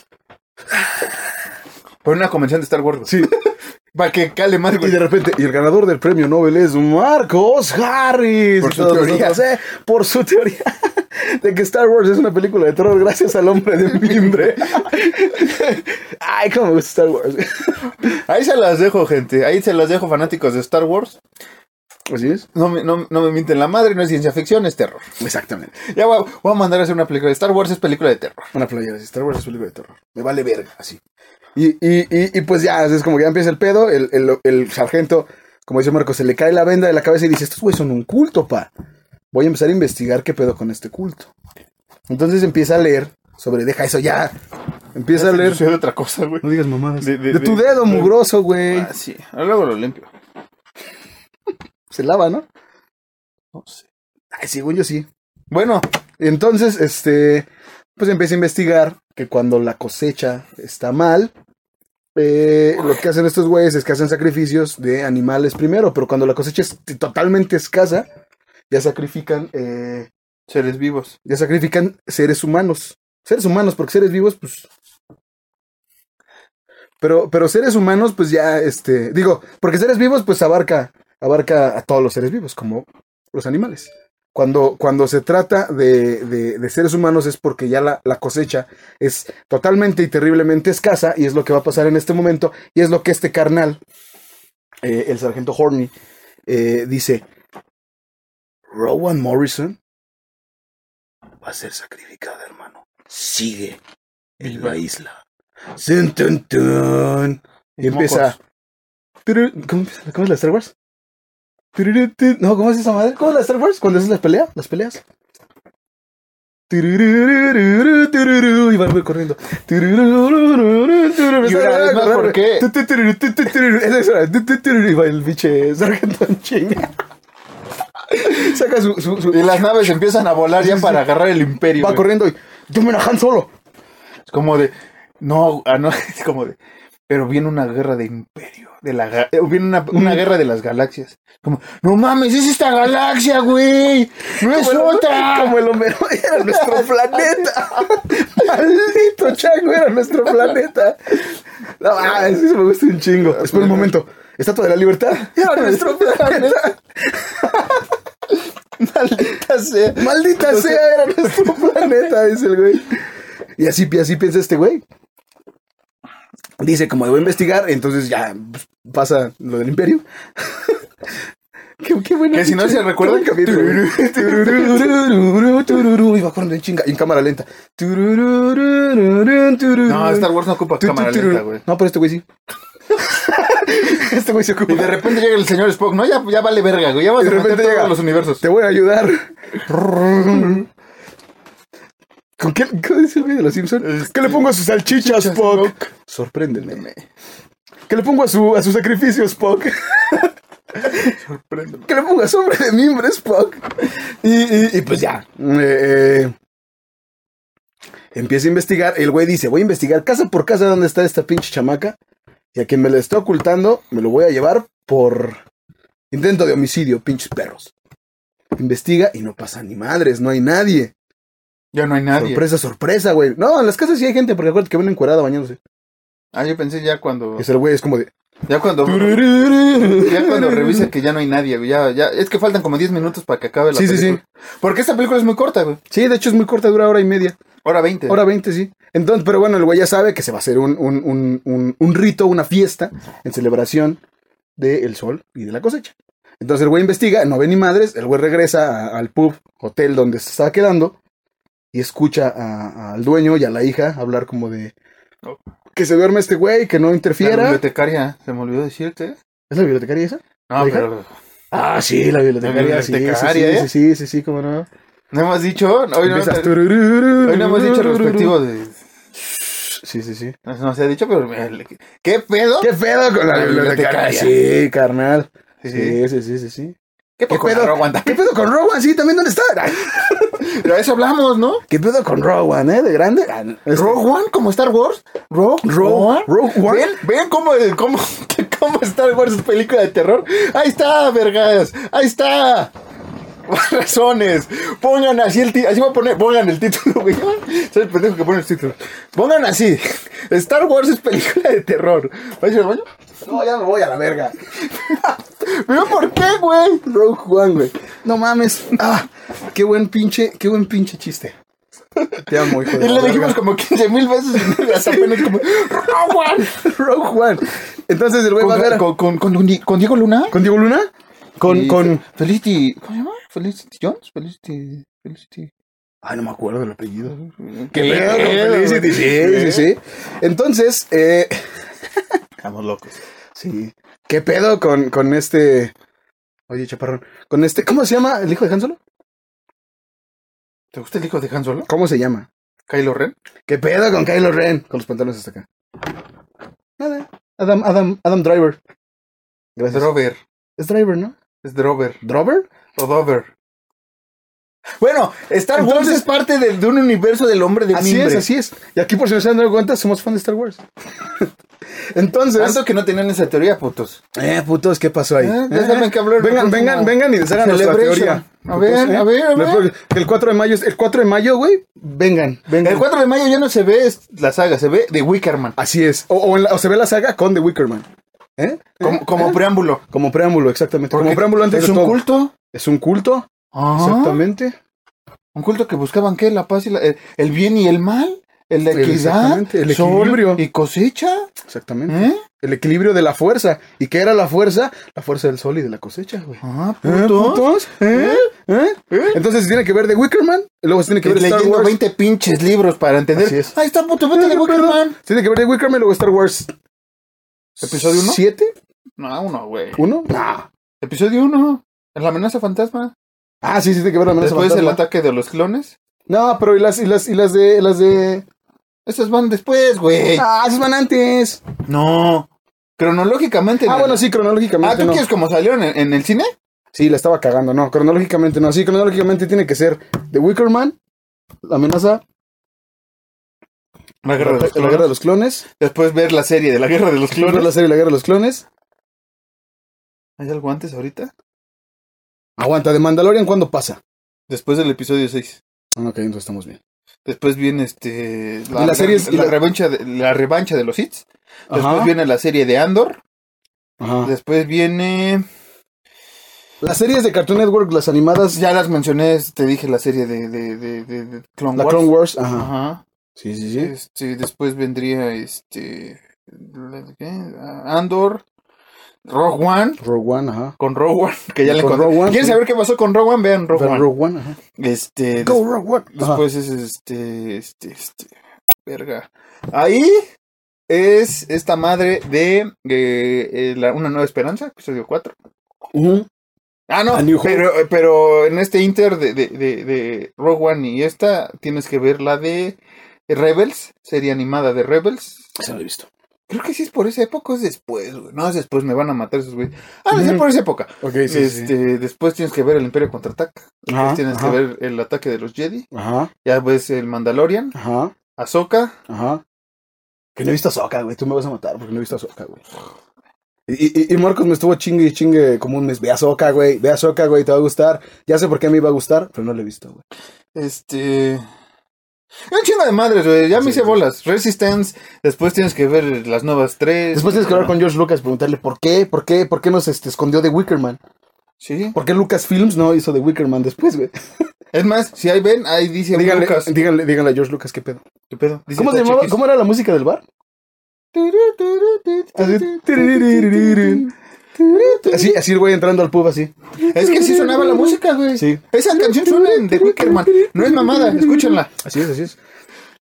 Speaker 2: Por una convención de Star Wars. güey.
Speaker 1: Sí.
Speaker 2: Para que cale más,
Speaker 1: Y
Speaker 2: güey.
Speaker 1: de repente, y el ganador del premio Nobel es Marcos Harris.
Speaker 2: Por su
Speaker 1: Y todos
Speaker 2: teoría.
Speaker 1: nosotros, eh, por su teoría de que Star Wars es una película de terror gracias al hombre de mimbre. Ay, cómo me gusta Star Wars.
Speaker 2: Ahí se las dejo, gente. Ahí se las dejo, fanáticos de Star Wars.
Speaker 1: Así es.
Speaker 2: No me, no, no me mienten la madre, no es ciencia ficción, es terror.
Speaker 1: Exactamente.
Speaker 2: Ya voy a, voy a mandar a hacer una película de Star Wars, es película de terror.
Speaker 1: Una playera. así, Star Wars es película de terror. Me vale verga, así. Y, y, y, y pues ya, es como que ya empieza el pedo. El, el, el sargento, como dice Marcos, se le cae la venda de la cabeza y dice: Estos güeyes son un culto, pa. Voy a empezar a investigar qué pedo con este culto. Entonces empieza a leer sobre, deja eso ya. Empieza a leer.
Speaker 2: Sucede otra cosa, güey.
Speaker 1: No digas mamadas. De,
Speaker 2: De- de-
Speaker 1: tu
Speaker 2: de-
Speaker 1: dedo,
Speaker 2: de-
Speaker 1: mugroso, güey.
Speaker 2: Ah, sí. Ahora Luego lo limpio.
Speaker 1: Se lava, ¿no?
Speaker 2: No sé.
Speaker 1: Ay, según yo sí.
Speaker 2: Bueno,
Speaker 1: Entonces, este, pues empieza a investigar que cuando la cosecha está mal, eh, lo que hacen estos güeyes es que hacen sacrificios de animales primero, pero cuando la cosecha es t- totalmente escasa, ya sacrifican, eh,
Speaker 2: seres vivos.
Speaker 1: ya sacrifican seres humanos. Seres humanos, porque seres vivos, pues. Pero, pero seres humanos, pues ya, este, digo, porque seres vivos, pues abarca, abarca a todos los seres vivos, como los animales. Cuando, cuando se trata de, de- de seres humanos es porque ya la, la cosecha es totalmente y terriblemente escasa y es lo que va a pasar en este momento y es lo que este carnal, eh, el sargento Horney, eh, dice, Rowan Morrison va a ser sacrificado, hermano. Sigue en la isla. Tun, tun, tun. Y empieza... Tururú, ¿Cómo empieza? ¿Cómo es la Star Wars? Tururú, tu- No, ¿cómo es esa madre? ¿Cómo es la Star Wars? Cuando haces las peleas, las peleas. Tururú, tururú, Y va güey corriendo. Tururú, tururú, me
Speaker 2: Y una vez
Speaker 1: sale
Speaker 2: más,
Speaker 1: a correr,
Speaker 2: ¿por
Speaker 1: güey.
Speaker 2: qué?
Speaker 1: Tu, tu, tururú, tu, tu, tururú. Esa es la- tu, tu, tururú, Y va el pinche sargento en chinga. Saca su- su- su
Speaker 2: Y las naves empiezan a volar ya para agarrar el imperio.
Speaker 1: va
Speaker 2: güey.
Speaker 1: corriendo y yo me la Han solo.
Speaker 2: Es como de. No, ah, no, es como de. Pero viene una guerra de imperio. De la, ga- eh, viene una,
Speaker 1: Mm.
Speaker 2: una guerra de las galaxias. Como, no mames, es esta galaxia, güey. No es otra.
Speaker 1: Como el Homero era nuestro planeta. Maldito chango era nuestro planeta. No, ah, eso me gusta un chingo. Espera un momento. Estatua de la libertad. Era nuestro planeta.
Speaker 2: Maldita sea.
Speaker 1: Maldita sea, era nuestro planeta, dice el güey. Y así, y así piensa este güey. Dice, como debo investigar, entonces ya pues, pasa lo del imperio. qué, qué bueno.
Speaker 2: Que si no se recuerda,
Speaker 1: qué buen capítulo, ¿eh? güey. Tururú, tururú, tururú, y va corriendo en chinga, y en cámara lenta.
Speaker 2: No,
Speaker 1: No,
Speaker 2: Star Wars no ocupa cámara lenta, güey.
Speaker 1: No, pero este güey sí. este güey se ocupa.
Speaker 2: Y de repente llega el señor Spock. No, ya, ya vale verga, güey. Ya vas
Speaker 1: Y
Speaker 2: a
Speaker 1: de repente
Speaker 2: meter
Speaker 1: llega.
Speaker 2: todos los universos.
Speaker 1: Te voy a ayudar. ¿Con qué, ¿Cómo dice el video de los Simpsons? ¿Qué le pongo a sus Este, salchichas, Spock? Sorpréndeme. ¿Qué le pongo a su, a su sacrificio, Spock? Sorpréndeme. ¿Qué le pongo a su hombre de mimbre, Spock? Y, y- y pues ya. Eh, eh, empieza a investigar. El güey dice, voy a investigar casa por casa dónde está esta pinche chamaca. Y a quien me la está ocultando, me lo voy a llevar por intento de homicidio, pinches perros. Investiga y no pasa ni madres, no hay nadie.
Speaker 2: Ya no hay nadie.
Speaker 1: Sorpresa, sorpresa, güey. No, en las casas sí hay gente, porque acuérdate que ven encuerada bañándose.
Speaker 2: Ah, yo pensé ya cuando.
Speaker 1: Y Es el güey, es como de.
Speaker 2: Ya cuando. Ya cuando revisa que ya no hay nadie, güey. Ya, ya, es que faltan como 10 minutos para que acabe la
Speaker 1: Sí, sí,
Speaker 2: película. Porque esta película es muy corta, güey.
Speaker 1: Sí, de hecho es muy corta, dura hora y media.
Speaker 2: Hora 20.
Speaker 1: Hora 20, sí. Entonces, pero bueno, el güey ya sabe que se va a hacer un, un, un, un, un rito, una fiesta en celebración del sol y de la cosecha. Entonces el güey investiga, no ve ni madres, el güey regresa a- al pub, hotel donde se estaba quedando y escucha a- al dueño y a la hija hablar como de... que se duerme este güey, que no
Speaker 2: La
Speaker 1: interfiera.
Speaker 2: bibliotecaria, se me olvidó decirte.
Speaker 1: ¿Es la bibliotecaria esa?
Speaker 2: No,
Speaker 1: ¿La hija?
Speaker 2: pero
Speaker 1: Ah, sí, la bibliotecaria.
Speaker 2: La
Speaker 1: sí,
Speaker 2: bibliotecaria,
Speaker 1: sí, sí,
Speaker 2: ¿eh?
Speaker 1: sí, sí, sí, sí, cómo no.
Speaker 2: no hemos dicho, hoy no,
Speaker 1: Empiezas,
Speaker 2: hoy no hemos dicho el respectivo de...
Speaker 1: Sí, sí, sí.
Speaker 2: No, no se ha dicho, pero mira, le- ¿qué pedo?
Speaker 1: ¿Qué pedo con la,
Speaker 2: La
Speaker 1: bibliotecaria?
Speaker 2: bibliotecaria.
Speaker 1: Sí, carnal.
Speaker 2: Sí,
Speaker 1: Sí, sí, sí, sí, sí.
Speaker 2: ¿Qué,
Speaker 1: ¿Qué
Speaker 2: poco
Speaker 1: pedo?
Speaker 2: pedo? aguanta?
Speaker 1: ¿Qué pedo con Rowan? Sí, también dónde está. Ay,
Speaker 2: Pero a eso hablamos, ¿no?
Speaker 1: ¿Qué pedo con Rowan, eh? De grande. Ah, este-
Speaker 2: Rogue One como Star Wars. Rogue,
Speaker 1: Rogue-
Speaker 2: One.
Speaker 1: Rogue One.
Speaker 2: ¿Ven, ven cómo, el- cómo, cómo Star Wars es película de terror? Ahí está, vergas. Ahí está. Razones. Pongan así el título. Así voy a poner. Pongan el título, güey. Soy el pendejo que pone el título. Pongan así. Star Wars es película de terror. ¿Vas a ir al baño?
Speaker 1: No, ya me voy a la verga.
Speaker 2: ¿Pero por qué, güey?
Speaker 1: Rogue One, güey. No mames. Ah, qué buen pinche, qué buen pinche chiste. Te amo, hijo de
Speaker 2: Y
Speaker 1: la
Speaker 2: le dijimos
Speaker 1: verga.
Speaker 2: como 15 mil veces. y Hasta apenas como. Rogue One.
Speaker 1: Rogue One. Entonces el güey va a ver.
Speaker 2: ¿Con, con, con, con, Di- con Diego Luna?
Speaker 1: ¿Con Diego Luna? Con,
Speaker 2: Y
Speaker 1: con.
Speaker 2: Fe- Felicity. ¿Cómo se llama? Felicity Jones. Felicity. Felicity.
Speaker 1: Ay, no me acuerdo del apellido.
Speaker 2: ¿Qué
Speaker 1: Pero con Felicity, sí, sí, sí. Entonces, eh.
Speaker 2: Estamos locos.
Speaker 1: Sí. ¿Qué pedo con, con este. Oye, chaparrón. Con este. ¿Cómo se llama el hijo de Han Solo?
Speaker 2: ¿Te gusta el hijo de Han Solo?
Speaker 1: ¿Cómo se llama?
Speaker 2: Kylo Ren.
Speaker 1: ¿Qué pedo con Kylo Ren? Con los pantalones hasta acá. Nada. Adam, Adam, Adam Driver. Gracias.
Speaker 2: Drover.
Speaker 1: es Driver, ¿no?
Speaker 2: Es Drover.
Speaker 1: ¿Drover?
Speaker 2: O Dover. Bueno, Star Wars
Speaker 1: Entonces-
Speaker 2: es parte de, de un universo del hombre de
Speaker 1: así
Speaker 2: mimbre.
Speaker 1: es, así es. Y aquí, por si no se han dado cuenta, somos fan de Star Wars. Entonces.
Speaker 2: Tanto que no tenían esa teoría, putos.
Speaker 1: Eh, putos, ¿qué pasó ahí? Eh,
Speaker 2: Ah, ya saben que hablar de
Speaker 1: vengan,
Speaker 2: próxima
Speaker 1: vengan, vengan y deshagan nuestra
Speaker 2: celebration.
Speaker 1: teoría.
Speaker 2: A ver, a ver, a
Speaker 1: La-
Speaker 2: ver.
Speaker 1: El 4 de mayo, es- el 4 de mayo, güey, vengan, vengan.
Speaker 2: El 4 de mayo ya no se ve es- la saga, se ve The Wickerman.
Speaker 1: Así es. O, o en la- o se ve la saga con The Wickerman. ¿Eh?
Speaker 2: Como, como preámbulo.
Speaker 1: Como preámbulo, exactamente. Como
Speaker 2: Porque
Speaker 1: preámbulo antes
Speaker 2: es Ah. un
Speaker 1: de todo.
Speaker 2: culto.
Speaker 1: Es un culto,
Speaker 2: Ajá.
Speaker 1: exactamente.
Speaker 2: Un culto que buscaban qué? La paz y la- el, el bien y el mal, el la
Speaker 1: El-
Speaker 2: equidad,
Speaker 1: exactamente, el
Speaker 2: sol
Speaker 1: equilibrio.
Speaker 2: y cosecha.
Speaker 1: Exactamente.
Speaker 2: ¿Eh?
Speaker 1: El equilibrio de la fuerza. ¿Y qué era la fuerza? La fuerza del sol y de la cosecha, güey.
Speaker 2: Ah,
Speaker 1: ¿Eh,
Speaker 2: puto.
Speaker 1: putos? ¿Eh? ¿Eh? Entonces tiene que ver The Wickerman, y luego se tiene que ver Star
Speaker 2: leyendo
Speaker 1: Wars.
Speaker 2: 20 pinches libros para entender.
Speaker 1: Así es.
Speaker 2: Ahí está, puto, vete de Wickerman.
Speaker 1: Tiene que ver The Wickerman y luego Star Wars.
Speaker 2: ¿Episodio uno?
Speaker 1: ¿Siete?
Speaker 2: No, uno, güey.
Speaker 1: ¿Uno? No.
Speaker 2: Episodio 1. La amenaza fantasma.
Speaker 1: Ah, sí, sí, tiene que ver la amenaza
Speaker 2: Después el
Speaker 1: fantasma.
Speaker 2: ataque de los clones.
Speaker 1: No, pero y las, y las, y las de, las de.
Speaker 2: Esas van después, güey.
Speaker 1: Ah, esas van antes.
Speaker 2: No. Cronológicamente.
Speaker 1: Ah,
Speaker 2: no.
Speaker 1: bueno, sí, cronológicamente.
Speaker 2: Ah, ¿tú
Speaker 1: no.
Speaker 2: quieres como salieron en, en el cine?
Speaker 1: Sí, la estaba cagando, no, cronológicamente no, sí, cronológicamente tiene que ser The Wicker Man, La amenaza,
Speaker 2: La
Speaker 1: La, la guerra de los clones,
Speaker 2: Después ver la serie de la guerra de los
Speaker 1: ver
Speaker 2: clones.
Speaker 1: la serie La guerra de los clones,
Speaker 2: ¿Hay algo antes ahorita?
Speaker 1: aguanta, de Mandalorian, ¿cuándo pasa?
Speaker 2: Después del episodio 6.
Speaker 1: Ah, Ok, entonces estamos bien.
Speaker 2: Después viene este la,
Speaker 1: Y las series- y
Speaker 2: la,
Speaker 1: la-
Speaker 2: revancha de, la revancha de los hits. Después
Speaker 1: Ajá,
Speaker 2: viene la serie de Andor.
Speaker 1: ajá.
Speaker 2: Después viene
Speaker 1: Las series de Cartoon Network, las animadas,
Speaker 2: ya las mencioné, te dije la serie de, de, de, de- de Clone
Speaker 1: la
Speaker 2: Wars.
Speaker 1: Clone Wars, ajá.
Speaker 2: Ajá.
Speaker 1: Sí, sí, sí.
Speaker 2: Este, después vendría este la de ¿qué? Andor, Rogue One
Speaker 1: Rogue One, ajá.
Speaker 2: con Rogue One que ya
Speaker 1: Con
Speaker 2: le encontré.
Speaker 1: Rogue One,
Speaker 2: ¿Quieren
Speaker 1: sí.
Speaker 2: saber qué pasó con Rogue One? Vean Rogue
Speaker 1: Ver
Speaker 2: One.
Speaker 1: Rogue One, Eh, ajá.
Speaker 2: Este des-
Speaker 1: Go Rogue One. ajá.
Speaker 2: Después es este, este, este, verga. Ahí es esta madre de eh, eh, la- Una Nueva Esperanza, episodio 4.
Speaker 1: Ujú.
Speaker 2: Ah, no,
Speaker 1: A New Hope.
Speaker 2: pero, pero en este inter de, de, de, de Rogue One y esta, tienes que ver la de Rebels, serie animada de Rebels.
Speaker 1: Se lo he visto.
Speaker 2: Creo que sí es por esa época, o es después, güey. No, es después, me van a matar esos güey. Ah, es por esa época.
Speaker 1: Ok, sí, sí, sí.
Speaker 2: este, Después tienes que ver el Imperio Contraataca. Después
Speaker 1: Ajá,
Speaker 2: tienes
Speaker 1: ajá.
Speaker 2: que ver el ataque de los Jedi.
Speaker 1: Ajá,
Speaker 2: Ya ves el Mandalorian,
Speaker 1: ajá,
Speaker 2: Ahsoka.
Speaker 1: ajá. Que no he visto a Soca, güey. Tú me vas a matar porque no he visto a Soca, güey. Y, y- y Marcos me estuvo chingue y chingue como un mes. Ve a Soca, güey. Ve a Soca, güey. Te va a gustar. Ya sé por qué me iba a gustar, pero no lo he visto, güey.
Speaker 2: Este. Un chingo de madres, güey. Ya me
Speaker 1: Sí,
Speaker 2: hice
Speaker 1: sí.
Speaker 2: bolas. Resistance. Después tienes que ver las nuevas tres.
Speaker 1: Después tienes que hablar con George Lucas, preguntarle por qué, por qué, por qué nos este, escondió de Wickerman.
Speaker 2: Sí.
Speaker 1: ¿Por qué Lucasfilms no hizo de Wickerman después, güey?
Speaker 2: Es más, si ahí ven, ahí dice
Speaker 1: Díganle,
Speaker 2: Lucas.
Speaker 1: díganle, díganle a George Lucas qué pedo.
Speaker 2: ¿Qué pedo? Dice
Speaker 1: ¿Cómo, se
Speaker 2: Tachi
Speaker 1: llamaba-
Speaker 2: Kiss.
Speaker 1: ¿Cómo era la música del bar? Así, así, así el güey entrando al pub así.
Speaker 2: Es que sí sonaba la música, güey.
Speaker 1: Sí.
Speaker 2: Esa canción suena en The Wickerman. No es mamada, escúchenla.
Speaker 1: Así es, así es.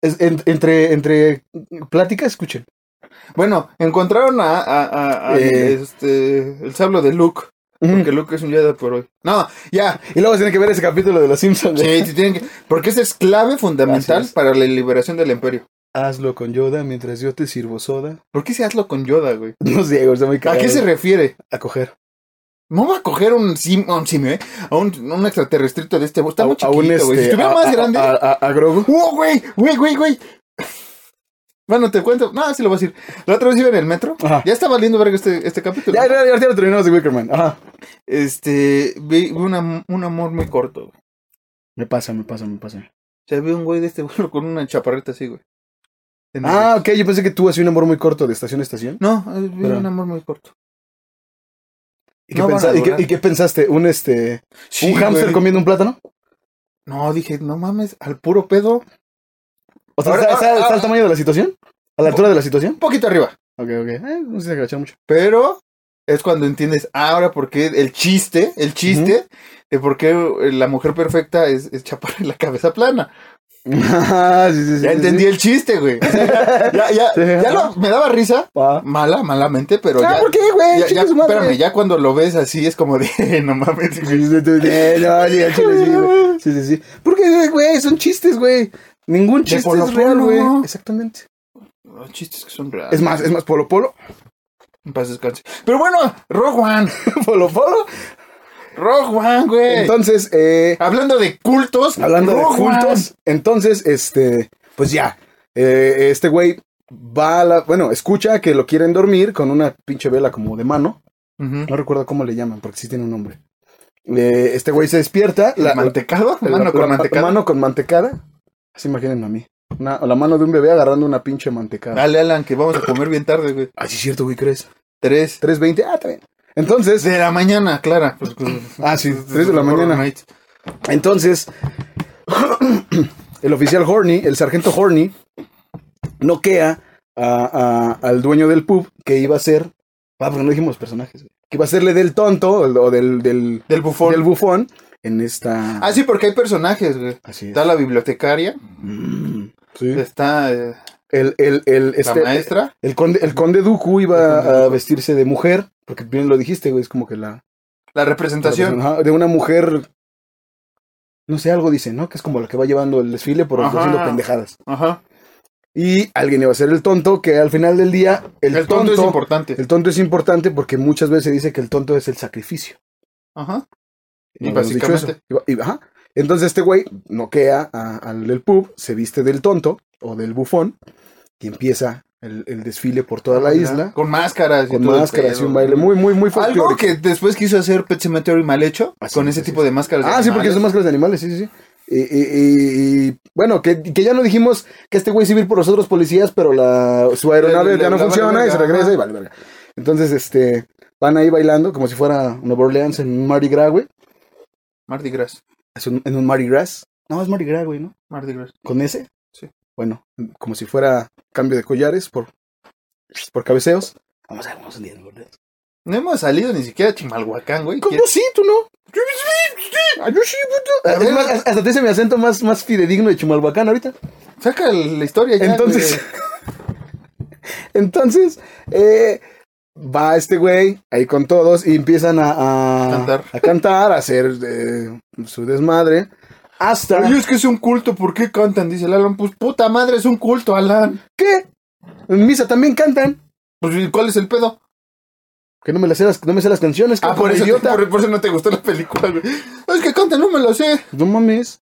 Speaker 1: es- en- entre, entre pláticas, escuchen.
Speaker 2: Bueno, encontraron a, a- a- a-
Speaker 1: Eh.
Speaker 2: este, el sablo de Luke. Porque Luke es un Jedi por hoy. No, ya.
Speaker 1: Ah, Y luego tienen que ver ese capítulo de Los Simpsons.
Speaker 2: Sí, sí tienen que- porque esa es clave fundamental
Speaker 1: Así es.
Speaker 2: para la liberación del imperio.
Speaker 1: Hazlo con Yoda mientras yo te sirvo soda.
Speaker 2: ¿Por qué se hazlo con Yoda, güey?
Speaker 1: No sé, güey, está muy
Speaker 2: ¿A
Speaker 1: cagado.
Speaker 2: qué se refiere?
Speaker 1: A coger.
Speaker 2: No va a coger un sim, a un simio, ¿eh? A un, un extraterrestrito de este. Está
Speaker 1: a,
Speaker 2: muy
Speaker 1: a un,
Speaker 2: chiquito, güey.
Speaker 1: este,
Speaker 2: si estuviera
Speaker 1: a-
Speaker 2: más
Speaker 1: a-
Speaker 2: grande.
Speaker 1: A, a- a Grogu.
Speaker 2: ¡Wow, güey! ¡Güey, güey, güey! Bueno, te cuento. No, sí lo voy a decir. La otra vez iba en el metro.
Speaker 1: Ajá.
Speaker 2: Ya está valiendo verga este, este capítulo.
Speaker 1: Ya, ya, ya, ya lo terminamos de Wickerman. Ajá.
Speaker 2: Este, vi, vi una- un amor muy corto. güey.
Speaker 1: Me pasa, me pasa, me pasa.
Speaker 2: O sea, vi un güey de este vuelo con una chaparrita así, güey. En el-
Speaker 1: Ah, ok, yo pensé que tú hacías un amor muy corto de estación a estación.
Speaker 2: No, eh, vi
Speaker 1: Pero-
Speaker 2: un amor muy corto.
Speaker 1: ¿Y qué,
Speaker 2: No van a
Speaker 1: pensa- y qué-
Speaker 2: volar.
Speaker 1: y qué pensaste? ¿Un este
Speaker 2: Sí,
Speaker 1: un hámster
Speaker 2: güey.
Speaker 1: comiendo un plátano?
Speaker 2: No, dije, no mames, al puro pedo. Un
Speaker 1: O sea,
Speaker 2: Ahora- ah,
Speaker 1: ¿está, está-
Speaker 2: ahora-
Speaker 1: está al tamaño de la situación? ¿A la altura de la situación?
Speaker 2: poquito arriba.
Speaker 1: Ok, ok. Eh, no se agachó mucho.
Speaker 2: Pero es cuando entiendes ah, ahora por qué el chiste, el chiste de por qué eh, la mujer perfecta es, es chaparra y la cabeza plana.
Speaker 1: Ah, sí, sí, sí,
Speaker 2: Ya
Speaker 1: sí,
Speaker 2: entendí
Speaker 1: sí.
Speaker 2: el chiste, güey. Ya, ya,
Speaker 1: Sí.
Speaker 2: ya lo- me daba risa.
Speaker 1: Ah,
Speaker 2: Mala, malamente, pero ya.
Speaker 1: ¿por qué, güey?
Speaker 2: ya-
Speaker 1: Chinga
Speaker 2: ya-
Speaker 1: su madre.
Speaker 2: espérame, ya cuando lo ves así es como de, no mames,
Speaker 1: Sí,
Speaker 2: güey.
Speaker 1: sí, sí, sí, no, sí, al chile, sí, güey. Sí, sí, sí. ¿Por qué, güey? Son chistes, güey. Ningún chiste
Speaker 2: Polo
Speaker 1: es real,
Speaker 2: Polo,
Speaker 1: güey.
Speaker 2: ¿no? Ah.
Speaker 1: Exactamente.
Speaker 2: Los chistes que son reales.
Speaker 1: Es más, es más, Polo Polo.
Speaker 2: En paz descanse. Pero bueno, Rogue One,
Speaker 1: Polo Polo.
Speaker 2: Rogue One, güey.
Speaker 1: Entonces, eh,
Speaker 2: Hablando de cultos.
Speaker 1: Hablando de
Speaker 2: Rogue One.
Speaker 1: cultos, entonces, este, pues ya, eh, este güey va a la, bueno, escucha que lo quieren dormir con una pinche vela como de mano,
Speaker 2: Ujú.
Speaker 1: no recuerdo cómo le llaman, porque sí tiene un nombre. Eh, este güey se despierta,
Speaker 2: ¿El mantecado?
Speaker 1: la-
Speaker 2: Mano
Speaker 1: la-
Speaker 2: con mantecado.
Speaker 1: mano con mantecada, así imaginen a mí, Una- la mano de un bebé agarrando una pinche mantecada.
Speaker 2: Dale, Alan, que vamos a comer bien tarde, güey.
Speaker 1: Ah, sí es cierto, güey, ¿crees?
Speaker 2: Tres.
Speaker 1: 3.20, ah, está bien. Entonces,
Speaker 2: De la mañana, Clara. Pues, pues,
Speaker 1: ah, sí, 3 de la mañana.
Speaker 2: Fortnite.
Speaker 1: Entonces, el oficial Horny, el sargento Horny, noquea a- a- al dueño del pub que iba a ser. Ah, porque no dijimos personajes. güey. Que iba a serle del tonto o del, del,
Speaker 2: Del bufón.
Speaker 1: del bufón en esta.
Speaker 2: Ah, sí, porque hay personajes, güey.
Speaker 1: Así es.
Speaker 2: Está la bibliotecaria,
Speaker 1: Mm, sí.
Speaker 2: está eh,
Speaker 1: El, el, el, este-
Speaker 2: la maestra.
Speaker 1: el conde, el conde Dooku
Speaker 2: El
Speaker 1: iba
Speaker 2: conde
Speaker 1: a
Speaker 2: Dooku.
Speaker 1: vestirse de mujer. Porque bien lo dijiste, güey. Es como que la.
Speaker 2: La representación.
Speaker 1: Ajá, de una mujer. No sé, algo dice, ¿no? Que es como la que va llevando el desfile por
Speaker 2: Ajá.
Speaker 1: haciendo pendejadas.
Speaker 2: Ajá.
Speaker 1: Y alguien iba a ser el tonto, que al final del día el,
Speaker 2: El, tonto, es importante.
Speaker 1: el tonto es importante porque muchas veces se dice que el tonto es el sacrificio.
Speaker 2: Ajá. Y
Speaker 1: No habíamos dicho
Speaker 2: básicamente.
Speaker 1: eso. Y- y- ajá. Entonces este güey noquea a- al del pub, se viste del tonto o del bufón y empieza el, el desfile por toda la
Speaker 2: Ajá.
Speaker 1: isla
Speaker 2: Con máscaras. y
Speaker 1: con
Speaker 2: todo el
Speaker 1: máscaras y
Speaker 2: pedo.
Speaker 1: un baile muy, muy, muy
Speaker 2: Algo
Speaker 1: folclórico.
Speaker 2: que después quiso hacer Pet Cemetery mal hecho.
Speaker 1: Así
Speaker 2: con
Speaker 1: es,
Speaker 2: ese
Speaker 1: así
Speaker 2: tipo de máscaras. de
Speaker 1: Ah, sí, porque son
Speaker 2: animales.
Speaker 1: máscaras de animales, sí, sí, sí. Y, y- y- y, bueno, que, que ya no dijimos que este güey sirve por los otros policías, pero la, su aeronave
Speaker 2: La- la-
Speaker 1: ya no
Speaker 2: la vale
Speaker 1: funciona y se
Speaker 2: verga,
Speaker 1: regresa
Speaker 2: ajá.
Speaker 1: y vale, verga. Entonces, este, van ahí bailando como si fuera Nueva Orleans en un Mardi Gras, güey.
Speaker 2: Mardi Gras.
Speaker 1: Es un- en un Mardi Gras. No, es Mardi Gras, güey, ¿no?
Speaker 2: Mardi Gras.
Speaker 1: ¿Con ese?
Speaker 2: Sí.
Speaker 1: Bueno, como si fuera cambio de collares por, por cabeceos. Vamos a vernos un día en Nueva Orleans.
Speaker 2: No hemos salido ni siquiera a Chimalhuacán, güey.
Speaker 1: ¿Cómo sí? ¿Tú no? Yo sí, sí. Ah, yo sí, puto. Es más, hasta te hice mi acento más, más fidedigno de Chimalhuacán ahorita.
Speaker 2: Saca la historia ya.
Speaker 1: Entonces,
Speaker 2: güey.
Speaker 1: entonces eh, va este güey ahí con todos y empiezan a, a-
Speaker 2: Cantar.
Speaker 1: a cantar, a hacer eh, su desmadre. Hasta
Speaker 2: Oye, es que es un culto, ¿por qué cantan? Dice el Alan, pues puta madre, es un culto, Alan.
Speaker 1: que en misa también cantan.
Speaker 2: Pues, ¿y ¿cuál es el pedo?
Speaker 1: Que no me las sé las, no me sé las canciones.
Speaker 2: Ah,
Speaker 1: cabrón,
Speaker 2: por eso,
Speaker 1: idiota.
Speaker 2: por, por eso no te gustó la película, güey. Es que cantan, no me lo sé.
Speaker 1: No mames.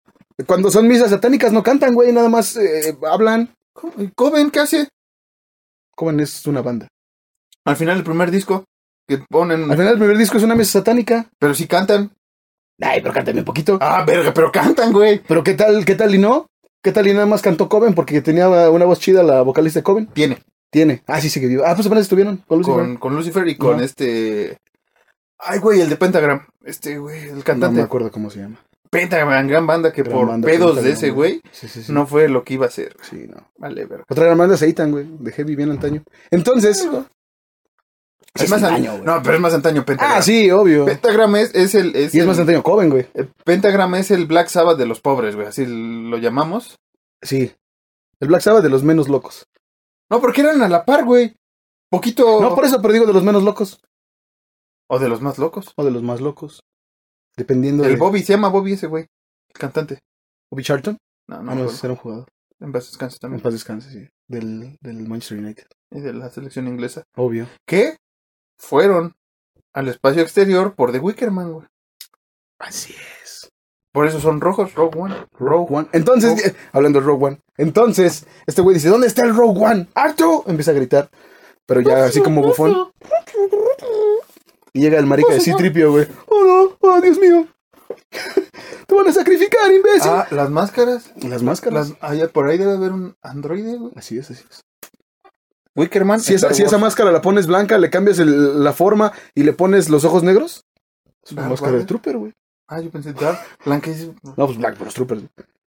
Speaker 1: Cuando son misas satánicas no cantan, güey, nada más eh, hablan.
Speaker 2: ¿Cómo- ¿Y Coven qué hace?
Speaker 1: Coven es una banda.
Speaker 2: Al final el primer disco que ponen,
Speaker 1: Al final el primer disco es una misa satánica.
Speaker 2: pero sí cantan.
Speaker 1: Ay, pero cántame un poquito.
Speaker 2: Ah, verga, pero cantan, güey.
Speaker 1: Pero qué tal, qué tal y no? ¿Qué tal y nada más cantó Coven? Porque tenía una voz chida la vocalista de Coven.
Speaker 2: Tiene.
Speaker 1: Tiene. Ah, sí, sí que vivo. Ah, pues apenas estuvieron con Lucifer.
Speaker 2: Con, con Lucifer y con
Speaker 1: Ajá.
Speaker 2: este... Ay, güey, el de Pentagram. Este, güey, el
Speaker 1: No
Speaker 2: cantante.
Speaker 1: me acuerdo cómo se llama.
Speaker 2: Pentagram, gran banda que
Speaker 1: Gran
Speaker 2: por
Speaker 1: banda,
Speaker 2: pedos de
Speaker 1: Pentagram,
Speaker 2: ese güey,
Speaker 1: Sí, sí, sí.
Speaker 2: no fue lo que iba a hacer.
Speaker 1: Sí, no.
Speaker 2: Vale, verga.
Speaker 1: Otra gran banda es Eitan, güey. De Heavy bien antaño. Entonces.
Speaker 2: Es, más antaño,
Speaker 1: güey.
Speaker 2: No, pero es más antaño Pentagram.
Speaker 1: ah, sí, obvio.
Speaker 2: Pentagram es, es el. Es
Speaker 1: Y es
Speaker 2: el-
Speaker 1: más antaño Coven, güey.
Speaker 2: eh, Pentagram es el Black Sabbath de los pobres, güey. Así lo llamamos.
Speaker 1: Sí. El Black Sabbath de los menos locos.
Speaker 2: No, porque eran a la par, güey. Poquito.
Speaker 1: No, por eso, pero digo de los menos locos.
Speaker 2: O de los más locos.
Speaker 1: O de los más locos. Dependiendo
Speaker 2: El
Speaker 1: de
Speaker 2: Bobby, se llama Bobby ese, güey. El cantante.
Speaker 1: Bobby Charlton.
Speaker 2: No, no,
Speaker 1: Ah, No, no,
Speaker 2: me
Speaker 1: ese
Speaker 2: acuerdo.
Speaker 1: era un jugador.
Speaker 2: En paz descanse también.
Speaker 1: En paz descanse, sí. Del, del Manchester United.
Speaker 2: Y de la selección inglesa.
Speaker 1: Obvio.
Speaker 2: Que fueron al espacio exterior por The Wickerman, güey.
Speaker 1: Así es.
Speaker 2: Por eso son rojos, Rogue One.
Speaker 1: Rogue One. Entonces,
Speaker 2: Rogue-
Speaker 1: eh, hablando de Rogue One. Entonces, este güey dice, ¿dónde está el Rogue One? ¡Arto! Empieza a gritar. Pero ya así como bufón. Y llega el marica de Citripio, güey. Pues, ¡Oh, no! ¡Oh, Dios mío! ¡Te van a sacrificar, imbécil!
Speaker 2: Ah, las máscaras.
Speaker 1: Las máscaras.
Speaker 2: Las, allá por ahí debe haber un androide, güey.
Speaker 1: Así es, así es.
Speaker 2: Wickerman.
Speaker 1: Si, esa-
Speaker 2: Star
Speaker 1: si esa
Speaker 2: Wars.
Speaker 1: máscara la pones blanca, le cambias el- la forma y le pones los ojos negros. Es una
Speaker 2: Ah,
Speaker 1: máscara
Speaker 2: vale.
Speaker 1: de trooper, güey.
Speaker 2: Ah, yo pensé Dark. Blanca es-
Speaker 1: No, pues Black Bros. Trooper.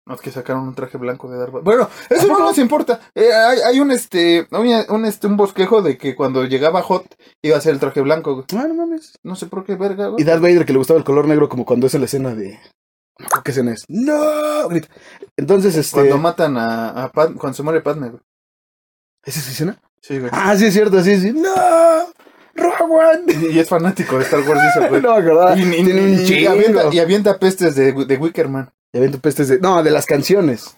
Speaker 2: No, es que sacaron un traje blanco de Darth Vader. Bueno, eso no nos importa. Eh, hay, hay un este, hay un este, un bosquejo de que cuando llegaba Hot iba a ser el traje blanco, güey.
Speaker 1: Ah, no mames.
Speaker 2: No sé por qué verga,
Speaker 1: Y
Speaker 2: güey.
Speaker 1: Darth Vader que le gustaba el color negro como cuando es en la escena de... ¿Qué escena es? ¡No! Grita. Entonces, este...
Speaker 2: Cuando matan a, a Padme, cuando se muere Padme, güey.
Speaker 1: ¿Esa es su escena?
Speaker 2: Sí, güey.
Speaker 1: Ah, sí, es cierto, sí, sí. ¡No! ¡Rogue One!
Speaker 2: Y es fanático de Star Wars, dice, güey.
Speaker 1: No me acordaba.
Speaker 2: Pues, Y, y-
Speaker 1: Tiene un
Speaker 2: y
Speaker 1: chingo.
Speaker 2: avienta, y avienta pestes de, de Wickerman.
Speaker 1: Ya ven tu pestes de... No, de las canciones.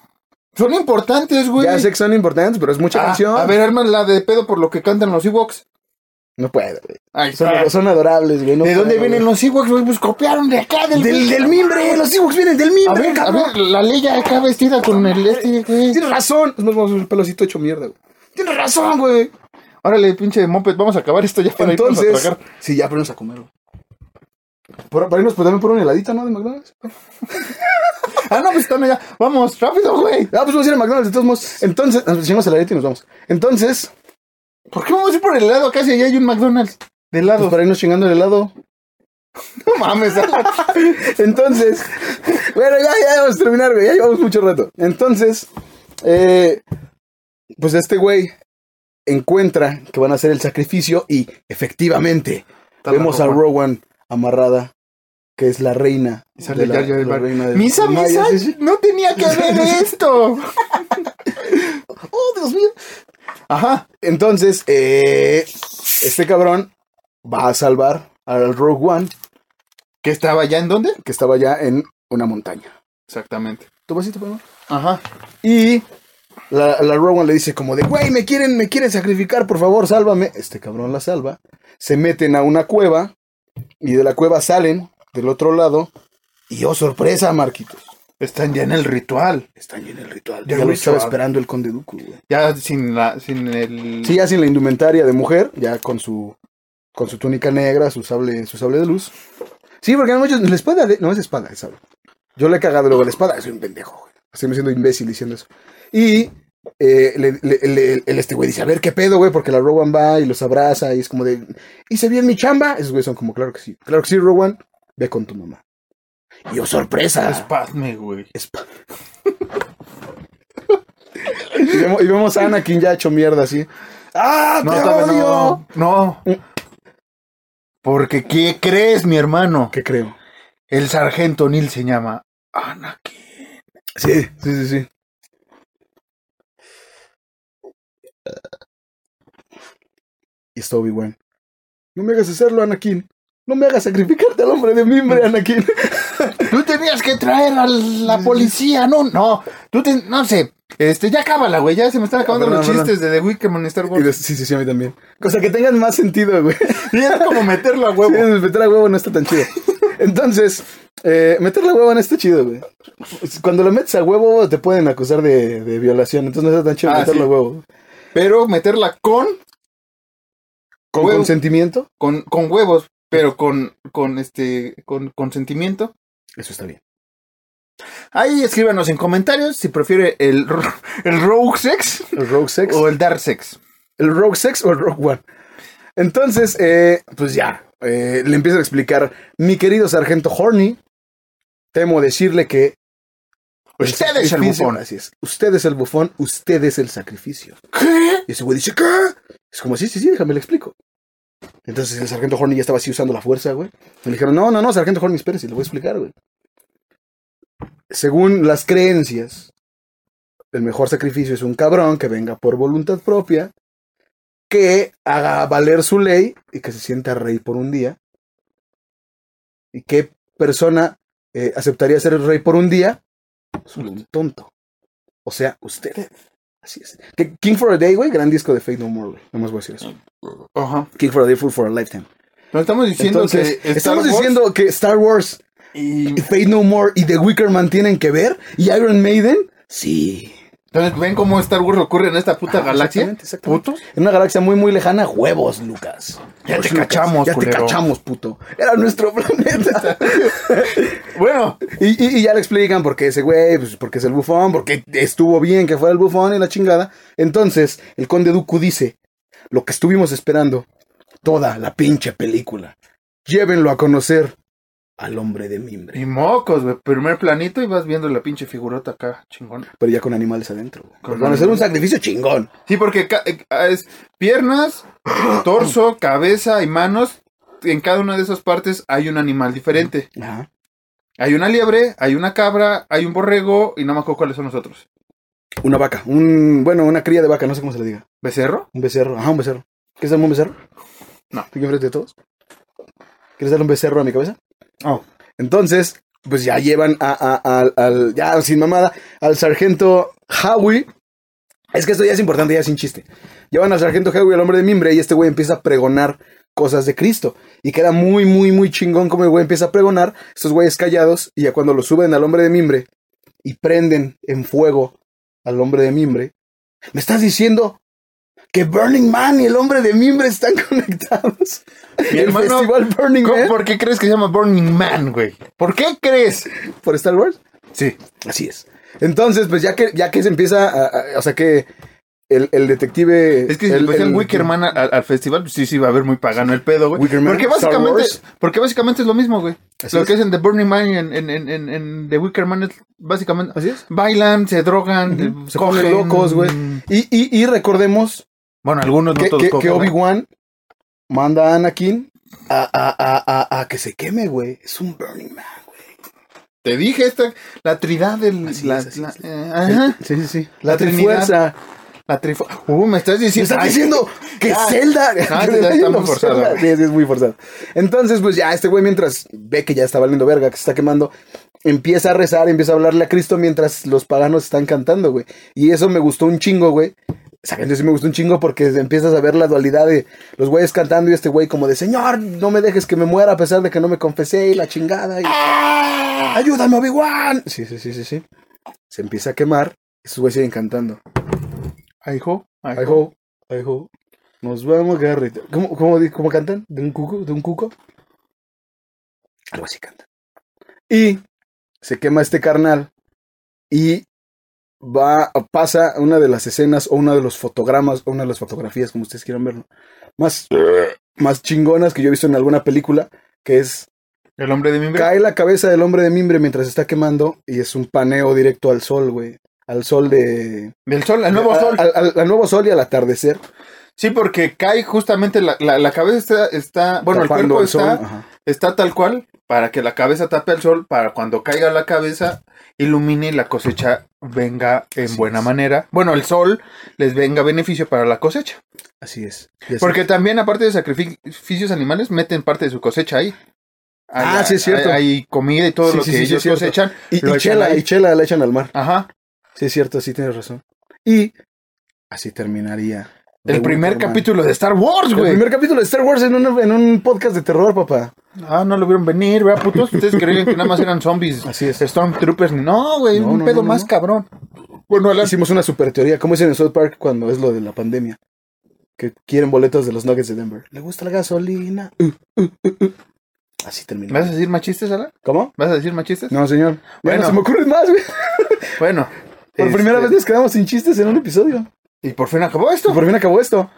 Speaker 2: Son importantes, güey.
Speaker 1: Ya sé que son importantes, pero es mucha
Speaker 2: Ah,
Speaker 1: canción.
Speaker 2: A ver, arman la de pedo por lo que cantan los Ewoks.
Speaker 1: No puedo, güey.
Speaker 2: Ay,
Speaker 1: Son,
Speaker 2: ah,
Speaker 1: son adorables, güey. no
Speaker 2: ¿De dónde
Speaker 1: puedo,
Speaker 2: vienen
Speaker 1: güey.
Speaker 2: los Ewoks, güey? Pues copiaron de acá, del...
Speaker 1: Del, del mimbre, los Ewoks vienen del
Speaker 2: A
Speaker 1: mimbre,
Speaker 2: ver, a
Speaker 1: cabrón.
Speaker 2: ver, la Leia acá vestida con el este, güey.
Speaker 1: Tienes razón. Es más, vamos a ver el pelocito hecho mierda, güey. Tienes razón, güey.
Speaker 2: Órale, pinche moped, vamos a acabar esto ya para irnos a
Speaker 1: Entonces,
Speaker 2: tragar.
Speaker 1: sí, ya ponemos a comer, güey. Por, para irnos pues, también por una heladita, ¿no? De McDonald's.
Speaker 2: Ah, no, pues están allá. Vamos, rápido, güey.
Speaker 1: Ah, pues vamos a ir a McDonald's, de todos modos. Entonces, nos echamos a la y nos vamos. Entonces,
Speaker 2: ¿Por qué vamos a ir por el helado? Casi allá hay un McDonald's. De
Speaker 1: pues
Speaker 2: helado.
Speaker 1: para irnos chingando el helado.
Speaker 2: No mames. ah.
Speaker 1: Entonces, bueno, ya, ya vamos a terminar, güey. Ya llevamos mucho rato. Entonces, eh, pues este güey encuentra que van a hacer el sacrificio y efectivamente vemos a Rowan amarrada, que es la reina.
Speaker 2: Y sale
Speaker 1: la,
Speaker 2: Jar Jar
Speaker 1: la
Speaker 2: Bar-
Speaker 1: reina de
Speaker 2: Misa,
Speaker 1: los mayas.
Speaker 2: misa,
Speaker 1: Sí, sí.
Speaker 2: no tenía que haber esto.
Speaker 1: Oh, Dios mío.
Speaker 2: Ajá.
Speaker 1: Entonces, eh, este cabrón va a salvar al Rogue One
Speaker 2: ¿Que estaba allá en dónde?
Speaker 1: que estaba ya en una montaña.
Speaker 2: Exactamente.
Speaker 1: ¿Tu vasito, por favor?
Speaker 2: Ajá.
Speaker 1: Y la, la Rowan le dice como de, güey, me quieren, me quieren sacrificar, por favor, sálvame. Este cabrón la salva. Se meten a una cueva y de la cueva salen del otro lado. Y oh, sorpresa, Marquitos.
Speaker 2: Están ya en el ritual.
Speaker 1: Están ya en el ritual.
Speaker 2: Ya
Speaker 1: Ya lo
Speaker 2: ritual.
Speaker 1: estaba esperando el conde Dooku, güey.
Speaker 2: Ya sin la, sin el.
Speaker 1: Sí, ya sin la indumentaria de mujer, ya con su con su túnica negra, su sable, su sable de luz. Sí, porque a muchos la espada de- no es espada, es sable. Yo le he cagado luego la espada, soy un pendejo, güey. Estoy me siendo imbécil diciendo eso. Y eh, le- le- le- el este güey dice, a ver qué pedo, güey, porque la Rowan va y los abraza y es como de, hice bien mi chamba. Esos güeyes son como, claro que sí, claro que sí, Rowan, ve con tu mamá. Y oh, yo, sorpresa.
Speaker 2: Espasme, güey.
Speaker 1: Espa- y, vemos, y vemos a Anakin ya hecho mierda así. ¡Ah,
Speaker 2: No,
Speaker 1: te
Speaker 2: todavía
Speaker 1: odio!
Speaker 2: no. No. Porque, ¿qué crees, mi hermano?
Speaker 1: ¿Qué creo?
Speaker 2: El sargento Neil se llama Anakin.
Speaker 1: Sí, sí, sí, sí. Y está Obi-Wan. No me hagas hacerlo, Anakin. No me hagas sacrificarte al hombre de mimbre, Anakin.
Speaker 2: Tú tenías que traer a la policía, no, no. Tú te, no sé. Este, ya cábala, güey. Ya se me están acabando
Speaker 1: Perdón,
Speaker 2: los
Speaker 1: perdón.
Speaker 2: chistes de The Wickerman y Star
Speaker 1: Y de-
Speaker 2: Wars.
Speaker 1: sí, sí, sí, a mí también. Cosa que tengan más sentido, güey.
Speaker 2: Y era como meterlo a
Speaker 1: Sí,
Speaker 2: huevo.
Speaker 1: meter la huevo no está tan chido. Entonces, eh, meter la huevo no está chido, güey. Cuando lo metes a huevo te pueden acusar de, de violación, entonces no está tan chido
Speaker 2: Ah,
Speaker 1: meter la
Speaker 2: sí.
Speaker 1: huevo.
Speaker 2: Pero meterla con,
Speaker 1: ¿Con
Speaker 2: Huevo.
Speaker 1: consentimiento?
Speaker 2: con, con huevos, pero con, con este, con consentimiento.
Speaker 1: Eso está bien.
Speaker 2: Ahí escríbanos en comentarios si prefiere el, ro- el rogue sex
Speaker 1: El rogue sex.
Speaker 2: o el dark sex.
Speaker 1: ¿El Rogue Sex o el Rogue One? Entonces, eh, pues ya, eh, le empiezo a explicar. Mi querido sargento Horny, temo decirle que...
Speaker 2: Usted es el
Speaker 1: sacrificio-
Speaker 2: bufón.
Speaker 1: Así es. Usted es el bufón, usted es el sacrificio.
Speaker 2: ¿Qué?
Speaker 1: Y ese güey dice, ¿qué? Es como, sí, sí, sí, déjame le explico. Entonces el sargento Horny ya estaba así usando la fuerza, güey. Le dijeron, no, no, no, sargento Horny, espérese, le voy a explicar, güey. Según las creencias, el mejor sacrificio es un cabrón que venga por voluntad propia, que haga valer su ley y que se sienta rey por un día. ¿Y qué persona eh, aceptaría ser rey por un día? Es un tonto. O sea, usted. Así es. Que King for a Day, güey, gran disco de Fate No More, güey. Nomás voy a decir eso.
Speaker 2: Ajá.
Speaker 1: King for a Day, Fool for a Lifetime.
Speaker 2: No estamos diciendo
Speaker 1: Entonces,
Speaker 2: que Star
Speaker 1: estamos
Speaker 2: Wars
Speaker 1: diciendo que Star Wars,
Speaker 2: y-
Speaker 1: Fate No More y The Wicker Man tienen que ver. ¿Y Iron Maiden? Sí.
Speaker 2: Entonces, ¿ven cómo Star Wars ocurre en esta puta galaxia?
Speaker 1: Exactamente, exactamente.
Speaker 2: Putos.
Speaker 1: En una galaxia muy, muy lejana, huevos, Lucas.
Speaker 2: Ya
Speaker 1: Huevos,
Speaker 2: te
Speaker 1: Lucas.
Speaker 2: cachamos,
Speaker 1: Ya te
Speaker 2: culero.
Speaker 1: cachamos, puto. Era nuestro planeta.
Speaker 2: Bueno,
Speaker 1: y, y- y ya le explican por qué ese güey, pues, porque es el bufón, porque estuvo bien que fuera el bufón y la chingada. Entonces, el conde Dooku dice, lo que estuvimos esperando, toda la pinche película. Llévenlo a conocer al hombre de mimbre.
Speaker 2: y mocos, güey. Primer planito y vas viendo la pinche figurota acá, chingón.
Speaker 1: Pero ya con animales adentro. güey.
Speaker 2: Con
Speaker 1: Van a hacer un
Speaker 2: animales.
Speaker 1: sacrificio chingón.
Speaker 2: Sí, porque ca- eh, es piernas, torso, cabeza y manos. En cada una de esas partes hay un animal diferente.
Speaker 1: Ajá.
Speaker 2: Hay una liebre, hay una cabra, hay un borrego y no me acuerdo cuáles son los otros.
Speaker 1: Una vaca. Un, bueno, una cría de vaca, no sé cómo se le diga.
Speaker 2: ¿Becerro?
Speaker 1: Un becerro, ajá, un becerro. ¿Quieres darme un becerro?
Speaker 2: No.
Speaker 1: Aquí enfrente de todos. ¿Quieres darle un becerro a mi cabeza?
Speaker 2: Oh.
Speaker 1: Entonces, pues ya llevan a, a- al, al- ya sin mamada, al sargento Howie. Es que esto ya es importante, ya sin chiste. Llevan al sargento Howie, al hombre de mimbre, y este güey empieza a pregonar cosas de Cristo. Y queda muy, muy, muy chingón como el güey empieza a pregonar, estos güeyes callados, y ya cuando lo suben al hombre de mimbre y prenden en fuego al hombre de mimbre, me estás diciendo que Burning Man y el hombre de mimbre están conectados.
Speaker 2: Mi
Speaker 1: el
Speaker 2: hermano-
Speaker 1: festival Burning
Speaker 2: ¿Cómo-
Speaker 1: Man por...
Speaker 2: ¿Por qué crees que se llama Burning Man, güey? ¿Por qué crees?
Speaker 1: Star Wars.
Speaker 2: Sí.
Speaker 1: Así es. Entonces, pues ya que, ya que se empieza a, a- o sea que el, el detective.
Speaker 2: Es que si le pusieran Wickerman a- al, al festival, pues sí, sí, va a haber muy pagano el pedo, güey.
Speaker 1: Wickerman,
Speaker 2: Porque
Speaker 1: Star
Speaker 2: básicamente,
Speaker 1: Wars.
Speaker 2: porque básicamente es lo mismo, güey.
Speaker 1: Así
Speaker 2: Lo
Speaker 1: es.
Speaker 2: que es en The Burning Man y en, en, en, en, en The Wickerman es básicamente.
Speaker 1: Así es.
Speaker 2: Bailan, se drogan, eh,
Speaker 1: Se
Speaker 2: cogen
Speaker 1: ponen locos, güey. Y, y, y recordemos
Speaker 2: Bueno, algunos no
Speaker 1: que,
Speaker 2: todos
Speaker 1: que-
Speaker 2: cogen,
Speaker 1: que
Speaker 2: ¿verdad?
Speaker 1: Obi-Wan manda a Anakin a, a- a- a- a que se queme, güey. Es un Burning Man, güey.
Speaker 2: Te dije esta, la tridad del.
Speaker 1: Así
Speaker 2: la,
Speaker 1: es, así
Speaker 2: la-
Speaker 1: es.
Speaker 2: eh, ajá.
Speaker 1: Sí, sí, sí. La,
Speaker 2: La
Speaker 1: trifuerza.
Speaker 2: La trifo. Uh, me estás
Speaker 1: ¿Me
Speaker 2: diciendo.
Speaker 1: estás
Speaker 2: Ay,
Speaker 1: diciendo que
Speaker 2: Ah,
Speaker 1: Zelda.
Speaker 2: ah, ya está muy forzado,
Speaker 1: Zelda.
Speaker 2: güey.
Speaker 1: Sí, sí, es muy forzado. Entonces, pues ya, este güey, mientras ve que ya está valiendo verga, que se está quemando, empieza a rezar, empieza a hablarle a Cristo mientras los paganos están cantando, güey. Y eso me gustó un chingo, güey. Esa canción sí me gustó un chingo porque empiezas a ver la dualidad de los güeyes cantando y este güey como de Señor, no me dejes que me muera a pesar de que no me confesé y la chingada. Y...
Speaker 2: Ah.
Speaker 1: ¡Ayúdame, Obi-Wan! Sí, sí, sí, sí, sí. Se empieza a quemar. Esos güeyes siguen cantando.
Speaker 2: Ay, jo, ay,
Speaker 1: I
Speaker 2: jo.
Speaker 1: hope, I hope. Nos vamos, Garrett. ¿Cómo, cómo, di- cómo cantan? ¿De un cuco? ¿De un cuco? Algo así cantan. Y se quema este carnal y va, pasa una de las escenas o una de los fotogramas o una de las fotografías, como ustedes quieran verlo, más, más chingonas que yo he visto en alguna película, que es
Speaker 2: El hombre de mi
Speaker 1: Cae la cabeza del hombre de mimbre mientras está quemando y es un paneo directo al sol, güey. Al sol de...
Speaker 2: Del sol, el nuevo
Speaker 1: a-
Speaker 2: sol.
Speaker 1: al- al- al nuevo sol y al atardecer.
Speaker 2: Sí, porque cae justamente la, la, la cabeza está, está- bueno, el
Speaker 1: tapando
Speaker 2: cuerpo
Speaker 1: sol,
Speaker 2: está,
Speaker 1: ajá.
Speaker 2: está tal cual para que la cabeza tape al sol, para cuando caiga la cabeza ilumine y la cosecha venga en buena manera. Bueno, el sol les venga beneficio para la cosecha.
Speaker 1: Así es. Y así-
Speaker 2: Porque también aparte de sacrificios animales, meten parte de su cosecha ahí. Hay-
Speaker 1: Ah, sí, es cierto.
Speaker 2: Hay, hay comida y todo
Speaker 1: Sí,
Speaker 2: lo
Speaker 1: sí,
Speaker 2: que
Speaker 1: sí, sí,
Speaker 2: ellos
Speaker 1: es cierto.
Speaker 2: cosechan.
Speaker 1: y, y
Speaker 2: lo echan
Speaker 1: chela,
Speaker 2: ahí.
Speaker 1: y chela la echan al mar.
Speaker 2: Ajá.
Speaker 1: Sí, es cierto, sí tienes razón. Y así terminaría.
Speaker 2: El
Speaker 1: The
Speaker 2: primer
Speaker 1: Wicker Man.
Speaker 2: capítulo de Star Wars,
Speaker 1: El
Speaker 2: güey.
Speaker 1: primer capítulo de Star Wars en un, en un podcast de terror, papá.
Speaker 2: Ah, no lo vieron venir, ¿verdad, putos? Ustedes creían que nada más eran zombies.
Speaker 1: Así es.
Speaker 2: Stormtroopers. No, güey,
Speaker 1: No,
Speaker 2: un
Speaker 1: no,
Speaker 2: pedo
Speaker 1: no,
Speaker 2: más
Speaker 1: no.
Speaker 2: cabrón. Bueno, Alan,
Speaker 1: Hicimos una super teoría, como dicen en South Park cuando es lo de la pandemia. Que quieren boletos de los Nuggets de Denver. Le gusta la gasolina. Uh, uh, uh, uh. Así
Speaker 2: ¿vas a
Speaker 1: termina.
Speaker 2: decir más chistes, Alan?
Speaker 1: ¿Cómo?
Speaker 2: ¿Vas a decir más chistes?
Speaker 1: No, señor. Ya
Speaker 2: Bueno.
Speaker 1: no se me ocurren más, güey.
Speaker 2: Bueno.
Speaker 1: Por
Speaker 2: este,
Speaker 1: primera vez nos quedamos sin chistes en un episodio.
Speaker 2: Y por fin acabó
Speaker 1: Y
Speaker 2: esto.
Speaker 1: por fin acabó esto.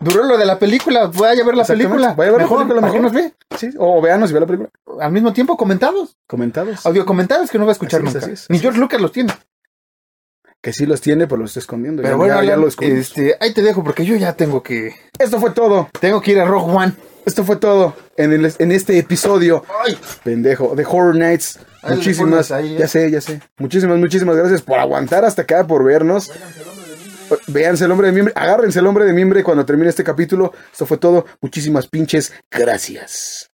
Speaker 2: Duró lo de la película. Vaya a ver la
Speaker 1: Exactamente.
Speaker 2: película.
Speaker 1: Vaya a ver la
Speaker 2: Mejor,
Speaker 1: película,
Speaker 2: ¿para qué
Speaker 1: mejor.
Speaker 2: nos ve?
Speaker 1: Sí, o veanos y ve la película.
Speaker 2: Al mismo tiempo, comentados.
Speaker 1: Comentados.
Speaker 2: Audio comentados que no va a escuchar
Speaker 1: Así es,
Speaker 2: nunca.
Speaker 1: así es,
Speaker 2: Ni
Speaker 1: así
Speaker 2: George Lucas los tiene.
Speaker 1: Que sí los tiene, pero los está escondiendo.
Speaker 2: Pero
Speaker 1: Ya-
Speaker 2: bueno,
Speaker 1: ya- ya
Speaker 2: Alan,
Speaker 1: lo descubrimos.
Speaker 2: este, ahí te dejo porque yo ya tengo que...
Speaker 1: Esto fue todo.
Speaker 2: Tengo que ir a Rogue One.
Speaker 1: Esto fue todo en, el- en este episodio,
Speaker 2: Ay,
Speaker 1: pendejo, de Horror Nights.
Speaker 2: Ahí le
Speaker 1: muchísimas,
Speaker 2: pones ahí, ¿eh?
Speaker 1: ya sé, ya sé. Muchísimas, muchísimas gracias por aguantar hasta acá, por vernos. Véanse el hombre de miembre, agárrense el hombre de miembre cuando termine este capítulo. Esto fue todo. Muchísimas pinches gracias.